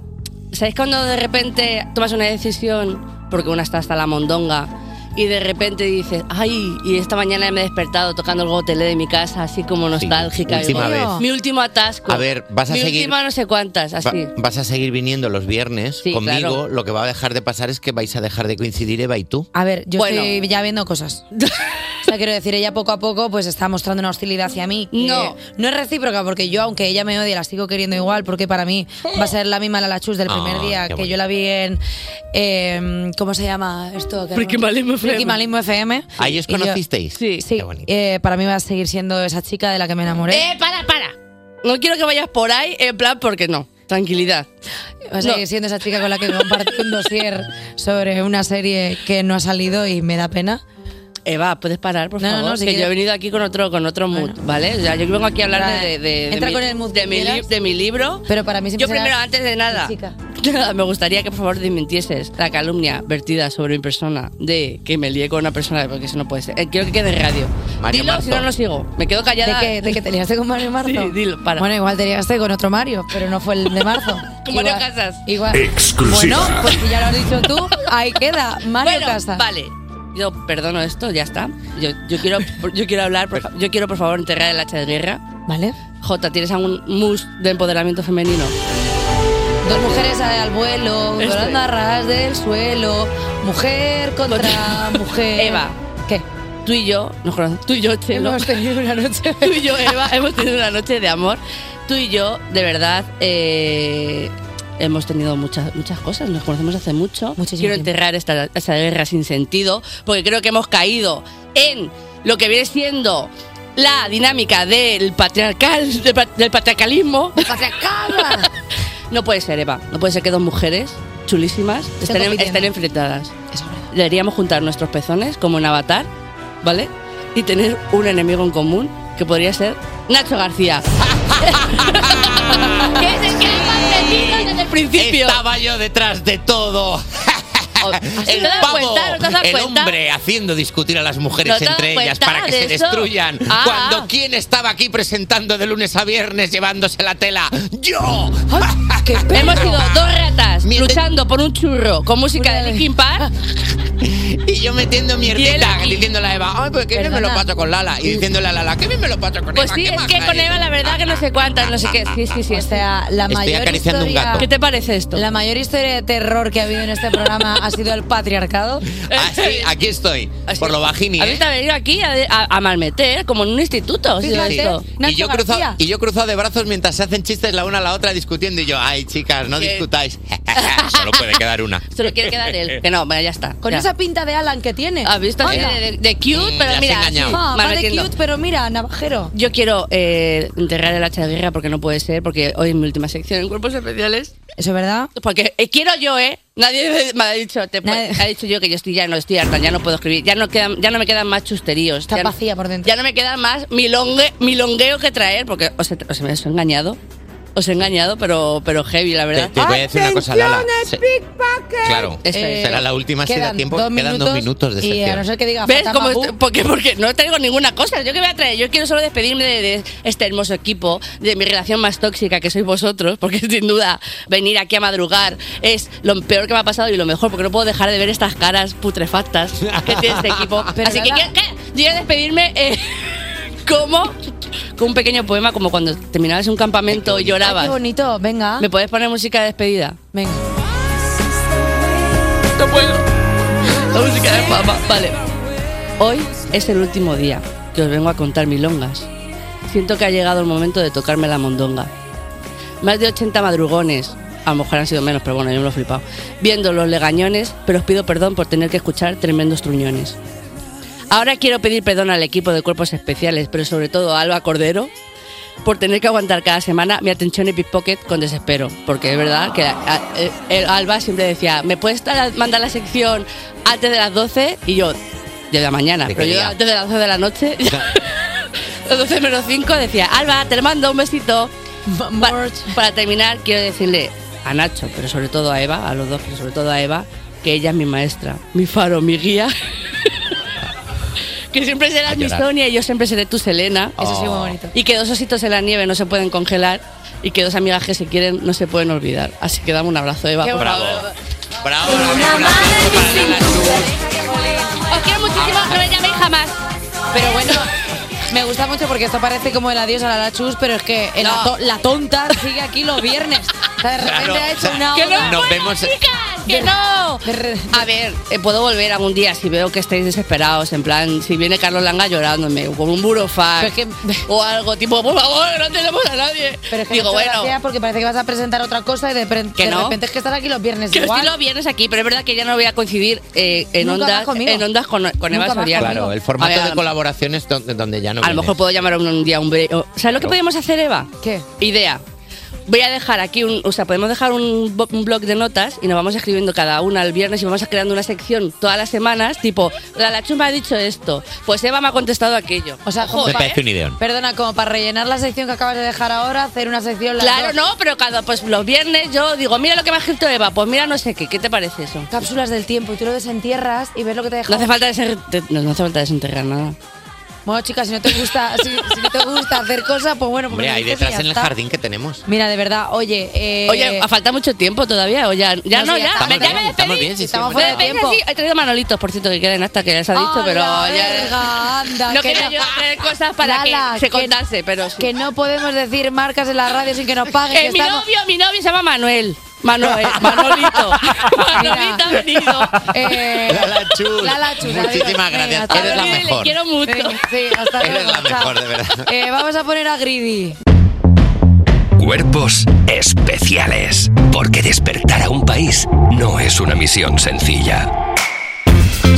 Speaker 21: ¿sabéis cuando de repente tomas una decisión porque una está hasta la mondonga? Y de repente dices, ay, y esta mañana me he despertado tocando el gotelé de mi casa, así como nostálgica.
Speaker 4: última
Speaker 21: Digo,
Speaker 4: vez.
Speaker 21: Mi último atasco.
Speaker 4: A ver, vas a
Speaker 21: mi
Speaker 4: seguir-
Speaker 21: última no sé cuántas,
Speaker 4: Va-
Speaker 21: así.
Speaker 4: vas a seguir viniendo los viernes
Speaker 21: Sí,
Speaker 4: conmigo.
Speaker 21: claro.
Speaker 4: Lo que va a dejar de pasar es que vais a dejar de coincidir Eva y tú.
Speaker 3: A ver, yo
Speaker 21: Bueno.
Speaker 3: estoy ya viendo cosas. O sea, quiero decir, ella poco a poco pues está mostrando una hostilidad hacia mí. que
Speaker 21: No.
Speaker 3: No es recíproca, porque yo, aunque ella me odie, la sigo queriendo igual, porque para mí va a ser la misma Lala Chus del primer
Speaker 21: Ah,
Speaker 3: día,
Speaker 21: qué
Speaker 3: que
Speaker 21: bonito.
Speaker 3: yo la vi en... eh, ¿Cómo se llama esto?
Speaker 21: Friki Malismo FM.
Speaker 3: Friki Malismo FM.
Speaker 4: Ahí os
Speaker 3: Y yo-
Speaker 4: conocisteis.
Speaker 21: Sí.
Speaker 3: Sí, eh, para mí va a seguir siendo esa chica de la que me enamoré.
Speaker 21: Eh, para, para. No quiero que vayas por ahí, en plan, porque no. Tranquilidad.
Speaker 3: Va a
Speaker 21: No.
Speaker 3: seguir siendo esa chica con la que compartí un dossier sobre una serie que no ha salido y me da pena.
Speaker 21: Eva, ¿puedes parar, por
Speaker 3: No, no,
Speaker 21: favor?
Speaker 3: no, si
Speaker 21: que yo
Speaker 3: quieres-
Speaker 21: he venido aquí con otro, con otro mood, ¿vale? O sea, yo vengo aquí a hablar
Speaker 3: Vale.
Speaker 21: de, de- de- de
Speaker 3: Entra
Speaker 21: mi,
Speaker 3: con el mood
Speaker 21: de
Speaker 3: que
Speaker 21: mi, li-
Speaker 3: quieras.
Speaker 21: de mi libro.
Speaker 3: Pero para mí siempre
Speaker 21: Yo primero,
Speaker 3: serás
Speaker 21: antes de nada,
Speaker 3: chica.
Speaker 21: me gustaría que por favor desmintieses la calumnia vertida sobre mi persona de que me lié con una persona, porque eso no puede ser. Eh, quiero que quede en radio.
Speaker 4: Mario
Speaker 21: dilo,
Speaker 4: Marzo.
Speaker 21: si no, no sigo. Me quedo callada.
Speaker 3: ¿De que, de que te liaste con Mario Marzo?
Speaker 21: Sí, dilo, para.
Speaker 3: Bueno, igual te liaste con otro Mario, pero no fue el de Marzo.
Speaker 21: Con Mario
Speaker 3: Igual-
Speaker 21: Casas.
Speaker 3: Igual.
Speaker 21: Exclusiva.
Speaker 3: Bueno, pues si ya lo has dicho tú, ahí queda, Mario
Speaker 21: Bueno,
Speaker 3: Casas.
Speaker 21: Vale. Eh, Yo perdono esto, ya está. Yo, yo quiero, yo quiero hablar, por fa- yo quiero por favor enterrar el hacha de guerra.
Speaker 3: Vale.
Speaker 21: Jota, ¿tienes algún mus de empoderamiento femenino?
Speaker 3: Dos mujeres al vuelo,
Speaker 21: Esto
Speaker 3: volando
Speaker 21: es.
Speaker 3: a ras del suelo, mujer contra mujer.
Speaker 21: Eva.
Speaker 3: ¿Qué?
Speaker 21: Tú y yo, nos conocemos, tú y yo, Chelo.
Speaker 3: Hemos tenido una noche.
Speaker 21: Tú y yo, Eva, hemos tenido una noche de amor. Tú y yo, de verdad, eh, hemos tenido muchas, muchas cosas. Nos conocemos hace mucho. Quiero enterrar esta, esta guerra sin sentido, porque creo que hemos caído en lo que viene siendo la dinámica del patriarcal, del, pa- del patriarcalismo. no puede ser, Eva. No puede ser que dos mujeres chulísimas estén, en-
Speaker 3: compitiendo.
Speaker 21: estén enfrentadas. Deberíamos juntar nuestros pezones como en Avatar, ¿vale? Y tener un enemigo en común que podría ser Nacho García. que es el que hemos metido desde el principio.
Speaker 4: Estaba yo detrás de todo.
Speaker 21: ¿Te
Speaker 4: El
Speaker 21: das
Speaker 4: pavo,
Speaker 21: cuenta? ¿No te das
Speaker 4: el
Speaker 21: cuenta?
Speaker 4: hombre haciendo discutir a las
Speaker 21: ¿No
Speaker 4: mujeres
Speaker 21: te das
Speaker 4: entre ellas
Speaker 21: cuenta
Speaker 4: para que
Speaker 21: de
Speaker 4: se
Speaker 21: eso?
Speaker 4: destruyan.
Speaker 21: Ah.
Speaker 4: Cuando quien estaba aquí presentando de lunes a viernes llevándose la tela,
Speaker 21: Eh.
Speaker 4: yo.
Speaker 21: Hemos sido dos ratas luchando por un churro con música de Linkin Park.
Speaker 4: Y yo metiendo mierdita, diciéndole a Eva, ay, pues qué bien me lo
Speaker 21: Perdona. Mm.
Speaker 4: paso con Lala. Y diciéndole a Lala, qué bien me lo paso con
Speaker 21: Pues
Speaker 4: Eva.
Speaker 21: sí,
Speaker 4: qué
Speaker 21: es que
Speaker 4: maja
Speaker 21: con
Speaker 4: eres".
Speaker 21: Eva la verdad que no sé cuántas, no sé qué. Sí, sí, sí. O sea,
Speaker 3: la Estoy mayor acariciando un historia- gato.
Speaker 21: ¿Qué te parece esto?
Speaker 3: La mayor historia de terror que ha habido en este programa ha sido el patriarcado.
Speaker 4: Así, aquí estoy, por lo bajini,
Speaker 21: A mí
Speaker 4: ¿eh?
Speaker 21: te ha venido aquí a, a- a malmeter, como en un instituto. ha sido
Speaker 4: Sí.
Speaker 21: esto.
Speaker 4: Y yo, cruzado, y yo cruzado de brazos mientras se hacen chistes la una a la otra discutiendo. Y yo, ay, chicas, no
Speaker 21: Que-
Speaker 4: discutáis. Solo puede quedar una.
Speaker 21: Se lo quiere quedar él. Que no, bueno, ya está.
Speaker 9: Con
Speaker 21: ya.
Speaker 9: esa pinta de Alan que tiene.
Speaker 21: ¿Has visto?
Speaker 9: Anda.
Speaker 21: Sí, de, de- de cute,
Speaker 9: Mm,
Speaker 21: pero
Speaker 9: las he
Speaker 21: mira.
Speaker 9: engañado.
Speaker 21: sí,
Speaker 9: Ah, va de
Speaker 21: malmetiendo.
Speaker 9: cute, pero mira, navajero.
Speaker 21: Yo quiero eh, enterrar el hacha de guerra porque no puede ser, porque hoy es mi última sección en cuerpos especiales.
Speaker 3: ¿Eso es verdad?
Speaker 21: Porque eh, quiero yo, ¿eh? Nadie me- me ha dicho, te puede- ha dicho yo que yo estoy ya no estoy harta, ya no puedo escribir, ya no quedan, ya no me quedan más chusteríos. Está vacía
Speaker 9: por dentro.
Speaker 21: Ya no me queda más milongue, milongueo que traer, porque os he, os he- os he engañado. Os he engañado, pero, pero heavy, la verdad.
Speaker 4: Te- te voy a decir una cosa, Lala. Se- Claro,
Speaker 21: Eso es.
Speaker 4: será la última si da tiempo. Eh, quedan dos minutos de sección.
Speaker 21: que diga ¿Ves
Speaker 9: "Fata
Speaker 21: cómo
Speaker 9: Mabú"?
Speaker 21: estoy- ¿Por qué? Porque no traigo ninguna cosa. ¿Yo qué voy a traer? Yo quiero solo despedirme de, de este hermoso equipo, de mi relación más tóxica que sois vosotros, porque sin duda venir aquí a madrugar es lo peor que me ha pasado y lo mejor, porque no puedo dejar de ver estas caras putrefactas que tiene este equipo.
Speaker 9: Pero
Speaker 21: Así que
Speaker 9: nada.
Speaker 21: quiero, que- quiero despedirme eh, como con un pequeño poema, como cuando terminabas un campamento y
Speaker 9: Ay,
Speaker 21: llorabas.
Speaker 9: qué bonito, venga.
Speaker 21: ¿Me puedes poner música de despedida?
Speaker 9: Venga.
Speaker 21: No puedo. La música de papá. Vale. Hoy es el último día que os vengo a contar milongas. Siento que ha llegado el momento de tocarme la mondonga. Más de 80 madrugones, a lo mejor han sido menos, pero bueno, yo me lo he flipado, viendo los legañones, pero os pido perdón por tener que escuchar tremendos truñones. Ahora quiero pedir perdón al equipo de cuerpos especiales, pero sobre todo a Alba Cordero, por tener que aguantar cada semana mi atención y pickpocket con desespero. Porque es verdad que a- a- eh, el Alba siempre decía, ¿me puedes tra- mandar la sección antes de las 12? Y yo, de la mañana,
Speaker 4: ¿De qué
Speaker 21: pero yo
Speaker 4: día?
Speaker 21: antes de las 12 de la noche, las 12 menos 5, decía, Alba, te mando un besito. Pa- para terminar, quiero decirle a Nacho, pero sobre todo a Eva, a los dos, pero sobre todo a Eva, que ella es mi maestra, mi faro, mi guía. Que siempre serás mi
Speaker 9: llorar.
Speaker 21: Sonia y yo siempre seré tu Selena.
Speaker 9: Eso sí, muy bonito.
Speaker 21: Y que dos ositos en la nieve no se pueden congelar y que dos amigas que se quieren no se pueden olvidar. Así que dame un abrazo, Eva.
Speaker 4: Qué
Speaker 21: por
Speaker 4: bravo.
Speaker 21: favor.
Speaker 4: Bravo, bravo, bravo.
Speaker 21: Os quiero muchísimo, no me llaméis jamás.
Speaker 3: Pero bueno, me gusta mucho porque esto parece como el adiós a la Lachus, pero es que el
Speaker 21: No.
Speaker 3: ato- la tonta sigue aquí los viernes. O sea, de repente
Speaker 4: Claro,
Speaker 3: ha
Speaker 4: o
Speaker 3: hecho
Speaker 4: sea,
Speaker 3: una
Speaker 4: que
Speaker 3: oda.
Speaker 4: nos vemos.
Speaker 21: ¡Que no! A ver, eh, puedo volver algún día si veo que estáis desesperados. En plan, si viene Carlos Langa llorándome, o con un burofax, o algo tipo, por favor, no tenemos a nadie.
Speaker 9: Pero es que
Speaker 21: Digo,
Speaker 9: me ha hecho
Speaker 21: bueno.
Speaker 9: gracia porque parece que vas a presentar otra cosa y de, pre-
Speaker 21: Que
Speaker 9: de
Speaker 21: no.
Speaker 9: repente es que estás aquí los viernes
Speaker 21: Que os
Speaker 9: igual.
Speaker 21: digo viernes aquí, pero es verdad que ya no voy a coincidir eh, en,
Speaker 9: Nunca
Speaker 21: ondas,
Speaker 9: más conmigo.
Speaker 21: en ondas con, con Eva
Speaker 9: Nunca más
Speaker 21: Soriano.
Speaker 4: Claro, el formato
Speaker 21: A ver,
Speaker 4: de colaboración es donde, donde ya no
Speaker 21: A lo mejor puedo llamar un, un día a un break. o- ¿Sabes lo que
Speaker 4: Claro.
Speaker 21: podemos hacer, Eva? ¿Qué? Idea. Voy a dejar aquí un. O sea, podemos dejar un, bo- un blog de notas y nos vamos escribiendo cada una el viernes y vamos creando una sección todas las semanas, tipo, la Lachu me ha dicho esto, pues Eva me ha contestado aquello.
Speaker 3: O sea,
Speaker 4: Me parece un ideón.
Speaker 3: Perdona, como para rellenar la sección que acabas de dejar ahora, hacer una sección. las
Speaker 21: Claro,
Speaker 3: dos.
Speaker 21: no, pero cada, pues los viernes yo digo, mira lo que me ha escrito Eva, pues mira no sé qué, ¿qué te parece eso?
Speaker 9: Cápsulas del tiempo y tú lo desentierras y ves lo que te deja.
Speaker 21: No hace falta deser- de- no- no hace falta desenterrar nada.
Speaker 9: Bueno, chicas, si no te gusta, si, si no te gusta hacer cosas, pues bueno, pues
Speaker 4: Hombre,
Speaker 9: me
Speaker 4: ahí
Speaker 9: dices y
Speaker 4: detrás
Speaker 9: ya
Speaker 4: en el
Speaker 9: está.
Speaker 4: jardín que tenemos.
Speaker 9: Mira, de verdad, oye, eh,
Speaker 21: Oye, ¿ha falta mucho tiempo todavía? O ya, ya no,
Speaker 9: No, sí,
Speaker 21: ya.
Speaker 9: ya
Speaker 21: me-
Speaker 9: estamos
Speaker 21: ya
Speaker 9: bien,
Speaker 21: me
Speaker 4: estamos
Speaker 21: despedí.
Speaker 4: bien, sí, sí,
Speaker 21: Estamos
Speaker 4: hemos
Speaker 21: fuera de
Speaker 4: acabado.
Speaker 21: tiempo. He traído manolitos, por cierto, que queden hasta que ya se ha dicho, pero ya.
Speaker 9: verga, anda,
Speaker 21: no
Speaker 9: que
Speaker 21: quería
Speaker 9: no.
Speaker 21: yo hacer cosas para
Speaker 9: Lala,
Speaker 21: que se
Speaker 9: que-
Speaker 21: contase, pero sí.
Speaker 9: que no podemos decir marcas en la radio sin que nos paguen.
Speaker 21: Eh, mi novio, mi novio se llama Manuel. Manuel, Manolito. Manolito ha venido.
Speaker 3: Eh,
Speaker 4: Lala Chus,
Speaker 9: Lala Chus,
Speaker 4: muchísimas gracias.
Speaker 9: adiós. Venga,
Speaker 4: Eres la
Speaker 9: Gabriel,
Speaker 4: mejor.
Speaker 9: quiero
Speaker 21: mucho.
Speaker 9: Sí, hasta
Speaker 4: Eres
Speaker 9: luego.
Speaker 4: la
Speaker 9: chao.
Speaker 4: mejor, de verdad.
Speaker 9: Eh, vamos a poner a Greedy.
Speaker 1: Cuerpos especiales. Porque despertar a un país no es una misión sencilla.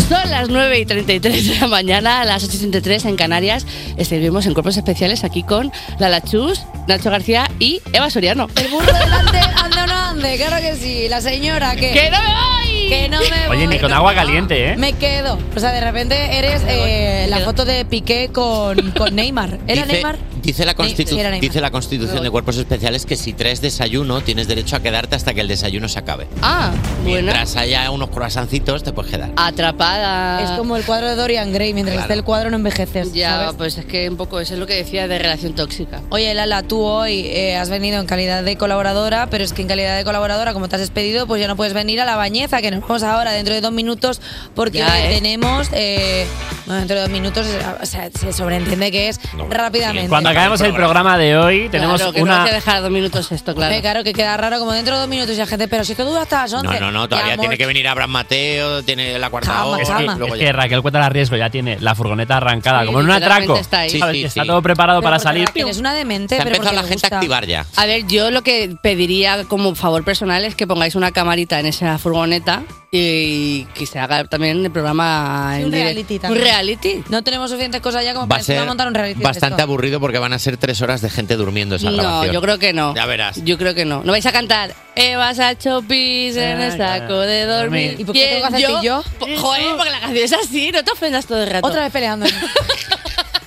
Speaker 21: Son las 9 y 33 de la mañana, a las 8 y 33 en Canarias. Estuvimos en cuerpos especiales aquí con Lala Chus, Nacho García y Eva Soriano.
Speaker 9: El burro delante, anda o no ande, claro que sí. La señora que.
Speaker 21: ¡Que no me voy!
Speaker 3: Que no me
Speaker 14: Oye, ni
Speaker 3: voy.
Speaker 14: con agua caliente, ¿eh?
Speaker 3: Me quedo. O sea, de repente eres eh, la foto de Piqué con, con Neymar. ¿Era
Speaker 4: Dice-
Speaker 3: Neymar?
Speaker 4: Dice la,
Speaker 3: Ni-
Speaker 4: constitu-
Speaker 3: sí, era Neymar.
Speaker 4: dice la Constitución de Cuerpos Especiales que si traes desayuno tienes derecho a quedarte hasta que el desayuno se acabe.
Speaker 3: Ah,
Speaker 4: Mientras haya unos croissancitos te puedes quedar.
Speaker 21: Atrapada.
Speaker 3: Es como el cuadro de Dorian Gray. Mientras
Speaker 4: Claro.
Speaker 3: esté el cuadro no envejeces.
Speaker 21: Ya,
Speaker 3: ¿sabes?
Speaker 21: pues es que un poco eso es lo que decía de relación tóxica.
Speaker 3: Oye, Lala, tú hoy eh, has venido en calidad de colaboradora, pero es que en calidad de colaboradora, como te has despedido, pues ya no puedes venir a la bañeza, que nos vamos ahora dentro de dos minutos, porque
Speaker 21: Ya,
Speaker 3: hoy
Speaker 21: ¿eh?
Speaker 3: tenemos. eh, bueno, dentro de dos minutos, eh, o sea, se sobreentiende que es rápidamente.
Speaker 14: Cuando acabemos el programa de hoy, tenemos
Speaker 21: Claro, que no
Speaker 14: una.
Speaker 21: hay que dejar dos minutos esto, claro.
Speaker 3: Eh, claro, que queda raro, como dentro de dos minutos ya, gente, pero si esto dura hasta las 11.
Speaker 4: No, no, no,
Speaker 3: Ya,
Speaker 4: todavía
Speaker 3: amor,
Speaker 4: tiene que venir Abraham Mateo, tiene la cuarta
Speaker 3: Calma,
Speaker 4: hora.
Speaker 3: calma.
Speaker 4: luego
Speaker 14: Es
Speaker 4: ya.
Speaker 14: que Raquel cuenta la riesgo, ya tiene la furgoneta arrancada,
Speaker 4: Sí,
Speaker 14: como en un atraco.
Speaker 21: literalmente está ahí. Sí,
Speaker 14: ¿Sabes?
Speaker 21: sí,
Speaker 14: Que está
Speaker 21: sí.
Speaker 14: todo preparado
Speaker 21: Pero
Speaker 14: para
Speaker 21: porque
Speaker 14: salir.
Speaker 21: Raquel es
Speaker 3: una demente,
Speaker 4: Se ha empezado la gente a activar ya.
Speaker 21: A ver, yo lo que pediría como favor personal es que pongáis una camarita en esa furgoneta y que se haga también el programa en
Speaker 3: Un
Speaker 21: directo.
Speaker 3: reality
Speaker 21: Un
Speaker 3: también.
Speaker 21: reality.
Speaker 3: No tenemos suficientes cosas ya como
Speaker 4: Va
Speaker 3: para
Speaker 4: a
Speaker 3: encima
Speaker 4: ser
Speaker 3: montar un reality. de
Speaker 4: bastante
Speaker 3: esto.
Speaker 4: aburrido porque van a ser tres horas de gente durmiendo esa
Speaker 21: No,
Speaker 4: grabación.
Speaker 21: yo creo que no.
Speaker 4: Ya verás.
Speaker 21: Yo creo que no. No vais a cantar. "Eh, vas a chopis en el saco de dormir.
Speaker 3: ¿Y por qué tengo que hacer que yo?
Speaker 21: Po- Joder, porque la canción es así, no te ofendas todo el rato.
Speaker 3: Otra vez peleando.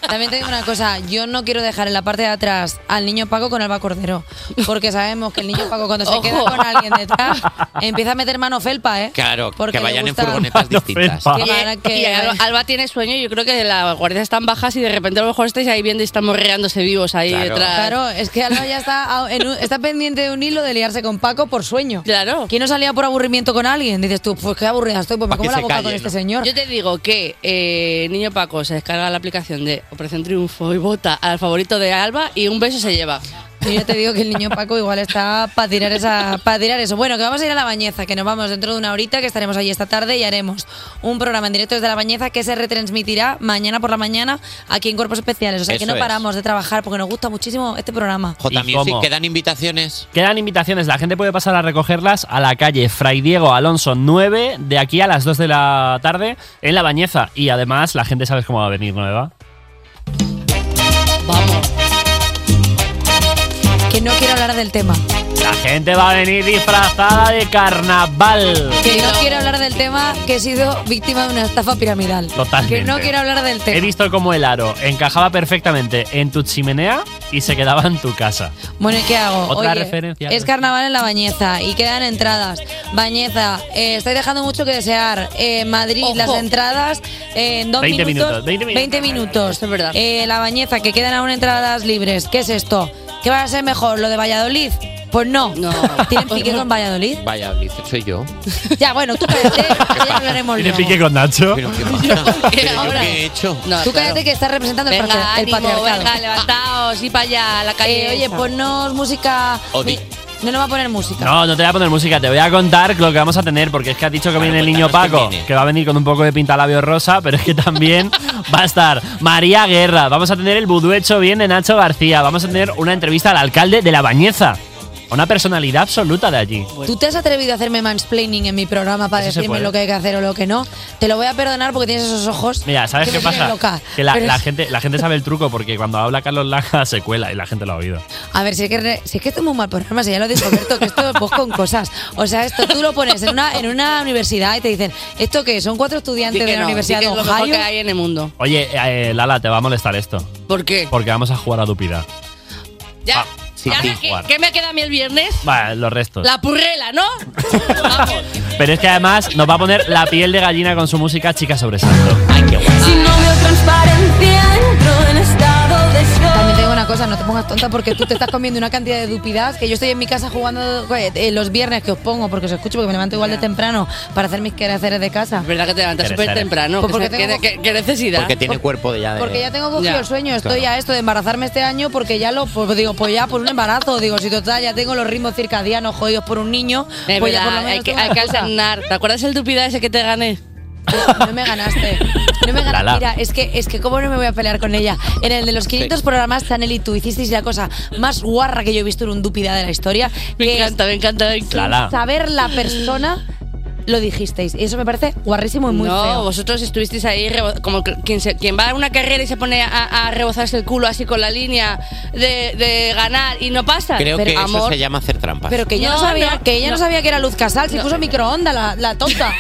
Speaker 3: También te digo una cosa, yo no quiero dejar en la parte de atrás al niño Paco con Alba Cordero, porque sabemos que el niño Paco cuando se
Speaker 21: Ojo.
Speaker 3: queda con alguien detrás empieza a meter mano felpa, ¿eh?
Speaker 4: Claro,
Speaker 3: Porque
Speaker 4: que
Speaker 3: le
Speaker 4: vayan en
Speaker 3: gusta-
Speaker 4: furgonetas distintas.
Speaker 21: Y- y Alba, Alba tiene sueño y yo creo que las guardias están bajas y de repente a lo mejor estáis ahí viendo y están morreándose vivos ahí
Speaker 4: Claro.
Speaker 21: detrás.
Speaker 3: Claro, es que Alba ya está, a- en un- está pendiente de un hilo de liarse con Paco por sueño. Claro. ¿Quién no salía por aburrimiento con alguien? Dices tú, pues qué aburrida estoy, pues me
Speaker 21: Pa'
Speaker 3: como
Speaker 21: que
Speaker 3: la
Speaker 21: se
Speaker 3: boca con
Speaker 21: calle,
Speaker 3: este
Speaker 21: ¿no?
Speaker 3: señor.
Speaker 21: Yo te digo que eh, Niño Paco se descarga la aplicación de Operación Triunfo y vota al favorito de Alba y un beso se lleva.
Speaker 3: Yo ya te digo que el niño Paco igual está para tirar esa, para tirar eso. Bueno, que vamos a ir a la bañeza, que nos vamos dentro de una horita, que estaremos allí esta tarde y haremos un programa en directo desde la bañeza que se retransmitirá mañana por la mañana aquí en Cuerpos Especiales. O sea que
Speaker 4: Eso
Speaker 3: no
Speaker 4: es.
Speaker 3: paramos de trabajar porque nos gusta muchísimo este programa.
Speaker 4: J
Speaker 14: ¿Y
Speaker 4: Music,
Speaker 14: cómo?
Speaker 4: quedan invitaciones.
Speaker 14: Quedan invitaciones, la gente puede pasar a recogerlas a la calle Fray Diego Alonso 9 de aquí a las 2 de la tarde en La Bañeza. Y además la gente sabes cómo va a venir nueva.
Speaker 3: Que no quiero hablar del tema.
Speaker 14: La gente va a venir disfrazada de carnaval.
Speaker 3: Que no quiero hablar del tema que he sido víctima de una estafa piramidal.
Speaker 14: Totalmente.
Speaker 3: Que no quiero hablar del tema.
Speaker 14: He visto cómo el aro encajaba perfectamente en tu chimenea y se quedaba en tu casa.
Speaker 3: Bueno, ¿y qué hago?
Speaker 14: Otra
Speaker 3: Oye,
Speaker 14: referencia.
Speaker 3: Es carnaval en la Bañeza y quedan entradas. Bañeza, eh, estáis dejando mucho que desear. Eh, Madrid, las entradas eh, en dos
Speaker 14: 20
Speaker 3: minutos.
Speaker 14: minutos, 20 minutos.
Speaker 3: minutos. Eh, la Bañeza, que quedan aún entradas libres. ¿Qué es esto? ¿Qué va a ser mejor? ¿Lo de Valladolid? Pues no. no. ¿Tienen pique con Valladolid?
Speaker 4: Vaya, Blitz, soy yo.
Speaker 3: Ya, bueno, tú cállate, que ya hablaremos
Speaker 4: ¿Tiene
Speaker 3: luego.
Speaker 14: pique con Nacho?
Speaker 4: ¿Pero qué pasa? ¿Pero yo qué he hecho?
Speaker 3: tú cállate que estás representando el,
Speaker 21: Venga,
Speaker 3: patri- el
Speaker 21: ánimo,
Speaker 3: patriarcado.
Speaker 21: venga, levantaos, y para allá, a la calle.
Speaker 3: Eh, oye,
Speaker 21: esa.
Speaker 3: ponnos música.
Speaker 14: Odi.
Speaker 3: No, no va a poner música.
Speaker 14: No, no te voy a poner música, te voy a contar lo que vamos a tener, porque es que has dicho que viene el niño Paco, que va a venir con un poco de pintalabio rosa, pero es que también va a estar María Guerra, vamos a tener el vudú hecho bien de Nacho García, vamos a tener una entrevista al alcalde de La Bañeza, a una personalidad absoluta de allí.
Speaker 21: Pues,
Speaker 3: ¿Tú te has atrevido a hacerme mansplaining en mi programa para
Speaker 14: Eso se
Speaker 3: decirme
Speaker 14: puede.
Speaker 3: lo que hay que hacer o lo que no? Te lo voy a perdonar porque tienes esos ojos.
Speaker 14: Mira, ¿sabes
Speaker 3: que
Speaker 14: qué
Speaker 3: me tienen
Speaker 14: pasa?
Speaker 3: loca.
Speaker 14: Que la,
Speaker 3: Pero
Speaker 14: la
Speaker 3: es-
Speaker 14: gente, la gente sabe el truco porque cuando habla Carlos Laja se cuela y la gente lo ha oído.
Speaker 3: A ver, si es que, re- si es que esto es un mal programa, si ya lo he descubierto, que esto vos con cosas. O sea, esto tú lo pones en una, en una universidad y te dicen, ¿esto qué? Son cuatro estudiantes
Speaker 21: Di que
Speaker 3: de la
Speaker 21: no,
Speaker 3: Universidad
Speaker 21: di
Speaker 3: de
Speaker 21: que es lo mejor
Speaker 3: Ohio.
Speaker 21: que hay en el mundo.
Speaker 14: Oye, eh, Lala, te va a molestar esto.
Speaker 21: ¿Por qué?
Speaker 14: Porque vamos a jugar a Dupida.
Speaker 21: Ya.
Speaker 4: Ah,
Speaker 14: Sí,
Speaker 21: ¿Y ahora
Speaker 14: sí,
Speaker 21: qué,
Speaker 14: jugar.
Speaker 21: qué me queda a mí el viernes?
Speaker 14: Vale, los restos.
Speaker 21: La purrela, ¿no?
Speaker 14: Pero es que además nos va a poner la piel de gallina con su música Chica Sobresalto. Ay, qué guay.
Speaker 18: Si no veo transparencia, entro en estado de shock.
Speaker 3: También te digo una cosa, no te pongas tonta porque tú te estás comiendo una cantidad de dupidas que yo estoy en mi casa jugando eh, eh, los viernes que os pongo porque os escucho porque me levanto igual de temprano para hacer mis quehaceres de casa. Es
Speaker 21: verdad que te levantas súper temprano.
Speaker 3: Pues porque
Speaker 21: Ah, que-
Speaker 3: tengo
Speaker 21: que- que- que necesidad?
Speaker 4: Porque tiene cuerpo de ya de...
Speaker 3: Porque ya tengo cogido
Speaker 4: Ya,
Speaker 3: el sueño, estoy
Speaker 4: claro.
Speaker 3: a esto de embarazarme este año porque ya lo pues, digo, pues ya por un embarazo, digo, si total ya tengo los ritmos circadianos jodidos por un niño,
Speaker 21: Es
Speaker 3: pues ya por lo
Speaker 21: verdad,
Speaker 3: menos
Speaker 21: hay que,
Speaker 3: tengo
Speaker 21: hay que
Speaker 3: una cosa.
Speaker 21: alternar. ¿Te acuerdas el dupida ese que te gané?
Speaker 3: No me ganaste. No me ganaste.
Speaker 21: Lala.
Speaker 3: Mira, es que, es que cómo no me voy a pelear con ella. En el de los 500 programas, Chanel y tú hicisteis la cosa más guarra que yo he visto en un dupida de la historia. Me encanta,
Speaker 21: me encanta.
Speaker 14: Lala.
Speaker 3: Saber la persona lo dijisteis. Y eso me parece guarrísimo y muy
Speaker 21: no,
Speaker 3: feo.
Speaker 21: vosotros estuvisteis ahí rebo- como que- quien, se- quien va a dar una carrera y se pone a, a rebozarse el culo así con la línea de, de ganar y no pasa.
Speaker 4: Creo
Speaker 21: Pero,
Speaker 4: que eso
Speaker 21: amor,
Speaker 4: se llama hacer trampas.
Speaker 3: Pero que ella no, sabía, que ella no. sabía que era Luz Casal, si puso microondas la, la tonta.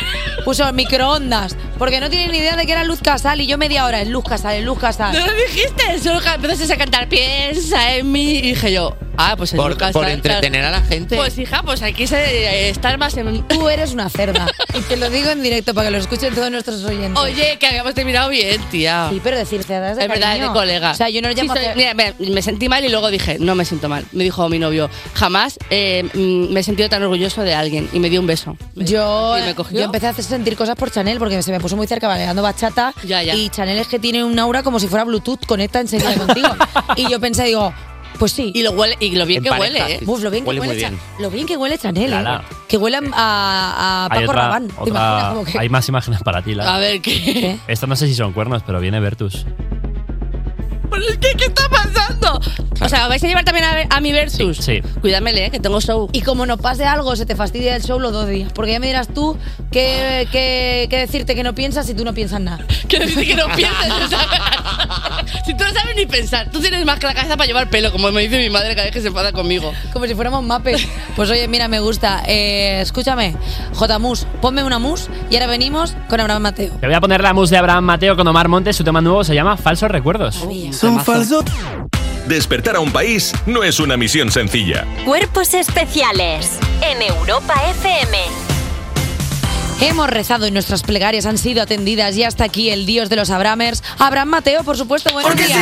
Speaker 3: Puso microondas. Porque no tiene ni idea de que era Luz Casal y yo media hora en Luz Casal, en Luz Casal.
Speaker 21: No lo dijiste, solo ca- empezaste a cantar piensa en mí y dije yo, ah, pues en
Speaker 4: Por-
Speaker 21: Lucas
Speaker 4: por
Speaker 21: Sal-
Speaker 4: entretener a la gente.
Speaker 21: Pues hija, pues aquí se eh, estar más en...
Speaker 3: Tú eres una cerda. y te lo digo en directo para que lo escuchen todos nuestros oyentes.
Speaker 21: Oye, que habíamos terminado bien, tía.
Speaker 3: Sí, pero decir cerdas de
Speaker 21: Es verdad, es de
Speaker 3: cariño.
Speaker 21: colega.
Speaker 3: O sea, yo no lo
Speaker 21: Sí,
Speaker 3: llamo
Speaker 21: soy-
Speaker 3: cer-
Speaker 21: mira, me, me sentí mal y luego dije, no me siento mal. Me dijo mi novio, jamás eh, mm, me he sentido tan orgulloso de alguien. Y me dio un beso.
Speaker 3: Yo, eh,
Speaker 21: ¿Y me cogió?
Speaker 3: yo empecé a hacer sentir cosas por Chanel porque se me puso muy cerca bailando bachata. Y Chanel es que tiene un aura como si fuera Bluetooth, conecta enseguida contigo. y yo pensé, digo, pues sí.
Speaker 21: Y lo, huele, y lo bien que huele, ¿eh?
Speaker 3: Uf, lo bien que huele,
Speaker 21: Huele muy
Speaker 3: Cha-
Speaker 21: bien.
Speaker 3: lo bien que huele Chanel, ¿eh?
Speaker 14: Lala.
Speaker 3: Que huele a, a
Speaker 14: Hay
Speaker 3: Paco
Speaker 14: otra-
Speaker 3: Rabanne. ¿Te
Speaker 14: otra-
Speaker 3: imaginas como que-
Speaker 14: Hay más imágenes para ti, Lara.
Speaker 21: ver, ¿qué?
Speaker 14: Esta no sé si son cuernos, pero viene Vertus.
Speaker 21: ¿Qué, qué está pasando? O sea, ¿vais a llevar también a, a mi Versus?
Speaker 14: Sí.
Speaker 21: Cuídamele, ¿eh? que tengo show.
Speaker 3: Y como nos pase algo, se te fastidia el show los dos días. Porque ya me dirás tú qué qué- qué decirte que no piensas si tú no piensas nada.
Speaker 21: Quiero decirte que no pienses. o sea, si tú no sabes ni pensar, tú tienes más que la cabeza para llevar pelo, como me dice mi madre cada vez que se enfada conmigo.
Speaker 3: Como si fuéramos mapes. Pues oye, mira, me gusta. Eh, escúchame, J. Mus, ponme una mus y ahora venimos con Abraham Mateo.
Speaker 14: Te voy a poner la mus de Abraham Mateo con Omar Montes. Su tema nuevo se llama Falsos Recuerdos.
Speaker 7: Son falsos. Despertar a un país no es una misión sencilla.
Speaker 2: Cuerpos especiales en Europa FM.
Speaker 3: Hemos rezado y nuestras plegarias han sido atendidas y hasta aquí el dios de los Abramers, Abraham Mateo, por supuesto, buenos días.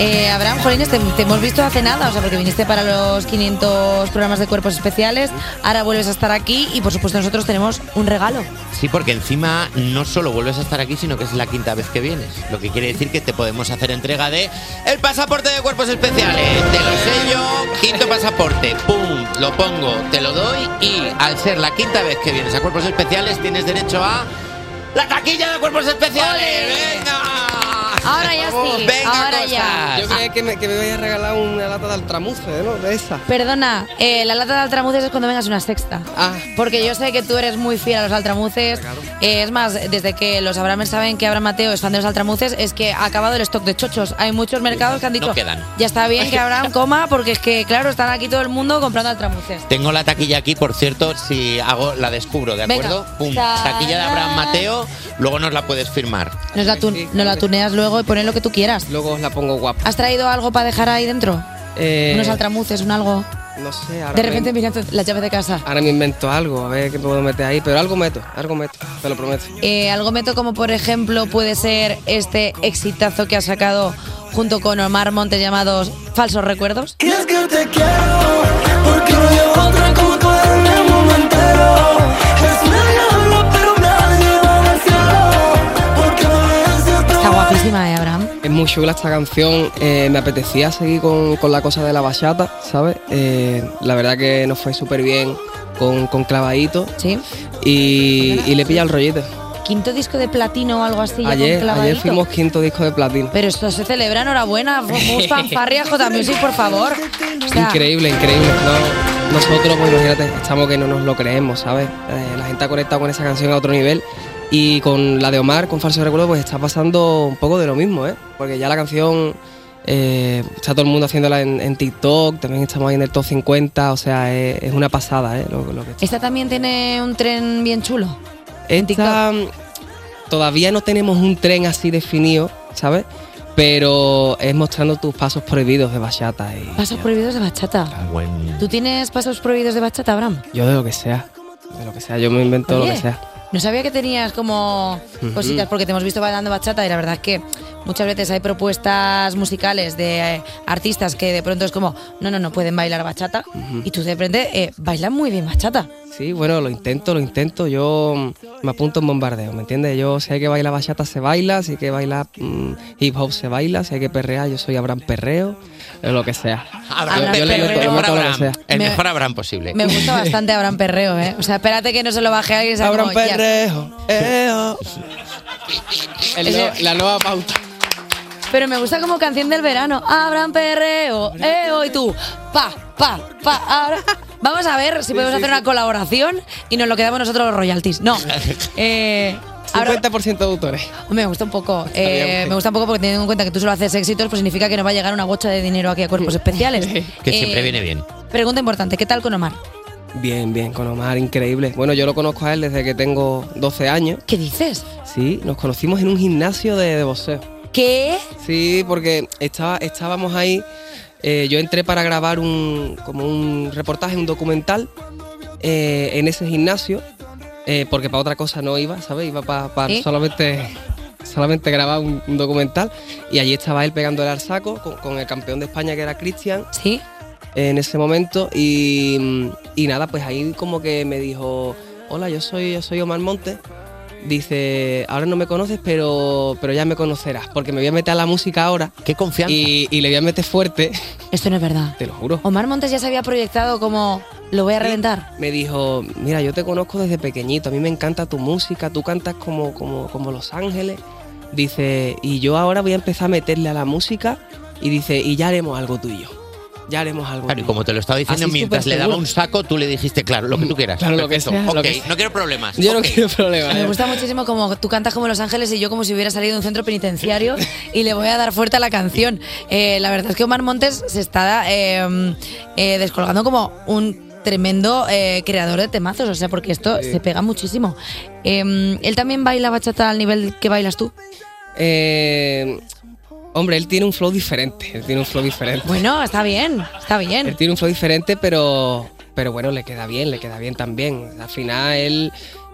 Speaker 3: Eh, Abraham, Jolines, te, te hemos visto hace nada, o sea, porque viniste para los 500 programas de cuerpos especiales, ahora vuelves a estar aquí y, por supuesto, nosotros tenemos un regalo.
Speaker 4: Sí, porque encima no solo vuelves a estar aquí, sino que es la quinta vez que vienes. Lo que quiere decir que te podemos hacer entrega de el pasaporte de cuerpos especiales. Te lo sello, quinto pasaporte, pum, lo pongo, te lo doy y al ser la quinta vez que vienes a cuerpos especiales tienes derecho a la taquilla de cuerpos especiales. ¿eh?
Speaker 3: Ahora ya sí,
Speaker 4: venga,
Speaker 3: ahora
Speaker 4: cosas.
Speaker 3: ya.
Speaker 10: Yo creía que me, que me voy a regalar una lata de altramuce, ¿no? De esa.
Speaker 3: Perdona, eh, la lata de altramuces es cuando vengas una sexta.
Speaker 4: Ah.
Speaker 3: Porque yo sé que tú eres muy fiel a los altramuces. Eh, es más, desde que los Abramers saben que Abraham Mateo es fan de los altramuces, es que ha acabado el stock de chochos. Hay muchos mercados que han dicho,
Speaker 4: No quedan.
Speaker 3: ya está bien que Abraham coma, porque es que, claro, están aquí todo el mundo comprando altramuces.
Speaker 4: Tengo la taquilla aquí, por cierto, si hago la descubro, ¿de
Speaker 3: Venga.
Speaker 4: acuerdo? Pum, taquilla de Abraham Mateo, luego nos la puedes firmar.
Speaker 3: Nos la, tun- nos la tuneas luego y pones lo que tú quieras.
Speaker 10: Luego os la pongo guapa.
Speaker 3: ¿Has traído algo para dejar ahí dentro?
Speaker 10: Eh,
Speaker 3: Unos altramuces, un algo.
Speaker 10: No sé, ahora
Speaker 3: De
Speaker 10: me-
Speaker 3: repente mirando las llaves de casa.
Speaker 10: Ahora me invento algo, a ver qué puedo meter ahí, pero algo meto, algo meto, te lo prometo.
Speaker 3: Eh, algo meto como por ejemplo puede ser este exitazo que ha sacado junto con Omar Montes llamados Falsos Recuerdos.
Speaker 5: Y es que te quiero, porque no hay otra como tú en el mundo entero. Es mi diablo, pero nadie va al cielo, porque no es cierto.
Speaker 3: Está guapísima, ¿eh, Abraham?
Speaker 10: Es muy chula esta canción, eh, me apetecía seguir con, con la cosa de la bachata, ¿sabes? Eh, la verdad que nos fue súper bien con, con Clavadito.
Speaker 3: Sí.
Speaker 10: Y, y le pilla el rollete.
Speaker 3: Quinto disco de platino o algo así. ya con
Speaker 10: Ayer, ayer
Speaker 3: clavadito.
Speaker 10: fuimos quinto disco de platino.
Speaker 3: Pero esto se celebra, enhorabuena. Mus fanfarria, J Music, por favor. O sea,
Speaker 10: Increíble, increíble. No, nosotros, pues imagínate, estamos que no nos lo creemos, ¿sabes? Eh, la gente ha conectado con esa canción a otro nivel. Y con la de Omar, con Falso Recuerdo, pues está pasando un poco de lo mismo, ¿eh? Porque ya la canción eh, está todo el mundo haciéndola en, en TikTok, también estamos ahí en el top 50, o sea, es, es una pasada, ¿eh? Lo, lo que
Speaker 3: Esta también tiene un tren bien chulo.
Speaker 10: esta, todavía no tenemos un tren así definido, ¿sabes? Pero es mostrando tus pasos prohibidos de bachata. Y
Speaker 3: Pasos prohibidos de bachata. ¿Tú tienes pasos prohibidos de bachata, Abraham?
Speaker 10: yo de lo que sea, de lo que sea, yo me invento lo
Speaker 3: Oye.
Speaker 10: que sea.
Speaker 3: No sabía que tenías como cositas,
Speaker 10: Ujú.
Speaker 3: porque te hemos visto bailando bachata y la verdad es que muchas veces hay propuestas musicales de eh, artistas que de pronto es como, no, no, no pueden bailar bachata. Y tú de repente eh, bailas muy bien bachata.
Speaker 10: Sí, bueno, lo intento, lo intento. Yo mm, me apunto en bombardeo, ¿me entiendes? Yo sé que baila bachata se baila, si hay que bailar mm, hip hop se baila, si hay que perrear, yo soy Abraham Perreo, eh, lo que sea.
Speaker 4: Abraham
Speaker 10: Yo- yo le
Speaker 4: Perreo,
Speaker 10: meto-
Speaker 4: el
Speaker 10: le
Speaker 4: mejor
Speaker 10: meto lo que
Speaker 4: Abraham,
Speaker 10: sea.
Speaker 4: el
Speaker 3: Me-
Speaker 4: mejor Abraham posible.
Speaker 3: Me gusta bastante Abraham Perreo, ¿eh? O sea, espérate que no se lo baje a alguien. y sea
Speaker 10: Abraham
Speaker 3: como, ya.
Speaker 10: Perreo, eo. El no- la nueva pauta.
Speaker 3: Pero me gusta como canción del verano. Abraham Perreo, eh, oh, y tú, pa, pa, pa, ahora. Vamos a ver si podemos hacer una colaboración y nos lo quedamos nosotros los royalties. No. Eh, ahora-
Speaker 10: 50% de autores.
Speaker 3: me gusta un poco.
Speaker 10: bien,
Speaker 3: eh,
Speaker 10: sí.
Speaker 3: me gusta un poco porque teniendo en cuenta que tú solo haces éxitos, pues significa que nos va a llegar una gocha de dinero aquí a cuerpos especiales.
Speaker 4: Que
Speaker 3: Eh,
Speaker 4: siempre viene bien.
Speaker 3: Pregunta importante, ¿qué tal con Omar?
Speaker 10: Bien, bien, con Omar, increíble. Bueno, yo lo conozco a él desde que tengo 12 años.
Speaker 3: ¿Qué dices?
Speaker 10: Sí, nos conocimos en un gimnasio de, de boxeo.
Speaker 3: ¿Qué?
Speaker 10: Sí, porque estaba, estábamos ahí. eh, yo entré para grabar un, como un reportaje, un documental eh, en ese gimnasio, eh, porque para otra cosa no iba, ¿sabes? Iba para
Speaker 3: ¿Eh?
Speaker 10: solamente, solamente grabar un, un documental. Y allí estaba él pegándole al saco con, con el campeón de España que era Cristian.
Speaker 3: Sí.
Speaker 10: En ese momento. Y, y nada, pues ahí como que me dijo: Hola, yo soy, yo soy Omar Montes. Dice, ahora no me conoces, pero, pero ya me conocerás, porque me voy a meter a la música ahora.
Speaker 4: Qué confianza.
Speaker 10: Y, y le voy a meter fuerte,
Speaker 3: Esto no es verdad.
Speaker 10: te lo juro.
Speaker 3: Omar Montes ya se había proyectado como lo voy a reventar.
Speaker 10: Me dijo, mira, yo te conozco desde pequeñito, a mí me encanta tu música, tú cantas como, como, como Los Ángeles. Dice, y yo ahora voy a empezar a meterle a la música y dice, y ya haremos algo tuyo. Ya haremos algo
Speaker 4: Claro, y
Speaker 10: tuyo".
Speaker 4: como te lo estaba diciendo,
Speaker 10: Así
Speaker 4: mientras
Speaker 10: súper
Speaker 4: le daba
Speaker 10: seguro.
Speaker 4: un saco, tú le dijiste, claro, lo que tú quieras.
Speaker 10: Claro, lo que
Speaker 4: Perfecto.
Speaker 10: sea, lo
Speaker 4: Ok,
Speaker 10: que sea.
Speaker 4: no quiero problemas.
Speaker 10: Yo
Speaker 4: Ok.
Speaker 10: no quiero problemas.
Speaker 3: Me gusta muchísimo como tú cantas como Los Ángeles y yo como si hubiera salido de un centro penitenciario y le voy a dar fuerte a la canción. Eh, la verdad es que Omar Montes se está eh, eh, descolgando como un tremendo eh, creador de temazos, o sea, porque esto
Speaker 10: Sí.
Speaker 3: se pega muchísimo. Eh, ¿Él también baila bachata al nivel que bailas tú?
Speaker 10: Eh, hombre, él tiene un flow diferente, él tiene un flow diferente.
Speaker 3: Bueno, está bien, está bien.
Speaker 10: Él tiene un flow diferente, pero, pero bueno, le queda bien, le queda bien también. Al final él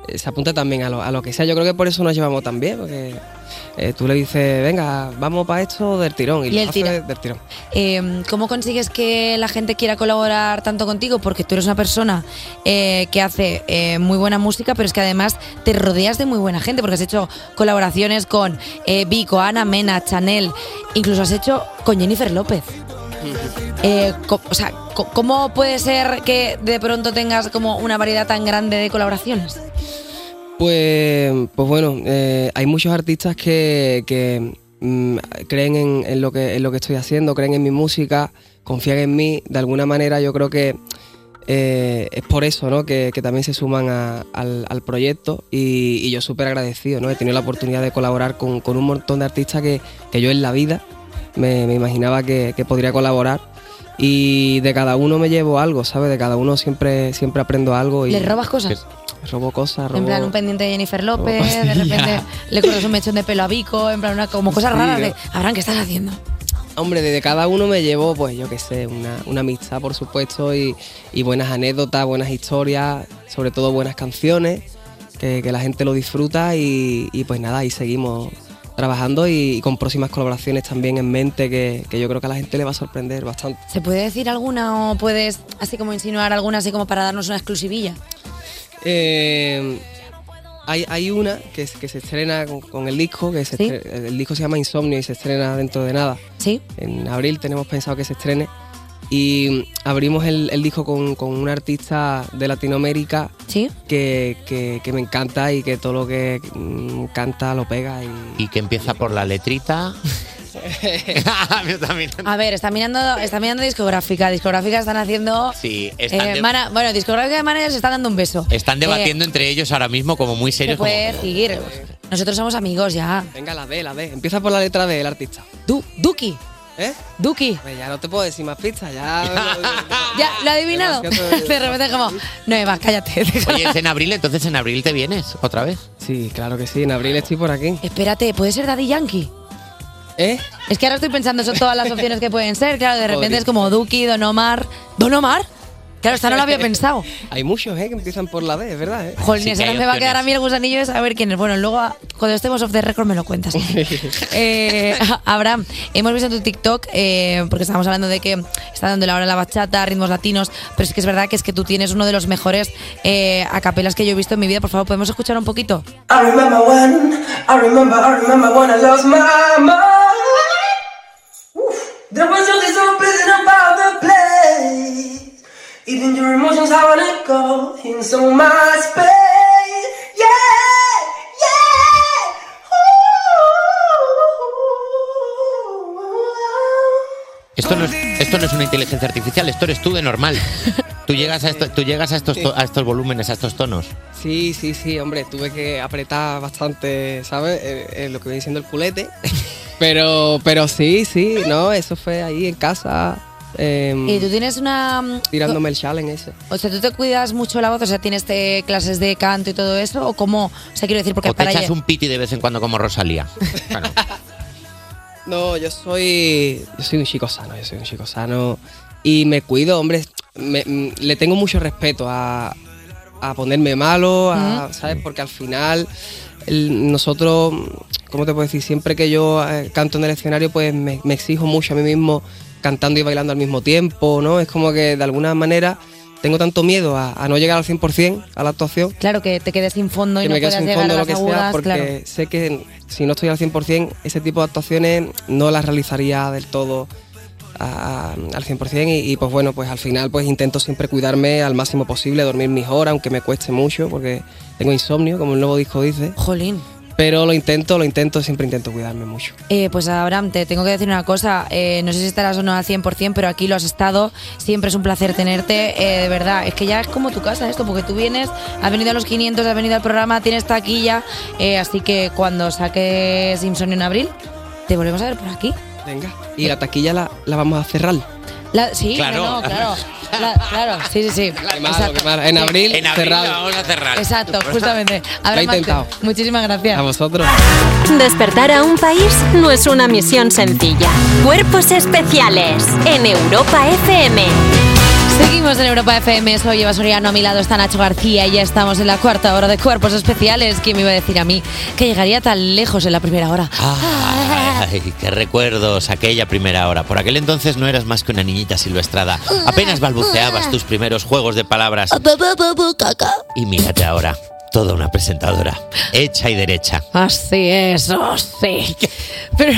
Speaker 10: eh, se apunta también a lo, a lo que sea. Yo creo que por eso nos llevamos tan bien, porque eh, tú le dices, venga, vamos para esto del tirón. Y,
Speaker 3: Y
Speaker 10: lo
Speaker 3: él
Speaker 10: hace
Speaker 3: tira.
Speaker 10: del tirón.
Speaker 3: Eh, ¿Cómo consigues que la gente quiera colaborar tanto contigo? Porque tú eres una persona eh, que hace eh, muy buena música, pero es que además te rodeas de muy buena gente, porque has hecho colaboraciones con eh, Vico, Ana Mena, Chanel, incluso has hecho con Jennifer López. Eh, co- o sea, co- ¿cómo puede ser que de pronto tengas como una variedad tan grande de colaboraciones?
Speaker 10: Pues, pues bueno, eh, hay muchos artistas que, que, mm, creen en, en lo que, en lo que estoy haciendo, creen en mi música, confían en mí. De alguna manera yo creo que eh, es por eso ¿no? que, que también se suman a- al, al proyecto y, y yo súper agradecido. ¿no? He tenido la oportunidad de colaborar con, con un montón de artistas que, que yo en la vida me, me imaginaba que, que podría colaborar. Y de cada uno me llevo algo, ¿sabes? De cada uno siempre, siempre aprendo algo. Y
Speaker 3: ¿Les robas cosas?
Speaker 10: Robo cosas, robo...
Speaker 3: En plan, un pendiente de Jennifer López, de repente le cortas un mechón de pelo a Vico, en plan, una, como cosas
Speaker 10: Sí,
Speaker 3: raras
Speaker 10: ¿no?
Speaker 3: de, Abraham, ¿qué estás haciendo?
Speaker 10: Hombre, desde cada uno me llevó, pues yo qué sé, una, una amistad, por supuesto, y, y buenas anécdotas, buenas historias, sobre todo buenas canciones, que, que la gente lo disfruta y, y pues nada, ahí seguimos trabajando y, y con próximas colaboraciones también en mente, que, que yo creo que a la gente le va a sorprender bastante.
Speaker 3: ¿Se puede decir alguna o puedes así como insinuar alguna así como para darnos una exclusivilla?
Speaker 10: Eh, hay, hay una que, es- que se estrena con, con el disco, que se
Speaker 3: Sí.
Speaker 10: estre- el disco se llama Insomnio y se estrena dentro de nada.
Speaker 3: Sí.
Speaker 10: En abril tenemos pensado que se estrene. Y mm, abrimos el, el disco con, con un artista de Latinoamérica
Speaker 3: ¿Sí?
Speaker 10: que, que- que me encanta y que todo lo que mm, canta lo pega. Y
Speaker 4: Y que empieza por la letrita. Yo también.
Speaker 3: A ver, está mirando, está mirando discográfica. Discográfica están haciendo.
Speaker 4: Sí, están,
Speaker 3: eh,
Speaker 4: de-
Speaker 3: mana- bueno, discográfica y managers están dando un beso. Eh,
Speaker 4: están debatiendo entre ellos ahora mismo como muy
Speaker 3: Se
Speaker 4: serios. como-
Speaker 3: puede decir. Nosotros somos amigos ya.
Speaker 10: Venga, la D, la D. Empieza por la letra D, el artista.
Speaker 3: Du- Duki.
Speaker 10: ¿Eh?
Speaker 3: Duki.
Speaker 10: Pues ya no te puedo decir más pistas, ya.
Speaker 3: Ya, lo he adivinado.
Speaker 10: Demasiado-
Speaker 3: De repente como, no, Eva, cállate.
Speaker 4: Oye, es en abril, entonces en abril te vienes otra vez.
Speaker 10: Sí, claro que sí, en abril estoy por aquí.
Speaker 3: Espérate, ¿puede ser Daddy Yankee?
Speaker 10: ¿Eh?
Speaker 3: Es que ahora estoy pensando son todas las opciones que pueden ser. Claro, de repente
Speaker 10: Podría.
Speaker 3: es como Duki, Don Omar. ¿Don Omar? Claro, esta no la había pensado.
Speaker 10: Hay muchos, ¿eh? Que empiezan por la D, es verdad, ¿eh?
Speaker 3: Jolines, ahora me va a quedar a mí el gusanillo de saber quién es. Bueno, luego a- cuando estemos off the record me lo cuentas. eh, Abraham, hemos visto en tu TikTok, eh, porque estábamos hablando de que está dando la hora a la bachata, ritmos latinos, pero es que es verdad que es que tú tienes uno de los mejores eh, acapelas que yo he visto en mi vida. Por favor, ¿podemos escuchar un poquito?
Speaker 5: I remember when, I remember, I remember when I lost my mind. Oof. There was only something about the place. Even your emotions, I wanna go in so much space. Yeah, yeah. Ooh.
Speaker 4: Esto no, es, esto no es una inteligencia artificial, esto eres tú de normal. Tú llegas a, esto- tú llegas a, estos, to- a estos volúmenes, a estos tonos.
Speaker 10: Sí, sí, sí, hombre, tuve que apretar bastante, ¿sabes? Eh, eh, lo que viene siendo el culete. Pero, pero sí, sí, no, eso fue ahí en casa. em,
Speaker 3: Y tú tienes una... mm,
Speaker 10: tirándome el challenge ese.
Speaker 3: O sea, ¿tú te cuidas mucho la voz? O sea, ¿tienes eh, clases de canto y todo eso? ¿O cómo? O sea, quiero decir, porque
Speaker 4: O te
Speaker 3: para...
Speaker 4: echas
Speaker 3: lle-
Speaker 4: un piti de vez en cuando como Rosalía.
Speaker 10: No, yo soy. Yo soy un chico sano, yo soy un chico sano. Y me cuido, hombre. me- mm, le tengo mucho respeto a, a ponerme malo, a-
Speaker 11: Ujú.
Speaker 10: ¿sabes? Porque al final. el- nosotros, ¿cómo te puedo decir? Siempre que yo eh, canto en el escenario, pues me, me exijo mucho a mí mismo cantando y bailando al mismo tiempo, ¿no? Es como que de alguna manera tengo tanto miedo a, a no llegar al 100% a la actuación
Speaker 3: Claro, que te quedes sin fondo y
Speaker 10: que
Speaker 3: no
Speaker 10: me quedo
Speaker 3: puedas
Speaker 10: sin
Speaker 3: llegar
Speaker 10: fondo
Speaker 3: a
Speaker 10: lo
Speaker 3: las
Speaker 10: que
Speaker 3: agudas,
Speaker 10: sea, porque
Speaker 3: claro.
Speaker 10: sé que si no estoy al 100%, ese tipo de actuaciones no las realizaría del todo a- al 100% y, y, pues bueno, pues al final pues intento siempre cuidarme al máximo posible, dormir mis horas, aunque me cueste mucho porque tengo insomnio, como el nuevo disco dice.
Speaker 3: Jolín.
Speaker 10: Pero lo intento, lo intento, siempre intento cuidarme mucho.
Speaker 3: Eh, pues Abraham, te tengo que decir una cosa. Eh, no sé si estarás o no al 100%, pero aquí lo has estado. Siempre es un placer tenerte. eh, de verdad, es que ya es como tu casa esto, porque tú vienes, has venido a los 500, has venido al programa, tienes taquilla. eh, así que cuando saques Insomnio en abril, te volvemos a ver por aquí.
Speaker 10: Venga. Y la taquilla la, la vamos a cerrar.
Speaker 3: La- sí,
Speaker 10: Claro.
Speaker 3: no, no, claro. La- claro, sí, sí, sí. Exacto.
Speaker 10: En abril,
Speaker 4: En abril
Speaker 10: cerrado.
Speaker 4: la vamos a cerrar.
Speaker 3: Exacto, justamente. Abraham Martín,
Speaker 2: intentado.
Speaker 3: muchísimas gracias.
Speaker 10: A vosotros.
Speaker 2: Despertar a un país no es una misión sencilla. Cuerpos especiales en Europa FM.
Speaker 3: Seguimos en Europa FM, soy Eva Soriano, a mi lado está Nacho García y ya estamos en la cuarta hora de Cuerpos Especiales. ¿Quién me iba a decir a mí que llegaría tan lejos en la primera hora?
Speaker 4: Ay, qué recuerdos, aquella primera hora. Por aquel entonces no eras más que una niñita silvestrada. Apenas balbuceabas tus primeros juegos de palabras. Y mírate ahora, toda una presentadora, hecha y derecha.
Speaker 3: Así es, oh, sí. Pero,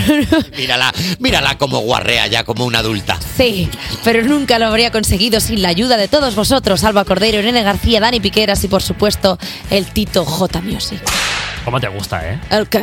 Speaker 4: Mírala, mírala como guarrea ya, como una adulta.
Speaker 3: sí, pero nunca lo habría conseguido sin la ayuda de todos vosotros, Alba Cordero, Irene García, Dani Piqueras y por supuesto el Tito J Music.
Speaker 14: ¿Cómo te gusta, eh?
Speaker 3: ¿El qué?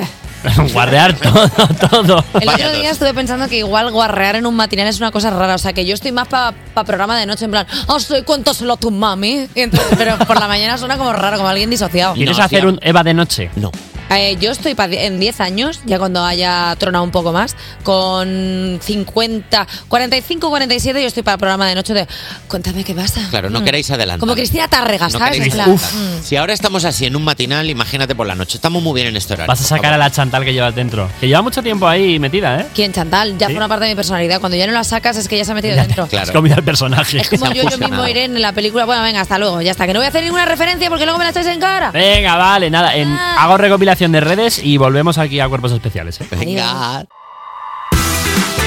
Speaker 14: Guardear todo, todo.
Speaker 3: El otro día estuve pensando que igual guarrear en un matinal es una cosa rara. O sea, que yo estoy más para programa de noche, en plan, oh, soy cuánto solo tu mami. Y entonces, pero por la mañana suena como raro, como alguien disociado.
Speaker 14: ¿Quieres hacer un Eva de noche?
Speaker 4: No.
Speaker 3: Eh, yo estoy pa- en 10 años, ya cuando haya tronado un poco más, con 50, 45, 47, yo estoy para el programa de noche de Cuéntame qué pasa.
Speaker 4: Claro, no
Speaker 3: Mm.
Speaker 4: queréis adelantar.
Speaker 3: Como Cristina Tárrega,
Speaker 4: No
Speaker 3: ¿sabes?
Speaker 4: queréis
Speaker 3: En plan, mm,
Speaker 4: adelantar. Si ahora estamos así en un matinal, imagínate por la noche. Estamos muy bien en este horario.
Speaker 14: Vas a sacar a la chantal que llevas dentro. Que lleva mucho tiempo ahí metida, ¿eh?
Speaker 3: ¿Quién, Chantal? Ya
Speaker 14: Sí.
Speaker 3: forma parte de mi personalidad. Cuando ya no la sacas es que ya se ha metido dentro.
Speaker 14: Es como el personaje.
Speaker 3: Es como yo, yo mismo iré en la película. Bueno, venga, hasta luego. Ya está. Que no voy a hacer ninguna referencia porque luego me la echáis en cara.
Speaker 14: Venga, vale, nada. en- hago recopilación de redes y volvemos aquí a cuerpos especiales. ¿eh?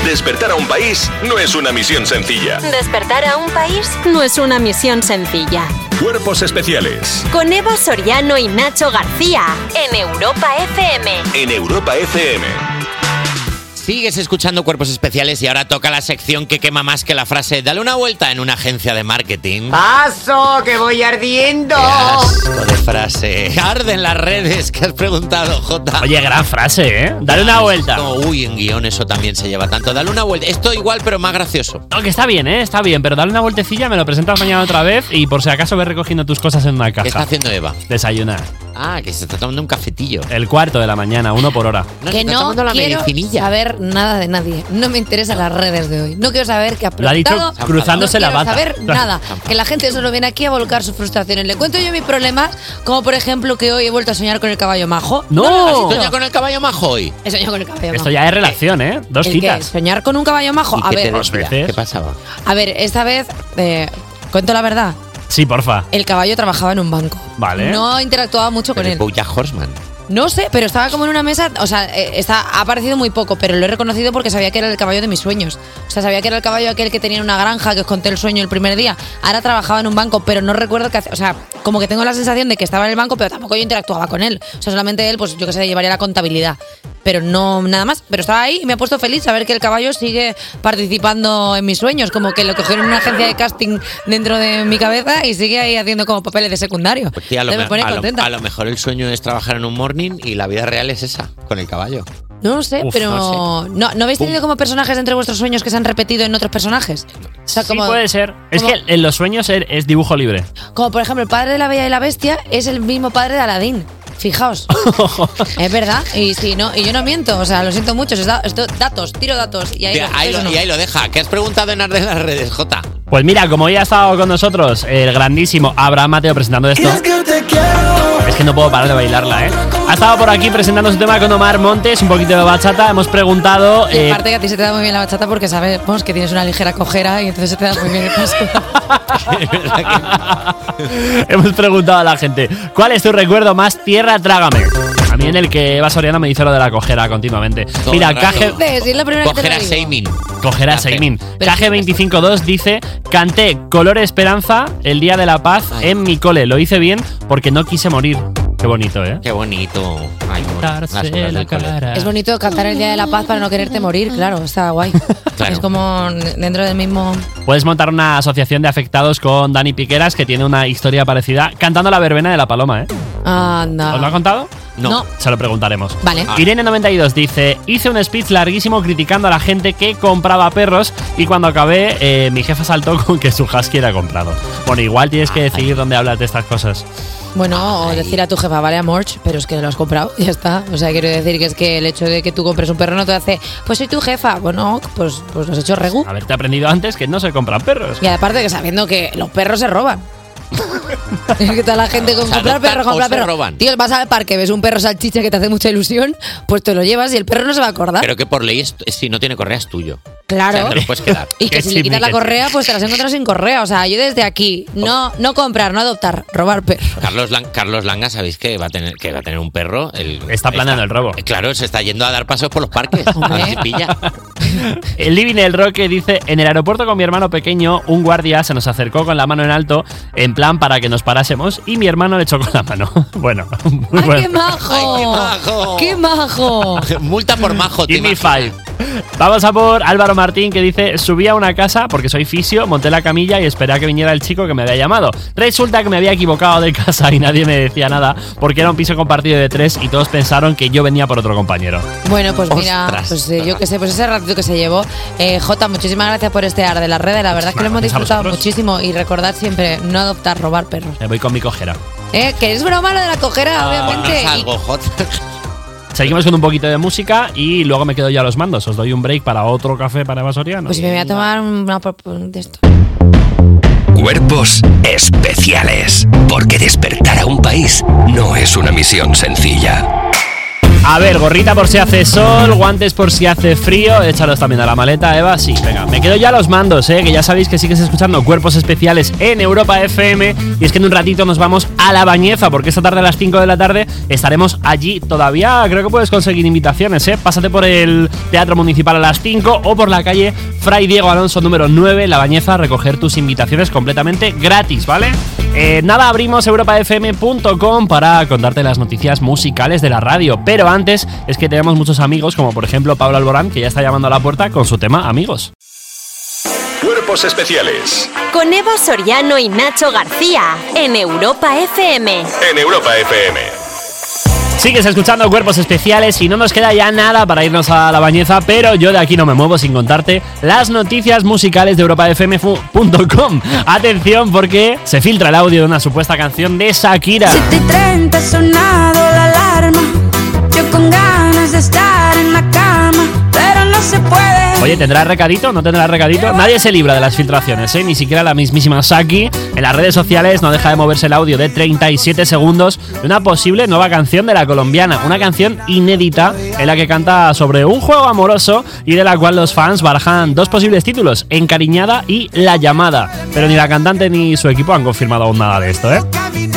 Speaker 7: Despertar a un país no es una misión sencilla.
Speaker 2: Despertar a un país no es una misión sencilla.
Speaker 7: Cuerpos especiales
Speaker 2: Con Eva Soriano y Nacho García en Europa FM.
Speaker 7: en Europa FM.
Speaker 4: Sigues escuchando Cuerpos Especiales y ahora toca la sección que quema más que la frase Dale una vuelta en una agencia de marketing.
Speaker 22: ¡Paso, que voy ardiendo!
Speaker 4: Asco de frase. Arden las redes que has preguntado, Jota.
Speaker 14: Oye, gran frase, ¿eh? Dale una vuelta.
Speaker 4: Como, uy, en guión eso también se lleva tanto. Dale una vuelta. Esto igual, pero más gracioso.
Speaker 14: No, que está bien, ¿eh? Está bien, pero dale una vueltecilla, me lo presentas mañana otra vez y por si acaso ves recogiendo tus cosas en una caja. ¿Qué
Speaker 4: está haciendo Eva?
Speaker 14: Desayunar.
Speaker 4: Ah, que se está tomando un cafetillo.
Speaker 14: El cuarto de la mañana, uno por hora.
Speaker 3: que no quiero saber nada de nadie. No me interesan las redes de hoy. No quiero saber qué ha
Speaker 14: Lo ha dicho
Speaker 3: preguntado.
Speaker 14: cruzándose
Speaker 3: no
Speaker 14: la
Speaker 3: quiero
Speaker 14: bata.
Speaker 3: saber nada. Que la gente solo viene aquí a volcar sus frustraciones. Le cuento yo mis problemas, como por ejemplo que hoy he vuelto a soñar con el caballo majo.
Speaker 14: ¡No!
Speaker 3: lo
Speaker 14: ¿Has
Speaker 3: he
Speaker 14: soñado
Speaker 3: visto.
Speaker 4: con el caballo majo hoy?
Speaker 3: He soñado con el caballo majo.
Speaker 14: Esto ya es relación, ¿eh? Dos
Speaker 3: ¿El qué?
Speaker 14: citas.
Speaker 3: ¿Soñar con un caballo majo? A ver,
Speaker 4: ¿Qué pasaba?
Speaker 3: a ver, esta vez, eh, cuento la verdad,
Speaker 14: Sí, porfa.
Speaker 3: el caballo trabajaba en un banco.
Speaker 14: Vale.
Speaker 3: No interactuaba mucho con él.
Speaker 4: Boya Horseman.
Speaker 3: No sé, pero estaba como en una mesa, o sea, eh, está, ha aparecido muy poco, pero lo he reconocido porque sabía que era el caballo de mis sueños. O sea, sabía que era el caballo aquel que tenía en una granja, que os conté el sueño el primer día. Ahora trabajaba en un banco, pero no recuerdo que hace, o sea, como que tengo la sensación de que estaba en el banco, pero tampoco yo interactuaba con él. O sea, solamente él, pues yo que sé, llevaría la contabilidad. Pero no nada más, pero estaba ahí y me ha puesto feliz saber que el caballo sigue participando en mis sueños, como que lo cogieron en una agencia de casting dentro de mi cabeza y sigue ahí haciendo como papeles de secundario.
Speaker 4: Tía, Pues a, lo
Speaker 3: Entonces me
Speaker 4: me-
Speaker 3: pone
Speaker 4: a lo-
Speaker 3: contenta.
Speaker 4: a lo mejor el sueño es trabajar en un morning y la vida real es esa, con el caballo.
Speaker 3: No lo sé,
Speaker 14: Uf,
Speaker 3: pero
Speaker 14: no
Speaker 3: no, no, habéis tenido como personajes entre vuestros sueños que se han repetido en otros personajes? O sea, como,
Speaker 14: puede ser. Es
Speaker 3: como-
Speaker 14: que en los sueños es, es dibujo libre.
Speaker 3: Como por ejemplo, el padre de la Bella y la Bestia es el mismo padre de Aladín. Fijaos. es verdad. Y si no, y yo no miento. O sea, lo siento mucho. eso es da- esto- datos, tiro datos. Y ahí
Speaker 4: Mira,
Speaker 3: lo-
Speaker 4: ahí
Speaker 14: Eh,
Speaker 4: lo- y ahí lo deja. ¿Qué has preguntado en Arde las redes, Jota?
Speaker 14: Pues mira, como hoy ha estado con nosotros el grandísimo Abraham Mateo presentando esto, es que no puedo parar de bailarla, ¿eh? Ha estado por aquí presentando su tema con Omar Montes, un poquito de bachata. Hemos preguntado.
Speaker 3: Y
Speaker 14: eh,
Speaker 3: aparte que a ti se te da muy bien la bachata porque sabemos que tienes una ligera cojera y entonces se te da muy bien el paso.
Speaker 14: Hemos preguntado a la gente, ¿cuál es tu recuerdo más tierra trágame? A mí en el que Eva Soriano me dice lo de la cojera continuamente.
Speaker 4: Todo
Speaker 14: Mira,
Speaker 4: el rato.
Speaker 14: Caje...
Speaker 3: Sí, es la primera que te lo digo.
Speaker 14: Cojera Seimin. Caje 252 dice, canté Color Esperanza el Día de la Paz en mi cole. Lo hice bien porque no quise morir. Qué bonito, ¿eh?
Speaker 4: Qué bonito. Ay, bueno, las horas
Speaker 14: Darse la
Speaker 4: del cole.
Speaker 14: cara.
Speaker 3: Es bonito cantar el Día de la Paz para no quererte morir, claro, está guay.
Speaker 14: Claro.
Speaker 3: Es como dentro del mismo...
Speaker 14: Puedes montar una asociación de afectados con Dani Piqueras, que tiene una historia parecida, cantando la verbena de la paloma, ¿eh?
Speaker 3: Anda.
Speaker 14: ¿Os lo ha contado?
Speaker 3: Ah. No. No.
Speaker 14: Se lo preguntaremos.
Speaker 3: Vale. Ah.
Speaker 14: Irene92 dice: Hice un speech larguísimo criticando a la gente que compraba perros y cuando acabé, eh, mi jefa saltó con que su husky era comprado. Bueno, igual tienes que decidir dónde hablas de estas cosas.
Speaker 3: Bueno, o decir a tu jefa, vale, amor, pero es que lo has comprado, ya está. O sea, quiero decir que es que el hecho de que tú compres un perro no te hace, pues soy tu jefa. Bueno, pues, pues lo has hecho regu.
Speaker 14: Haberte aprendido antes que no se compran perros.
Speaker 3: Y aparte que sabiendo que los perros se roban. es que toda la gente con
Speaker 14: Se
Speaker 3: comprar
Speaker 14: adoptan
Speaker 3: perro,
Speaker 14: o
Speaker 3: comprar
Speaker 14: se
Speaker 3: perro.
Speaker 4: roban.
Speaker 3: Tío, vas al parque, ves un perro salchicha que te hace mucha ilusión, pues te lo llevas y el perro no se va a acordar.
Speaker 4: Pero que por ley, es- si no tiene correa, es tuyo.
Speaker 3: Claro.
Speaker 4: O sea, te lo puedes quedar.
Speaker 3: Y que si le quitas la correa, pues te las encuentras sin correa. O sea, yo desde aquí,
Speaker 4: Oh.
Speaker 3: no, no comprar, no adoptar, robar perros.
Speaker 4: Carlos, Lan- Carlos Langa, ¿sabéis que va a tener, que va a tener un perro?
Speaker 14: Está planeando el robo.
Speaker 4: Claro, se está yendo a dar pasos por los parques. A ver si pilla.
Speaker 14: El Living el Roque dice: En el aeropuerto con mi hermano pequeño, un guardia se nos acercó con la mano en alto, en plan para que nos parásemos, y mi hermano le chocó la mano. bueno, muy bueno.
Speaker 3: ¡Qué majo! ¡Qué majo! ¡Qué majo!
Speaker 4: Multa por majo,
Speaker 14: Give me five. Vamos a por Álvaro Martín que dice: Subí a una casa porque soy fisio, monté la camilla y esperé a que viniera el chico que me había llamado. Resulta que me había equivocado de casa y nadie me decía nada porque era un piso compartido de tres y todos pensaron que yo venía por otro compañero.
Speaker 3: Bueno, pues mira,
Speaker 14: Ostras.
Speaker 3: pues eh, yo qué sé, pues ese ratito que se llevó. Eh, Jota, muchísimas gracias por este ar de la red. La verdad es que lo hemos
Speaker 4: pues
Speaker 14: Gracias a
Speaker 3: disfrutado
Speaker 14: vosotros.
Speaker 3: muchísimo y recordad siempre no adoptar, robar perros.
Speaker 14: Me voy con mi cojera.
Speaker 3: Eh, que es broma lo de la cojera,
Speaker 4: Ah,
Speaker 3: obviamente. Y-
Speaker 14: Seguimos con un poquito de música y luego me quedo yo a los mandos. Os doy un break para otro café para evasoriano.
Speaker 3: pues me voy a tomar una pro- de esto.
Speaker 1: Cuerpos especiales. Porque despertar a un país no es una misión sencilla.
Speaker 14: A ver, gorrita por si hace sol, guantes por si hace frío, échalos también a la maleta, Eva. Sí, venga, me quedo ya a los mandos, eh, que ya sabéis que sigues escuchando cuerpos especiales en Europa FM. Y es que en un ratito nos vamos a la bañeza, porque esta tarde a las 5 de la tarde estaremos allí todavía. Creo que puedes conseguir invitaciones, eh. Pásate por el Teatro Municipal a las 5 o por la calle Fray Diego Alonso número 9, La Bañeza, a recoger tus invitaciones completamente gratis, ¿vale? Eh, nada, abrimos europafm.com para contarte las noticias musicales de la radio. Pero antes es que tenemos muchos amigos, como por ejemplo Pablo Alborán, que ya está llamando a la puerta con su tema Amigos.
Speaker 7: Cuerpos especiales
Speaker 2: Con Evo Soriano y Nacho García en Europa FM.
Speaker 7: en Europa FM.
Speaker 14: Sigues escuchando cuerpos especiales y no nos queda ya nada para irnos a la bañeza, pero yo de aquí no me muevo sin contarte las noticias musicales de europafm.com. Atención porque se filtra el audio de una supuesta canción de Shakira.
Speaker 18: 30 ha sonado la alarma. Yo con ganas de estar en la cama, pero no se puede.
Speaker 14: Oye, ¿tendrá recadito? ¿No tendrá recadito? Nadie se libra de las filtraciones, ¿eh? Ni siquiera la mismísima Saki. En las redes sociales no deja de moverse el audio de 37 segundos de una posible nueva canción de la colombiana. Una canción inédita en la que canta sobre un juego amoroso y de la cual los fans barajan dos posibles títulos, Encariñada y La Llamada. Pero ni la cantante ni su equipo han confirmado aún nada de esto, ¿eh?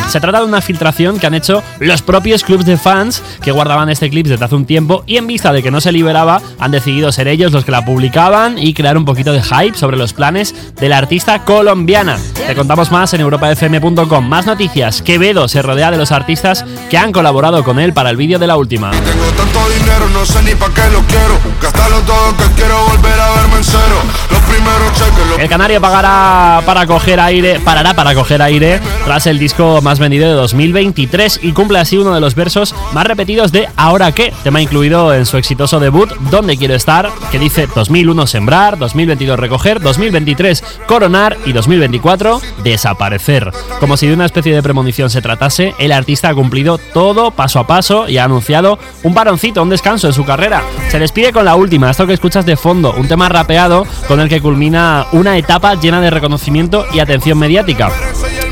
Speaker 14: Se trata de una filtración que han hecho los propios clubs de fans que guardaban este clip desde hace un tiempo y en vista de que no se liberaba, han decidido ser ellos los que la publicaban y crear un poquito de hype sobre los planes de la artista colombiana. Te contamos más en europafm.com. Más noticias. Quevedo se rodea de los artistas que han colaborado con él para el vídeo de la última.
Speaker 11: Tanto dinero
Speaker 23: dinero, no sé ni pa' qué lo quiero. Gastarlo todo que quiero volver a verme en cero. Los primeros cheques, los
Speaker 14: El canario pagará para coger aire, parará para coger aire tras el disco más vendido de 2023 y cumple así uno de los versos más repetidos de Ahora qué, tema incluido en su exitoso debut Donde quiero estar, que dice 2001 sembrar, 2022 recoger, 2023 coronar y 2024 desaparecer. Como si de una especie de premonición se tratase, el artista ha cumplido todo paso a paso y ha anunciado un paroncito, un descanso en su carrera. Se despide con la última, esto que escuchas de fondo, un tema rapeado con el que culmina una etapa llena de reconocimiento y atención mediática.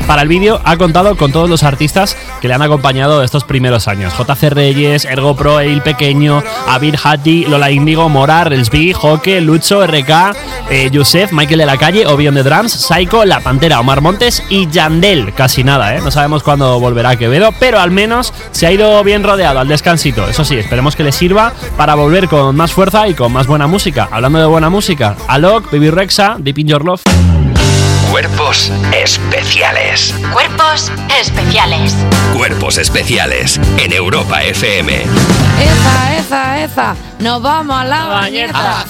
Speaker 14: Para el vídeo ha contado con todos los artistas que le han acompañado estos primeros años. JC Reyes, Ergo Pro, El Pequeño, Abir Hati, Lola Indigo, Morar, Relsby, Joque, Lucho, RK, eh, Yusef, Michael de la Calle, Obion de Drums, Psycho, La Pantera, Omar Montes y Yandel. Casi nada, ¿eh? No sabemos cuándo volverá Quevedo, pero al menos se ha ido bien rodeado al descansito. Eso sí, esperemos que le sirva para volver con más fuerza y con más buena música. Hablando de buena música, Alok, Baby Rexa, Deep in Your Love.
Speaker 1: Cuerpos especiales.
Speaker 2: Cuerpos especiales.
Speaker 1: Cuerpos especiales en Europa FM.
Speaker 3: Eza, eza, eza, nos vamos a la
Speaker 4: Ah,
Speaker 3: bañeza.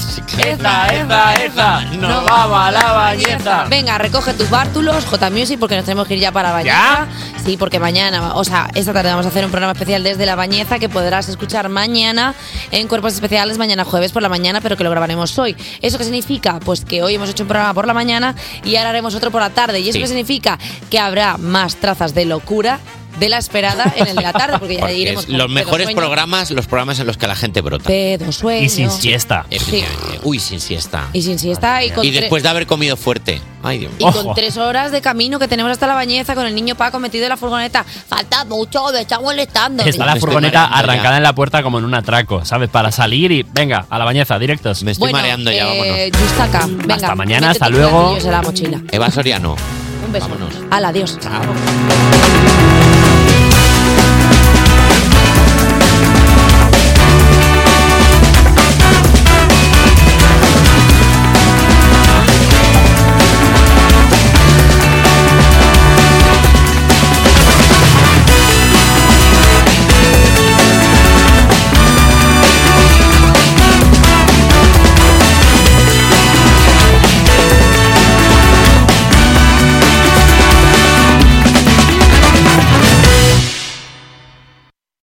Speaker 24: Eza,
Speaker 3: eza, eza,
Speaker 24: nos vamos a la bañeza.
Speaker 3: Venga, recoge tus bártulos, J Music, porque nos tenemos que ir ya para bañeza. Sí, porque mañana, o sea, esta tarde vamos a hacer un programa especial desde la bañeza que podrás escuchar mañana en Cuerpos Especiales, mañana jueves por la mañana, pero que lo grabaremos hoy. ¿Eso qué significa? Pues que hoy hemos hecho un programa por la mañana y ahora haremos otro por la tarde. ¿Y eso
Speaker 4: Sí.
Speaker 3: qué significa? Que habrá más trazas de locura de la esperada en el de la tarde, porque ya
Speaker 4: Porque
Speaker 3: iremos
Speaker 4: es
Speaker 3: con
Speaker 4: los
Speaker 3: pedo
Speaker 4: mejores
Speaker 3: sueño,
Speaker 4: programas, los programas en los que la gente brota.
Speaker 3: Pedo sueño.
Speaker 4: Efectivamente. Uy, sin siesta.
Speaker 3: Y sin siesta y con,
Speaker 4: Y
Speaker 3: tre-
Speaker 4: después de haber comido fuerte. Ay, Dios
Speaker 3: y con tres horas de camino que tenemos hasta la bañeza con el niño Paco metido en la furgoneta. Falta mucho, me está molestando.
Speaker 14: Está la
Speaker 4: estoy
Speaker 14: furgoneta
Speaker 4: mareando ya.
Speaker 14: arrancada en la puerta como en un atraco, ¿sabes? Para salir y venga, a la bañeza, directos. Me
Speaker 3: estoy Bueno, mareando ya, eh, Yustaka, venga.
Speaker 14: Hasta mañana,
Speaker 3: métete
Speaker 14: hasta
Speaker 3: tus
Speaker 14: luego.
Speaker 3: platillos en la mochila.
Speaker 4: Eva Soriano.
Speaker 3: Un beso. Hala, adiós.